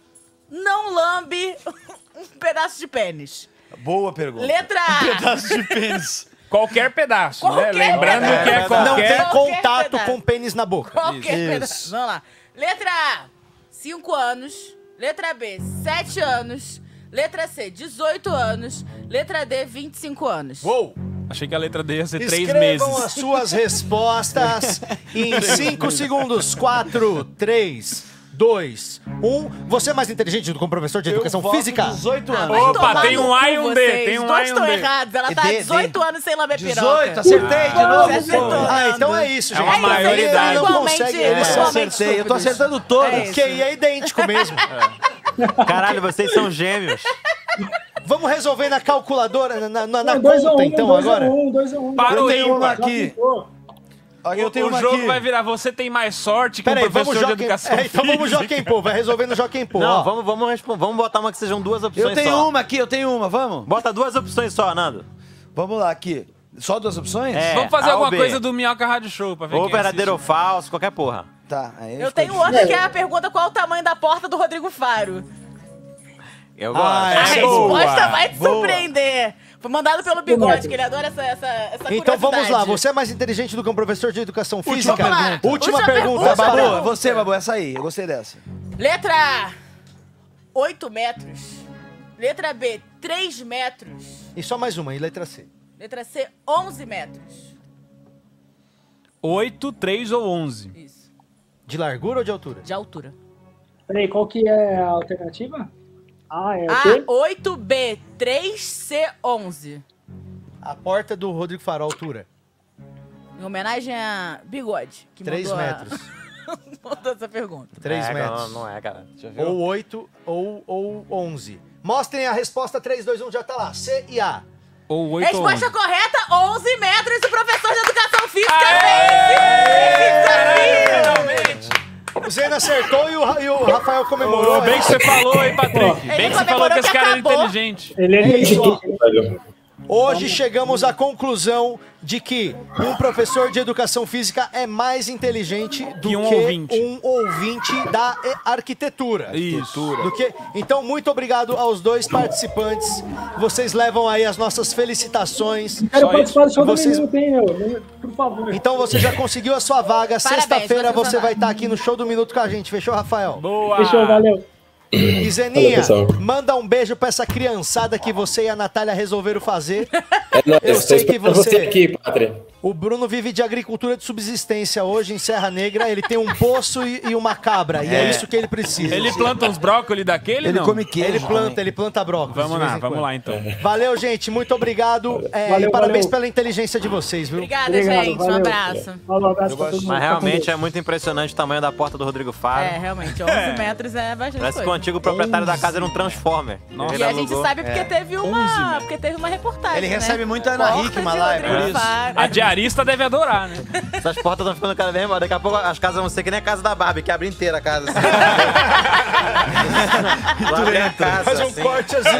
[SPEAKER 4] não lambe um pedaço de pênis?
[SPEAKER 9] Boa pergunta.
[SPEAKER 4] Letra A.
[SPEAKER 9] Um Pedaço de pênis.
[SPEAKER 2] Qualquer pedaço,
[SPEAKER 4] Qualquer
[SPEAKER 2] né?
[SPEAKER 4] pedaço.
[SPEAKER 2] Lembrando que é
[SPEAKER 1] Não
[SPEAKER 2] qualquer.
[SPEAKER 1] tem contato
[SPEAKER 4] pedaço.
[SPEAKER 1] com pênis na boca.
[SPEAKER 4] Qualquer
[SPEAKER 9] Isso.
[SPEAKER 4] pedaço. Vamos lá. Letra A, 5 anos. Letra B, 7 anos. Letra C, 18 anos. Letra D, 25 anos.
[SPEAKER 1] Uou!
[SPEAKER 2] Achei que a letra D ia ser três
[SPEAKER 1] Escrevam
[SPEAKER 2] meses.
[SPEAKER 1] as suas respostas em 5 segundos. 4, 3, 2, 1. Você é mais inteligente do que um professor de educação
[SPEAKER 9] voto
[SPEAKER 1] física?
[SPEAKER 9] 18
[SPEAKER 4] Ah,
[SPEAKER 9] anos.
[SPEAKER 4] vai
[SPEAKER 2] Opa,
[SPEAKER 4] tomar
[SPEAKER 2] tem
[SPEAKER 4] no
[SPEAKER 2] um
[SPEAKER 4] cu
[SPEAKER 2] A e um D,
[SPEAKER 4] vocês.
[SPEAKER 2] tem um
[SPEAKER 4] Dois
[SPEAKER 2] A e um
[SPEAKER 4] estão
[SPEAKER 2] D.
[SPEAKER 4] errados. Ela
[SPEAKER 1] É
[SPEAKER 9] E
[SPEAKER 4] tá
[SPEAKER 9] D, D.
[SPEAKER 4] 18 anos sem lamber piroca.
[SPEAKER 9] 18, acertei de
[SPEAKER 4] Você
[SPEAKER 9] novo,
[SPEAKER 4] acertou,
[SPEAKER 9] pô.
[SPEAKER 1] Ah, então é
[SPEAKER 4] Nando.
[SPEAKER 1] isso,
[SPEAKER 2] É
[SPEAKER 1] gente.
[SPEAKER 2] uma maioridade.
[SPEAKER 1] Eles não conseguem,
[SPEAKER 4] Igualmente,
[SPEAKER 1] eles
[SPEAKER 9] É, eu
[SPEAKER 1] são
[SPEAKER 4] igualmente.
[SPEAKER 9] acertei. Eu tô
[SPEAKER 4] estúpidos.
[SPEAKER 9] acertando todas.
[SPEAKER 4] É
[SPEAKER 1] Que aí é idêntico mesmo.
[SPEAKER 5] Caralho, vocês são gêmeos.
[SPEAKER 1] Vamos resolver na calculadora, na, na, na
[SPEAKER 14] Não, dois a
[SPEAKER 1] conta,
[SPEAKER 14] um,
[SPEAKER 1] então,
[SPEAKER 14] dois a
[SPEAKER 1] agora.
[SPEAKER 14] um, dois a um.
[SPEAKER 2] Para
[SPEAKER 9] Eu
[SPEAKER 2] o
[SPEAKER 9] tenho uma
[SPEAKER 2] ímpar.
[SPEAKER 14] Já
[SPEAKER 9] aqui.
[SPEAKER 14] pintou.
[SPEAKER 9] Ó, Eu tenho
[SPEAKER 2] O
[SPEAKER 9] uma
[SPEAKER 2] jogo
[SPEAKER 9] aqui.
[SPEAKER 2] vai virar você tem mais sorte que um
[SPEAKER 1] Peraí, vamos
[SPEAKER 2] professor de
[SPEAKER 1] jogar.
[SPEAKER 2] educação
[SPEAKER 1] É, então vamos
[SPEAKER 2] física.
[SPEAKER 1] jogar em pô. Vai resolver no Joaquim Pô.
[SPEAKER 5] Não,
[SPEAKER 1] ó.
[SPEAKER 5] vamos, vamos, respon- vamos botar uma que sejam duas opções
[SPEAKER 9] Eu tenho
[SPEAKER 5] só.
[SPEAKER 9] uma aqui, eu tenho uma, vamos?
[SPEAKER 5] Bota duas opções só, Nando.
[SPEAKER 9] Vamos lá, aqui. Só duas opções?
[SPEAKER 5] É.
[SPEAKER 2] Vamos fazer
[SPEAKER 5] A ou
[SPEAKER 2] alguma
[SPEAKER 5] B?
[SPEAKER 2] coisa do Minhoca Rádio Show pra ver
[SPEAKER 5] Ou
[SPEAKER 2] quem assiste. né?
[SPEAKER 5] verdadeiro ou falso, qualquer porra.
[SPEAKER 9] Tá, aí
[SPEAKER 4] Eu
[SPEAKER 9] ficou
[SPEAKER 4] tenho outra que é a pergunta qual o tamanho da porta do Rodrigo Faro.
[SPEAKER 5] Eu gosto.
[SPEAKER 9] Ah,
[SPEAKER 4] A
[SPEAKER 9] é boa.
[SPEAKER 4] resposta vai te
[SPEAKER 9] Boa.
[SPEAKER 4] surpreender. Foi mandado pelo Bigode, que ele adora essa, essa, essa
[SPEAKER 1] Então vamos lá,
[SPEAKER 4] curiosidade.
[SPEAKER 1] você é mais inteligente do que um professor de educação física?
[SPEAKER 4] Vamos lá.
[SPEAKER 1] Última, pergunta,
[SPEAKER 9] Tá,
[SPEAKER 4] última
[SPEAKER 1] Babu.
[SPEAKER 9] Babu,
[SPEAKER 4] pergunta.
[SPEAKER 9] você, Babu, essa aí. Eu gostei dessa.
[SPEAKER 4] Letra A, 8 metros. Letra B, 3 metros.
[SPEAKER 1] E só mais uma, e letra C.
[SPEAKER 4] Letra C, 11 metros.
[SPEAKER 2] 8, 3 ou 11.
[SPEAKER 4] Isso,
[SPEAKER 1] De largura ou de altura?
[SPEAKER 4] de altura.
[SPEAKER 14] Peraí, qual que é a alternativa? Ah, é o quê?
[SPEAKER 4] A, 8, B, 3, C, 11.
[SPEAKER 1] A porta do Rodrigo Farol, altura.
[SPEAKER 4] Em homenagem a Bigode, que
[SPEAKER 1] 3
[SPEAKER 4] mandou a-
[SPEAKER 1] metros.
[SPEAKER 4] mandou essa pergunta.
[SPEAKER 1] 3
[SPEAKER 5] é, Não,
[SPEAKER 1] metros.
[SPEAKER 5] não é, cara. Deixa eu ver.
[SPEAKER 1] Ou 8 ou, ou 11. Mostrem a resposta 3, 2, 1, já tá lá. C e A.
[SPEAKER 2] Ou
[SPEAKER 4] É
[SPEAKER 2] 8 ou 11.
[SPEAKER 4] Resposta correta, 11 metros. O professor de educação física
[SPEAKER 2] Finalmente!
[SPEAKER 1] É, O Zeno acertou e o, Ra- e o Rafael comemorou.
[SPEAKER 2] Ô, bem que você falou, hein, Patrick?
[SPEAKER 4] Ele
[SPEAKER 2] Bem que você falou
[SPEAKER 4] comemorou
[SPEAKER 2] que esse
[SPEAKER 4] que
[SPEAKER 2] cara era
[SPEAKER 4] acabou.
[SPEAKER 2] inteligente.
[SPEAKER 14] Ele é inteligente.
[SPEAKER 1] Hoje chegamos à conclusão de que um professor de educação física é mais inteligente do que
[SPEAKER 2] Que um
[SPEAKER 1] um,
[SPEAKER 2] ouvinte.
[SPEAKER 1] ouvinte. da eh, arquitetura.
[SPEAKER 2] Isso.
[SPEAKER 1] Do que- Então, muito obrigado aos dois participantes. Vocês levam aí as nossas felicitações.
[SPEAKER 14] Quero
[SPEAKER 2] Só
[SPEAKER 14] participar do show
[SPEAKER 1] Vocês-
[SPEAKER 14] do Minuto, hein, meu? Por favor.
[SPEAKER 1] Então você já conseguiu a sua vaga.
[SPEAKER 4] Parabéns,
[SPEAKER 1] Sexta-feira
[SPEAKER 4] você
[SPEAKER 1] você
[SPEAKER 4] vai.
[SPEAKER 1] vai estar aqui no show do minuto com a gente. Fechou, Rafael?
[SPEAKER 2] Boa!
[SPEAKER 14] Fechou, valeu.
[SPEAKER 1] E Zeninha,
[SPEAKER 13] Valeu, pessoal.
[SPEAKER 1] manda um beijo pra essa criançada que você e a Natália resolveram fazer.
[SPEAKER 13] É nóis,
[SPEAKER 1] Eu sei
[SPEAKER 13] tô
[SPEAKER 1] que
[SPEAKER 13] esperando
[SPEAKER 1] você-
[SPEAKER 13] você aqui, padre.
[SPEAKER 1] O Bruno vive de agricultura de subsistência hoje em Serra Negra. Ele tem um poço e, e uma cabra. E é isso que ele precisa.
[SPEAKER 2] Ele planta uns brócolis daquele,
[SPEAKER 9] Ele
[SPEAKER 2] não?
[SPEAKER 9] come queijo.
[SPEAKER 1] Ele planta,
[SPEAKER 9] também.
[SPEAKER 1] ele planta brócolis.
[SPEAKER 2] Vamos
[SPEAKER 1] de vez
[SPEAKER 2] lá,
[SPEAKER 1] em
[SPEAKER 2] vamos
[SPEAKER 1] quando.
[SPEAKER 2] lá então.
[SPEAKER 1] Valeu, gente. Muito obrigado. É,
[SPEAKER 14] Valeu,
[SPEAKER 1] e parabéns
[SPEAKER 14] valeu.
[SPEAKER 1] pela inteligência de vocês, viu?
[SPEAKER 4] Obrigada,
[SPEAKER 14] Obrigado,
[SPEAKER 4] gente. Um
[SPEAKER 14] valeu.
[SPEAKER 4] abraço.
[SPEAKER 14] Fala, um abraço
[SPEAKER 9] Eu gosto-
[SPEAKER 14] pra todo mundo.
[SPEAKER 5] Mas
[SPEAKER 14] Fica com
[SPEAKER 5] realmente é
[SPEAKER 14] Deus.
[SPEAKER 5] muito impressionante o tamanho da porta do Rodrigo Faro.
[SPEAKER 4] É, realmente, 11 metros é bastante
[SPEAKER 5] Parece que o
[SPEAKER 4] coisa.
[SPEAKER 5] antigo proprietário da casa era um Transformer.
[SPEAKER 2] Nossa.
[SPEAKER 4] E a gente sabe porque teve uma,
[SPEAKER 2] metros.
[SPEAKER 4] porque teve uma reportagem,
[SPEAKER 9] É. Ele
[SPEAKER 4] né?
[SPEAKER 9] recebe muito Ana
[SPEAKER 4] Porta
[SPEAKER 9] Hickman
[SPEAKER 4] de
[SPEAKER 9] lá,
[SPEAKER 4] Rodrigo
[SPEAKER 9] é por isso.
[SPEAKER 4] Faro.
[SPEAKER 2] A diarista deve adorar, né?
[SPEAKER 5] Essas portas estão ficando cada vez maiores. Daqui a pouco as casas vão ser que nem a casa da Barbie, que abre inteira a casa. Assim. Vai abrir a casa,
[SPEAKER 1] Faz um
[SPEAKER 5] assim.
[SPEAKER 1] corte assim.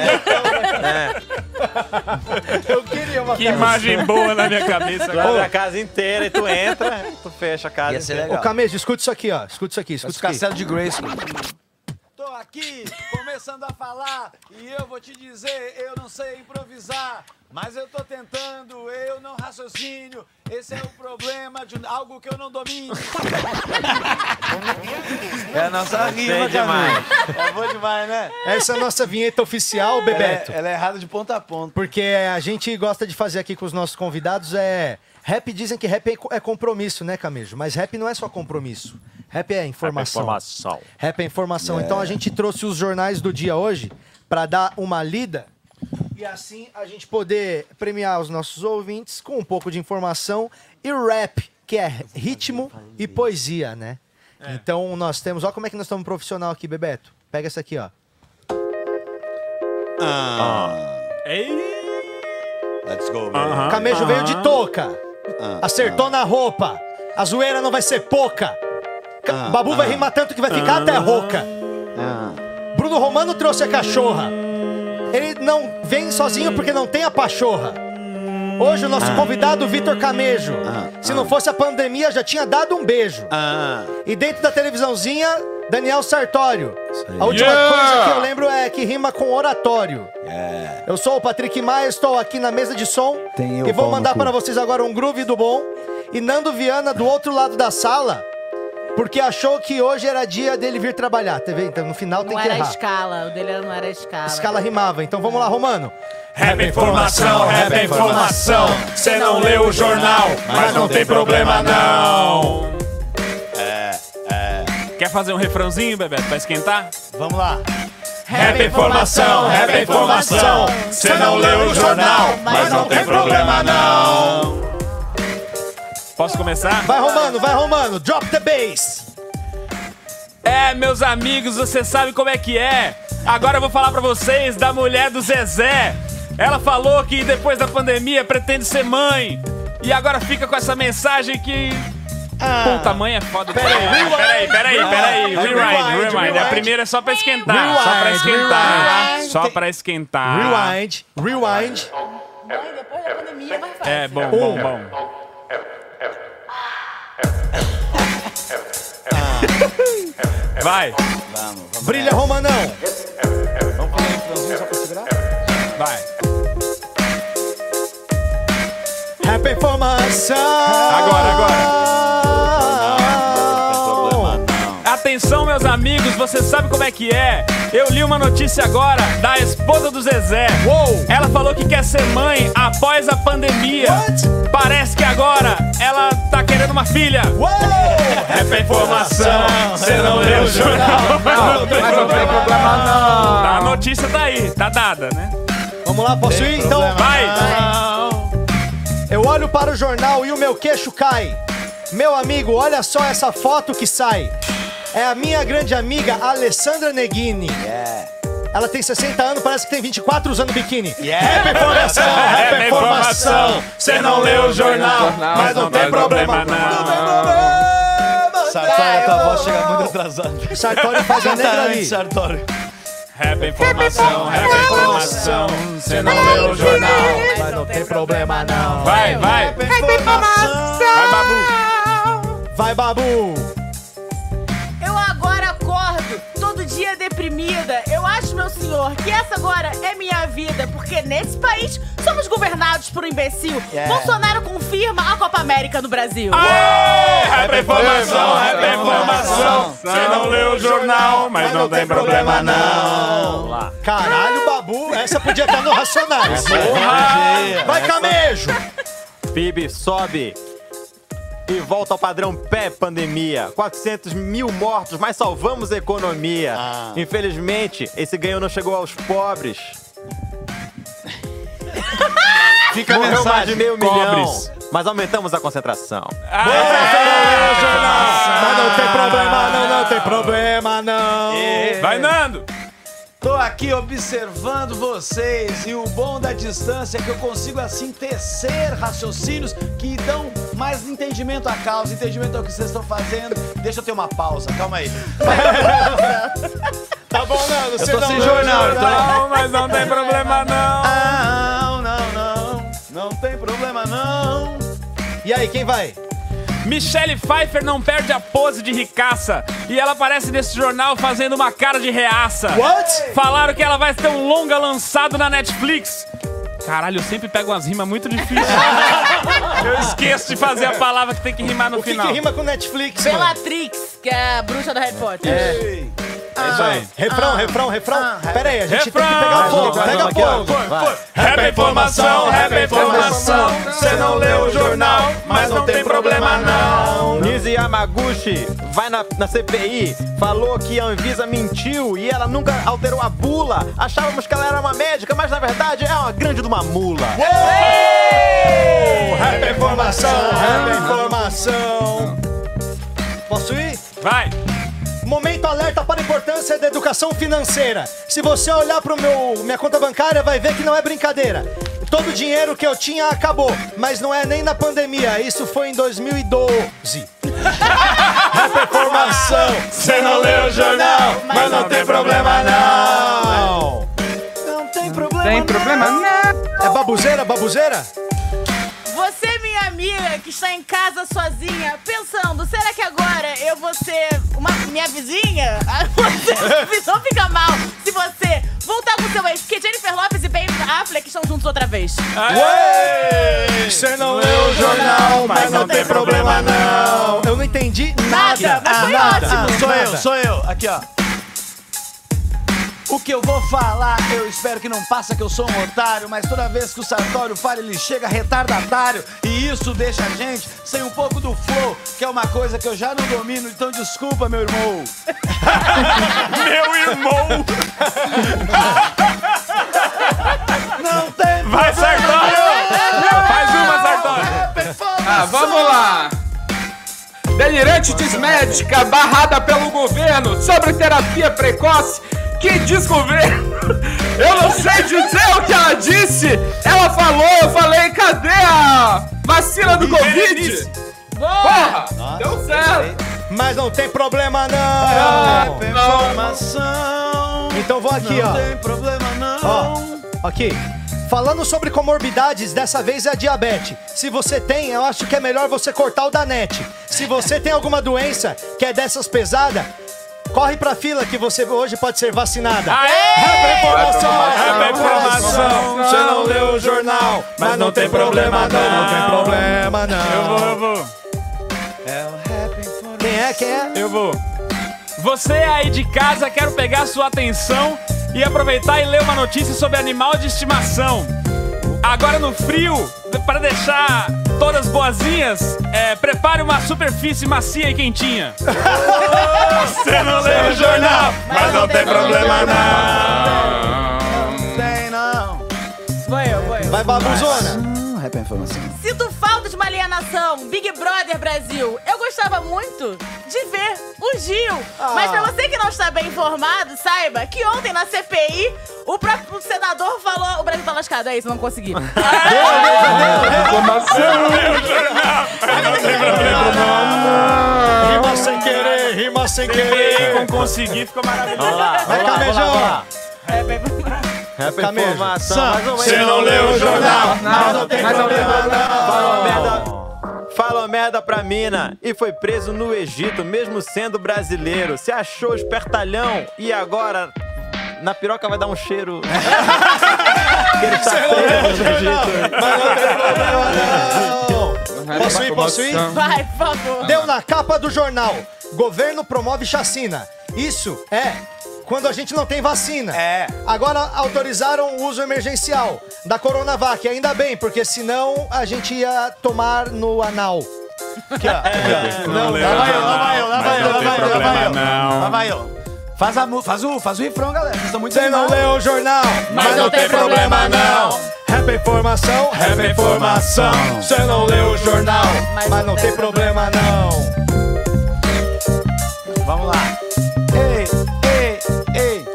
[SPEAKER 1] Eu queria uma
[SPEAKER 2] Que
[SPEAKER 1] casa
[SPEAKER 2] imagem boa na minha cabeça.
[SPEAKER 5] Tu abre a casa inteira e tu entra, tu fecha a casa.
[SPEAKER 9] Ia ser
[SPEAKER 5] inteira.
[SPEAKER 1] Ô,
[SPEAKER 9] legal.
[SPEAKER 1] Camejo, escuta isso aqui, ó. Escuta isso aqui, escuta
[SPEAKER 9] Os
[SPEAKER 1] isso aqui.
[SPEAKER 9] castelos de Grayskull.
[SPEAKER 15] Tô aqui, começando.
[SPEAKER 9] começando a falar e eu vou te dizer, eu não sei improvisar, mas eu tô tentando, eu não raciocínio. Esse é o problema de um- algo que eu não domino.
[SPEAKER 1] É a nossa
[SPEAKER 9] rima, demais. É bom demais, né?
[SPEAKER 1] Essa é a nossa vinheta oficial, Bebeto.
[SPEAKER 9] Ela é, ela é errada de ponta a ponta.
[SPEAKER 1] Porque a gente gosta de fazer aqui com os nossos convidados é. Rap dizem que rap é co- é compromisso, né, Camejo? Mas rap não é só compromisso. Rap é informação.
[SPEAKER 11] informação.
[SPEAKER 1] Rap é informação.
[SPEAKER 11] É.
[SPEAKER 1] Então a gente trouxe os jornais do dia hoje pra dar uma lida e assim a gente poder premiar os nossos ouvintes com um pouco de informação e rap, que é ritmo e poesia, né? Então nós temos, ó como é que nós estamos profissional aqui, Bebeto. Pega essa aqui, ó.
[SPEAKER 9] Let's go,
[SPEAKER 1] O Camejo veio
[SPEAKER 10] Ah.
[SPEAKER 1] de touca. Acertou na roupa. A zoeira não vai ser pouca. Ca- Babu vai rimar tanto que vai ficar até rouca. Ah. Bruno Romano trouxe a cachorra. Ele não vem sozinho porque não tem a pachorra. Hoje o nosso
[SPEAKER 9] Ah.
[SPEAKER 1] convidado, Vitor Camejo. Se não fosse a pandemia, já tinha dado um beijo.
[SPEAKER 9] Ah.
[SPEAKER 1] E dentro da televisãozinha, Daniel Sartório. A última
[SPEAKER 9] Yeah!
[SPEAKER 1] coisa que eu lembro é que rima com oratório. Eu sou o Patrick Maia, estou aqui na mesa de som
[SPEAKER 9] Tem eu,
[SPEAKER 1] e
[SPEAKER 9] pau
[SPEAKER 1] vou
[SPEAKER 9] no
[SPEAKER 1] mandar
[SPEAKER 9] cu.
[SPEAKER 1] para vocês agora um groove do bom. E Nando Viana do outro lado da sala, porque achou que hoje era dia dele vir trabalhar, tá vendo? Então no final
[SPEAKER 4] Não
[SPEAKER 1] tem que
[SPEAKER 4] era a
[SPEAKER 1] errar.
[SPEAKER 4] escala, né? o dele não era a escala.
[SPEAKER 1] Escala rimava. Então vamos lá, Romano.
[SPEAKER 16] Rap é informação, rap é informação. Cê não leu o jornal, mas não tem problema não. É,
[SPEAKER 2] Quer fazer um refrãozinho, Bebeto, pra esquentar?
[SPEAKER 1] Vamos lá.
[SPEAKER 16] Rap é informação, rap é informação. Cê não leu o jornal, mas não tem problema não.
[SPEAKER 2] Posso começar?
[SPEAKER 1] Vai, Romano, vai, Romano. Drop the bass.
[SPEAKER 2] É, meus amigos, você sabe como é que é. Agora eu vou falar pra vocês da mulher do Zezé. Ela falou que depois da pandemia pretende ser mãe. E agora fica com essa mensagem que. Bom, tamanho é foda. Peraí, peraí, peraí, peraí.
[SPEAKER 11] Ah,
[SPEAKER 2] Rewind,
[SPEAKER 11] rewind,
[SPEAKER 2] rewind. A
[SPEAKER 11] rewind.
[SPEAKER 2] primeira é só pra esquentar. só pra
[SPEAKER 11] Rewind,
[SPEAKER 2] esquentar.
[SPEAKER 11] rewind.
[SPEAKER 2] Só pra esquentar.
[SPEAKER 1] Rewind, rewind.
[SPEAKER 2] É, bom, bom,
[SPEAKER 1] Um.
[SPEAKER 2] bom. Vai.
[SPEAKER 1] Brilha, Romanão.
[SPEAKER 2] Vai.
[SPEAKER 1] Rap é informação.
[SPEAKER 2] Agora, agora. Atenção, meus amigos, você sabe como é que é. Eu li uma notícia agora da esposa do Zezé. Ela falou que quer ser mãe após a pandemia. Parece que agora ela tá querendo uma filha.
[SPEAKER 16] Rap é informação, cê não leu o jornal, mas não tem problema não.
[SPEAKER 2] Tá, A notícia tá aí, tá dada, né?
[SPEAKER 1] Vamos lá, posso ir? Então
[SPEAKER 2] vai.
[SPEAKER 16] Ah,
[SPEAKER 1] Eu olho para o jornal e o meu queixo cai. Meu amigo, olha só essa foto que sai. É a minha grande amiga Alessandra Neguini. Ela tem 60 anos, parece que tem 24 usando biquíni. é Rap informação, rap
[SPEAKER 16] Rap informação, cê não leu o jornal, mas não tem problema não.
[SPEAKER 9] Sartório, tua voz chega muito atrasada.
[SPEAKER 1] Sartório faz a negra ali.
[SPEAKER 9] Sartório.
[SPEAKER 2] Rap é informação, rap é informação. Cê não leu o jornal, mas não tem problema não. Vai, vai. Vai, Babu.
[SPEAKER 1] Vai, Babu.
[SPEAKER 4] Eu agora acordo, todo dia deprimida. Eu acho, meu senhor, que essa agora é minha vida, porque nesse país somos governados por um imbecil.
[SPEAKER 1] É.
[SPEAKER 16] Yeah.
[SPEAKER 4] Bolsonaro confirma a Copa América no Brasil.
[SPEAKER 1] Ah,
[SPEAKER 16] Rap é informação, rap é informação, cê não leu o jornal, mas não tem problema não.
[SPEAKER 1] Caralho, Babu, essa podia estar no Racionais.
[SPEAKER 5] Essa é energia.
[SPEAKER 1] Vai,
[SPEAKER 5] Essa-
[SPEAKER 1] Camejo.
[SPEAKER 5] PIB sobe e volta ao padrão pré-pandemia. 400 mil mortos, mas salvamos a economia.
[SPEAKER 9] Ah.
[SPEAKER 5] Infelizmente, esse ganho não chegou aos pobres.
[SPEAKER 9] Fica a
[SPEAKER 5] Morreu
[SPEAKER 9] mensagem.
[SPEAKER 5] mais de meio
[SPEAKER 9] Pobres.
[SPEAKER 5] milhão, mas aumentamos a concentração.
[SPEAKER 1] Mas não tem
[SPEAKER 9] Ah,
[SPEAKER 1] problema não, não tem problema não.
[SPEAKER 9] É,
[SPEAKER 2] Vai, Nando.
[SPEAKER 9] Tô aqui observando vocês e o bom da distância é que eu consigo assim tecer raciocínios que dão mais entendimento à causa, entendimento ao que vocês estão fazendo. Deixa eu ter uma pausa, calma aí. tá bom, Nando?
[SPEAKER 5] Eu
[SPEAKER 9] Você
[SPEAKER 5] tô
[SPEAKER 9] não
[SPEAKER 5] sem
[SPEAKER 9] leu o
[SPEAKER 5] jornal,
[SPEAKER 2] Não, mas não tem problema
[SPEAKER 1] Ah,
[SPEAKER 9] não. Não, não, não. Não tem problema não.
[SPEAKER 1] E aí, quem vai?
[SPEAKER 2] Michelle Pfeiffer não perde a pose de ricaça. E ela aparece nesse jornal fazendo uma cara de reaça.
[SPEAKER 9] What?
[SPEAKER 2] Falaram que ela vai ter um longa lançado na Netflix. Caralho, eu sempre pego umas rimas muito difíceis. eu esqueço de fazer a palavra que tem que rimar no final.
[SPEAKER 1] que rima com Netflix? mano?
[SPEAKER 4] Bellatrix, que é a bruxa do Harry Potter.
[SPEAKER 1] É. É isso aí. Refrão, refrão, refrão.
[SPEAKER 2] Ah,
[SPEAKER 1] Pera aí, a gente
[SPEAKER 9] refrão.
[SPEAKER 1] tem que pegar o fogo.
[SPEAKER 9] Vai,
[SPEAKER 1] Pega
[SPEAKER 9] vai,
[SPEAKER 1] fogo.
[SPEAKER 9] vai, Rap é informação, rap é informação. Você não leu o jornal, mas não tem problema não.
[SPEAKER 5] Nise Yamaguchi vai na, na CPI, falou que a Anvisa mentiu e ela nunca alterou a bula. Achávamos que ela era uma médica, mas na verdade é uma grande de uma mula.
[SPEAKER 9] Rap é informação, rap é
[SPEAKER 1] informação. Posso ir?
[SPEAKER 2] Vai.
[SPEAKER 1] Momento alerta para a importância da educação financeira. Se você olhar para meu minha conta bancária, vai ver que não é brincadeira. Todo o dinheiro que eu tinha acabou, mas não é nem na pandemia. Isso foi em 2012.
[SPEAKER 9] Rap é informação, você não leu o jornal, mas não tem problema não.
[SPEAKER 1] Não tem problema. Tem problema não. É babuzeira, babuzeira?
[SPEAKER 4] Você, minha amiga, que está em casa sozinha, pensando, será que agora eu vou ser uma minha vizinha? Ah, Você não fica mal se você voltar com seu ex, porque Jennifer Lopez e Ben Affleck estão juntos outra vez.
[SPEAKER 1] Você não leu o jornal, mas não tem problema não. Eu não entendi nada. Ah,
[SPEAKER 9] Nada, mas foi ótimo.
[SPEAKER 17] Sou eu,
[SPEAKER 1] Nada.
[SPEAKER 17] sou eu. Aqui, ó.
[SPEAKER 18] O que eu vou falar, eu espero que não passa que eu sou um otário, mas toda vez que o Sartório fala, ele chega retardatário. E isso deixa a gente sem um pouco do flow, que é uma coisa que eu já não domino, então desculpa, meu irmão.
[SPEAKER 9] Meu irmão!
[SPEAKER 18] Não tem
[SPEAKER 9] Vai, Sartório!
[SPEAKER 2] Faz uma, Sartório!
[SPEAKER 1] é
[SPEAKER 6] Ah, vamos lá! Delirante desmédica barrada pelo governo sobre terapia precoce. Que desgoverno! Eu não sei dizer o que ela disse! Ela falou, eu falei, cadê a vacina do Covid? Porra! Deu certo!
[SPEAKER 1] Mas não tem problema não. Então vou aqui, ó. Não tem problema não. Ó, aqui. Falando sobre comorbidades, dessa vez é a diabetes. Se você tem, eu acho que é melhor você cortar o da net. Se você tem alguma doença que é dessas pesadas, corre pra fila que você hoje pode ser vacinada.
[SPEAKER 9] Rap é informação,
[SPEAKER 1] Informação,
[SPEAKER 9] rap é informação. Você não leu o jornal, mas não tem problema não. Não tem
[SPEAKER 1] problema não.
[SPEAKER 2] Eu vou, eu vou.
[SPEAKER 1] Quem é, quem é?
[SPEAKER 2] Eu vou. Você aí de casa, quero pegar sua atenção e aproveitar e ler uma notícia sobre animal de estimação. Agora no frio, para deixar todas boazinhas, é, prepare uma superfície macia e quentinha.
[SPEAKER 9] Você não leu o jornal, mas não tem problema não.
[SPEAKER 18] Tem não.
[SPEAKER 4] Foi eu, foi eu.
[SPEAKER 1] Vai, babuzona.
[SPEAKER 18] Rap é informação.
[SPEAKER 4] Sinto falta de uma alienação. Big Brother Brasil. Eu gostava muito de ver o Gil. Mas pra você que não está bem informado, saiba que ontem na CPI o próprio senador falou. O Brasil tá lascado, é isso, não consegui.
[SPEAKER 1] Rima sem querer, rima sem
[SPEAKER 2] querer. Com conseguir ficou maravilhoso.
[SPEAKER 1] Vai, camejão.
[SPEAKER 5] Rap é informação,
[SPEAKER 9] Sam,
[SPEAKER 5] mais uma vez.
[SPEAKER 9] você não leu o jornal, mas não tem problema não.
[SPEAKER 5] Falou merda, falou merda pra mina e foi preso no Egito, mesmo sendo brasileiro. Se achou espertalhão e agora na piroca vai dar um cheiro. Que ele tá preso no Egito.
[SPEAKER 1] Posso ir, posso ir?
[SPEAKER 4] Vai, por favor.
[SPEAKER 1] Deu na capa do jornal. Governo promove chacina. Isso é quando a gente não tem vacina. É. Agora autorizaram o uso emergencial da Coronavac. Ainda bem, porque senão a gente ia tomar no anal. Aqui, ó.
[SPEAKER 9] Não leu
[SPEAKER 18] Lá
[SPEAKER 9] o
[SPEAKER 18] vai eu, lá
[SPEAKER 9] jornal,
[SPEAKER 18] vai eu, lá
[SPEAKER 9] mas
[SPEAKER 18] vai eu, lá vai
[SPEAKER 9] não tem
[SPEAKER 18] eu, lá vai
[SPEAKER 9] problema
[SPEAKER 18] eu.
[SPEAKER 9] não.
[SPEAKER 18] Lá vai eu. Faz, a, mu- faz, o, faz o refrão, galera. Vocês estão muito
[SPEAKER 1] Você não
[SPEAKER 18] animados.
[SPEAKER 1] leu o jornal,
[SPEAKER 9] Mas não tem problema não.
[SPEAKER 1] Rap é informação,
[SPEAKER 9] Rap é informação. Você não leu o jornal,
[SPEAKER 1] mas não tem problema não.
[SPEAKER 18] Vamos lá. Ei, ei, ei.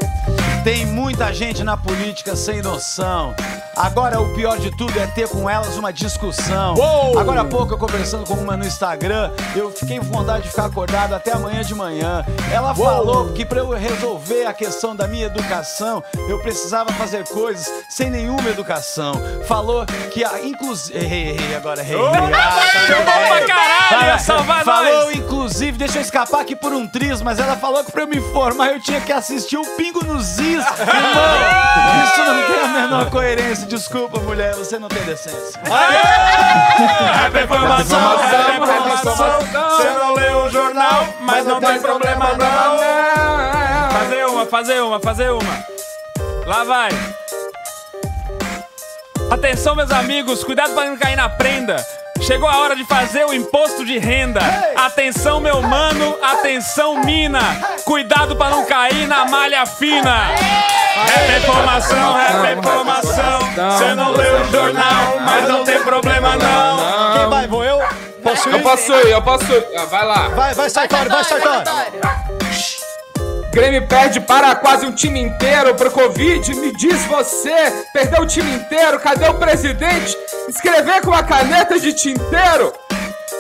[SPEAKER 18] Tem muita
[SPEAKER 9] gente na política sem noção. Agora o pior de tudo é ter com elas uma discussão.
[SPEAKER 14] Uou!
[SPEAKER 9] Agora há pouco eu conversando com uma no Instagram, eu fiquei com vontade de ficar acordado até amanhã de manhã. Ela
[SPEAKER 14] Uou!
[SPEAKER 9] falou que pra eu resolver a questão da minha educação, eu precisava fazer coisas sem nenhuma educação. Falou que a inclusive. Errei, errei agora, errei. Ah, tá,
[SPEAKER 10] Opa,
[SPEAKER 9] errei.
[SPEAKER 10] bom pra caralho,
[SPEAKER 9] Fala-
[SPEAKER 10] salvar
[SPEAKER 9] Falou,
[SPEAKER 10] nós.
[SPEAKER 9] inclusive, deixa eu escapar aqui por um triz, mas ela falou que pra eu me formar eu tinha que assistir o Pingo nos Is. Irmão, isso não tem a menor coerência. Desculpa, mulher, você não tem decência.
[SPEAKER 10] É performação, é performação. Você não lê o jornal, mas não tem problema não.
[SPEAKER 2] Fazer uma, fazer uma, fazer uma. Lá vai. Atenção, meus amigos, cuidado para não cair na prenda. Chegou a hora de fazer o imposto de renda. Atenção, meu mano, atenção, mina. Cuidado para não cair na malha fina. É informação, é informação.
[SPEAKER 10] Você não lê o jornal, mas não tem problema não. Quem vai,
[SPEAKER 1] vou eu?
[SPEAKER 10] Posso
[SPEAKER 6] Eu posso ir, eu posso ir. Ah, vai lá.
[SPEAKER 1] Vai, vai, Sartório, vai, Sartório.
[SPEAKER 6] Grêmio perde para quase um time inteiro pro Covid. Me diz você, perdeu o time inteiro, cadê o presidente? Escrever com uma caneta de tinteiro?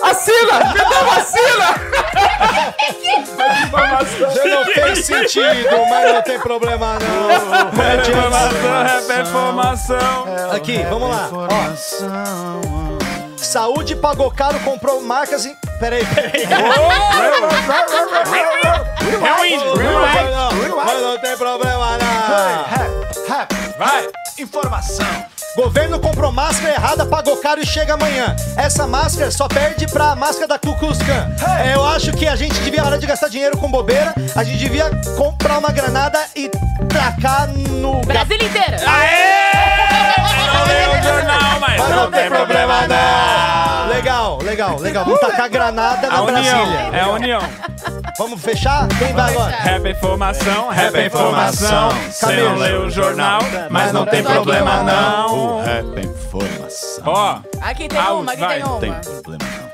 [SPEAKER 6] Assina! Me dá uma assina!
[SPEAKER 1] Já não fez sentido, mas não tem problema não. tipo
[SPEAKER 10] É performação, é
[SPEAKER 2] performação.
[SPEAKER 1] É, Aqui, vamos lá. Ó. Saúde pagou caro, comprou marcas e... Peraí, peraí.
[SPEAKER 10] Rewind, rewind.
[SPEAKER 1] Mas não tem problema não.
[SPEAKER 2] Vai.
[SPEAKER 1] Informação. Governo comprou máscara errada, pagou caro e chega amanhã. Essa máscara só perde pra máscara da Kukuskan. É, Eu acho que a gente devia parar de gastar dinheiro com bobeira. A gente devia comprar uma granada e tacar no...
[SPEAKER 4] Brasil inteiro.
[SPEAKER 2] Não lê o jornal, mas não tem problema não.
[SPEAKER 1] Legal, legal, legal. Vamos tacar granada na
[SPEAKER 2] A união,
[SPEAKER 1] Brasília.
[SPEAKER 2] é a união.
[SPEAKER 1] Vamos fechar? Quem vai agora?
[SPEAKER 2] Rap é informação, rap é informação. Você não lê o jornal, mas não tem problema não.
[SPEAKER 14] O rap é informação.
[SPEAKER 2] Ó.
[SPEAKER 4] Aqui tem
[SPEAKER 2] Out,
[SPEAKER 4] uma, aqui
[SPEAKER 2] vai.
[SPEAKER 4] tem uma.
[SPEAKER 14] Tem problema não.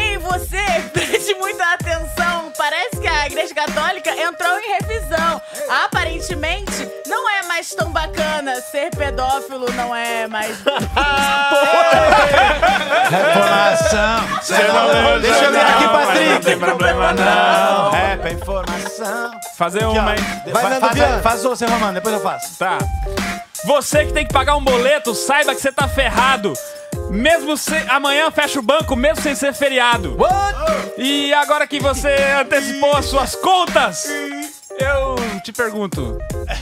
[SPEAKER 4] Ei, você, preste muita atenção. Parece que a Igreja Católica entrou em revisão. Aparentemente, não é mais tão bacana ser pedófilo, não é mais.
[SPEAKER 9] Informação.
[SPEAKER 10] Deixa eu ver aqui, Patrick. Não tem
[SPEAKER 2] problema
[SPEAKER 10] não.
[SPEAKER 9] É, pra informação.
[SPEAKER 2] Fazer uma, hein?
[SPEAKER 9] Vai, Nando
[SPEAKER 2] faz-
[SPEAKER 9] Viana. Faz você, Romano, depois eu faço.
[SPEAKER 2] Tá. Você que tem que pagar um boleto, saiba que você tá ferrado. Mesmo se amanhã fecha o banco, mesmo sem ser feriado. E agora que você antecipou as suas contas, eu te pergunto.
[SPEAKER 1] é?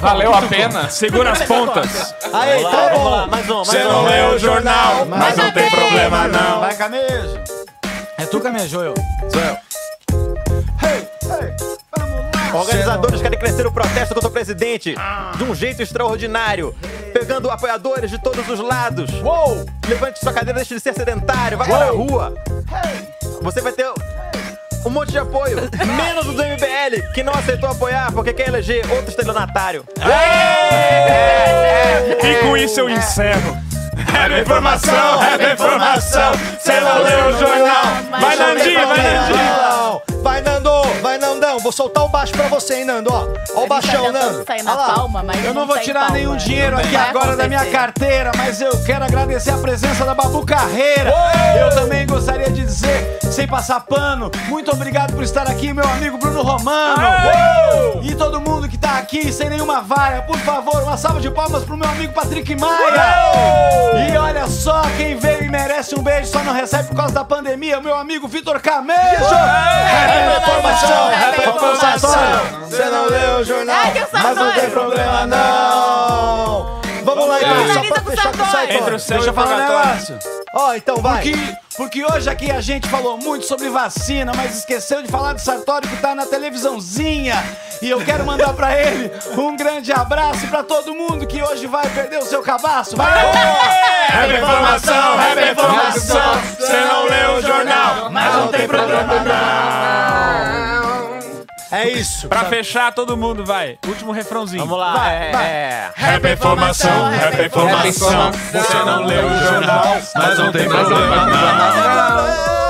[SPEAKER 6] Valeu a pena?
[SPEAKER 2] Segura as pontas.
[SPEAKER 1] Aí, tá bom. Mais um,
[SPEAKER 2] Você não lê o jornal, mas não tem problema não.
[SPEAKER 9] Vai, Camejo. É tu, Camejo, eu.
[SPEAKER 5] Sou eu. Organizadores querem crescer o protesto contra o presidente de um jeito extraordinário, pegando apoiadores de todos os lados. Uou! Levante sua cadeira, deixe de ser sedentário, vai para a rua. Você vai ter um monte de apoio, menos o do MBL, que não aceitou apoiar porque quer eleger outro estelionatário.
[SPEAKER 2] E com isso eu encerro.
[SPEAKER 10] É informação, é informação. Você não lê o jornal, mas não tem problema
[SPEAKER 1] Vai, Nando! Vai, Nandão! Vou soltar o baixo pra você, hein, Nando? Ó, ó o
[SPEAKER 4] tá
[SPEAKER 1] baixão,
[SPEAKER 4] tentando
[SPEAKER 1] Nando!
[SPEAKER 4] sair na
[SPEAKER 1] Ó lá.
[SPEAKER 4] palma, mas
[SPEAKER 9] Eu não vou
[SPEAKER 4] sai
[SPEAKER 9] tirar
[SPEAKER 4] palma.
[SPEAKER 9] nenhum dinheiro
[SPEAKER 4] Tudo
[SPEAKER 9] aqui
[SPEAKER 4] bem.
[SPEAKER 9] agora
[SPEAKER 4] Vai
[SPEAKER 9] da minha
[SPEAKER 4] acontecer.
[SPEAKER 9] carteira, mas eu quero agradecer a presença da Babu Carreira. Eu também gostaria de dizer, sem passar pano, muito obrigado por estar aqui, meu amigo Bruno Romano. E todo mundo que tá aqui, sem nenhuma vaia, por favor, uma salva de palmas pro meu amigo Patrick Maia. E olha só, quem veio e merece um beijo, só não recebe por causa da pandemia, meu amigo Vitor Camejo. É
[SPEAKER 1] informação, é
[SPEAKER 9] informação.
[SPEAKER 1] Você não leu o jornal,
[SPEAKER 9] Ai, que
[SPEAKER 1] mas não tem problema não! Vamos lá, então, só pra fechar com o site.
[SPEAKER 9] Entre o céu Deixa eu e o falar um purgatório. negócio.
[SPEAKER 1] Ó, então vai.
[SPEAKER 9] Porque, porque hoje aqui a gente falou muito sobre vacina, mas esqueceu de falar do Sartório que tá na televisãozinha. E eu quero mandar pra ele um grande abraço pra todo mundo que hoje vai perder o seu cabaço. Vai!
[SPEAKER 10] É informação, é informação. Você não lê o jornal, mas não tem problema
[SPEAKER 1] É isso.
[SPEAKER 2] Pra fechar, todo mundo vai. Último refrãozinho. Vamos
[SPEAKER 5] lá.
[SPEAKER 2] Vai,
[SPEAKER 5] é.
[SPEAKER 10] Rap é informação, rap é informação. Você não leu o jornal, mas não
[SPEAKER 6] é
[SPEAKER 10] tem problema não.
[SPEAKER 1] É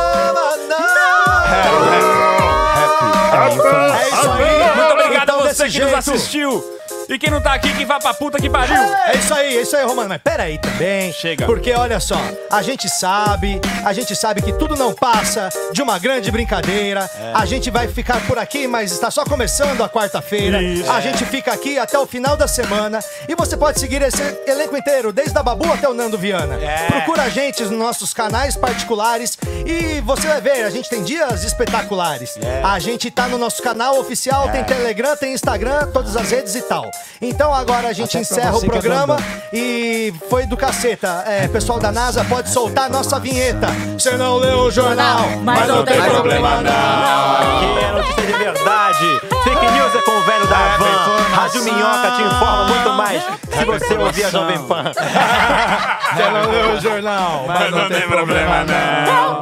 [SPEAKER 1] isso aí. É
[SPEAKER 9] É
[SPEAKER 1] Então,
[SPEAKER 2] Muito obrigado a você você que nos assistiu. E quem não tá aqui, que vá pra puta que pariu.
[SPEAKER 1] É isso aí, é isso aí, Romano. Mas pera aí também. Chega. Porque olha só, a gente sabe, a gente sabe que tudo não passa de uma grande brincadeira.
[SPEAKER 15] É.
[SPEAKER 1] A gente vai ficar por aqui, mas está só começando a quarta-feira.
[SPEAKER 15] Isso.
[SPEAKER 1] A
[SPEAKER 15] É.
[SPEAKER 1] gente fica aqui até o final da semana. E você pode seguir esse elenco inteiro, desde a Babu até o Nando Viana.
[SPEAKER 15] É.
[SPEAKER 1] Procura a gente nos nossos canais particulares e você vai ver, a gente tem dias espetaculares.
[SPEAKER 15] É.
[SPEAKER 1] A gente tá no nosso canal oficial, tem Telegram, tem Instagram, todas as redes e tal. Então agora a gente
[SPEAKER 15] Até pra
[SPEAKER 1] encerra o
[SPEAKER 15] você que é
[SPEAKER 1] programa
[SPEAKER 15] grandão.
[SPEAKER 1] e foi do caceta. É, pessoal da NASA, pode soltar a nossa vinheta. Você não leu o jornal, mas não tem problema não.
[SPEAKER 5] Aqui é notícia de verdade. Fake news é com o velho da Havan. Rádio
[SPEAKER 1] Ah.
[SPEAKER 5] Minhoca te informa muito mais se você ouvir a Jovem Pan.
[SPEAKER 1] Você não leu o jornal, mas não tem problema não.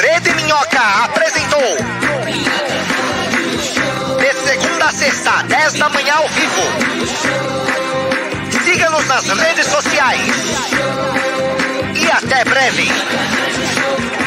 [SPEAKER 3] Rede Minhoca apresentou. De segunda a sexta, 10 da manhã ao vivo. Siga-nos nas redes sociais. E até breve.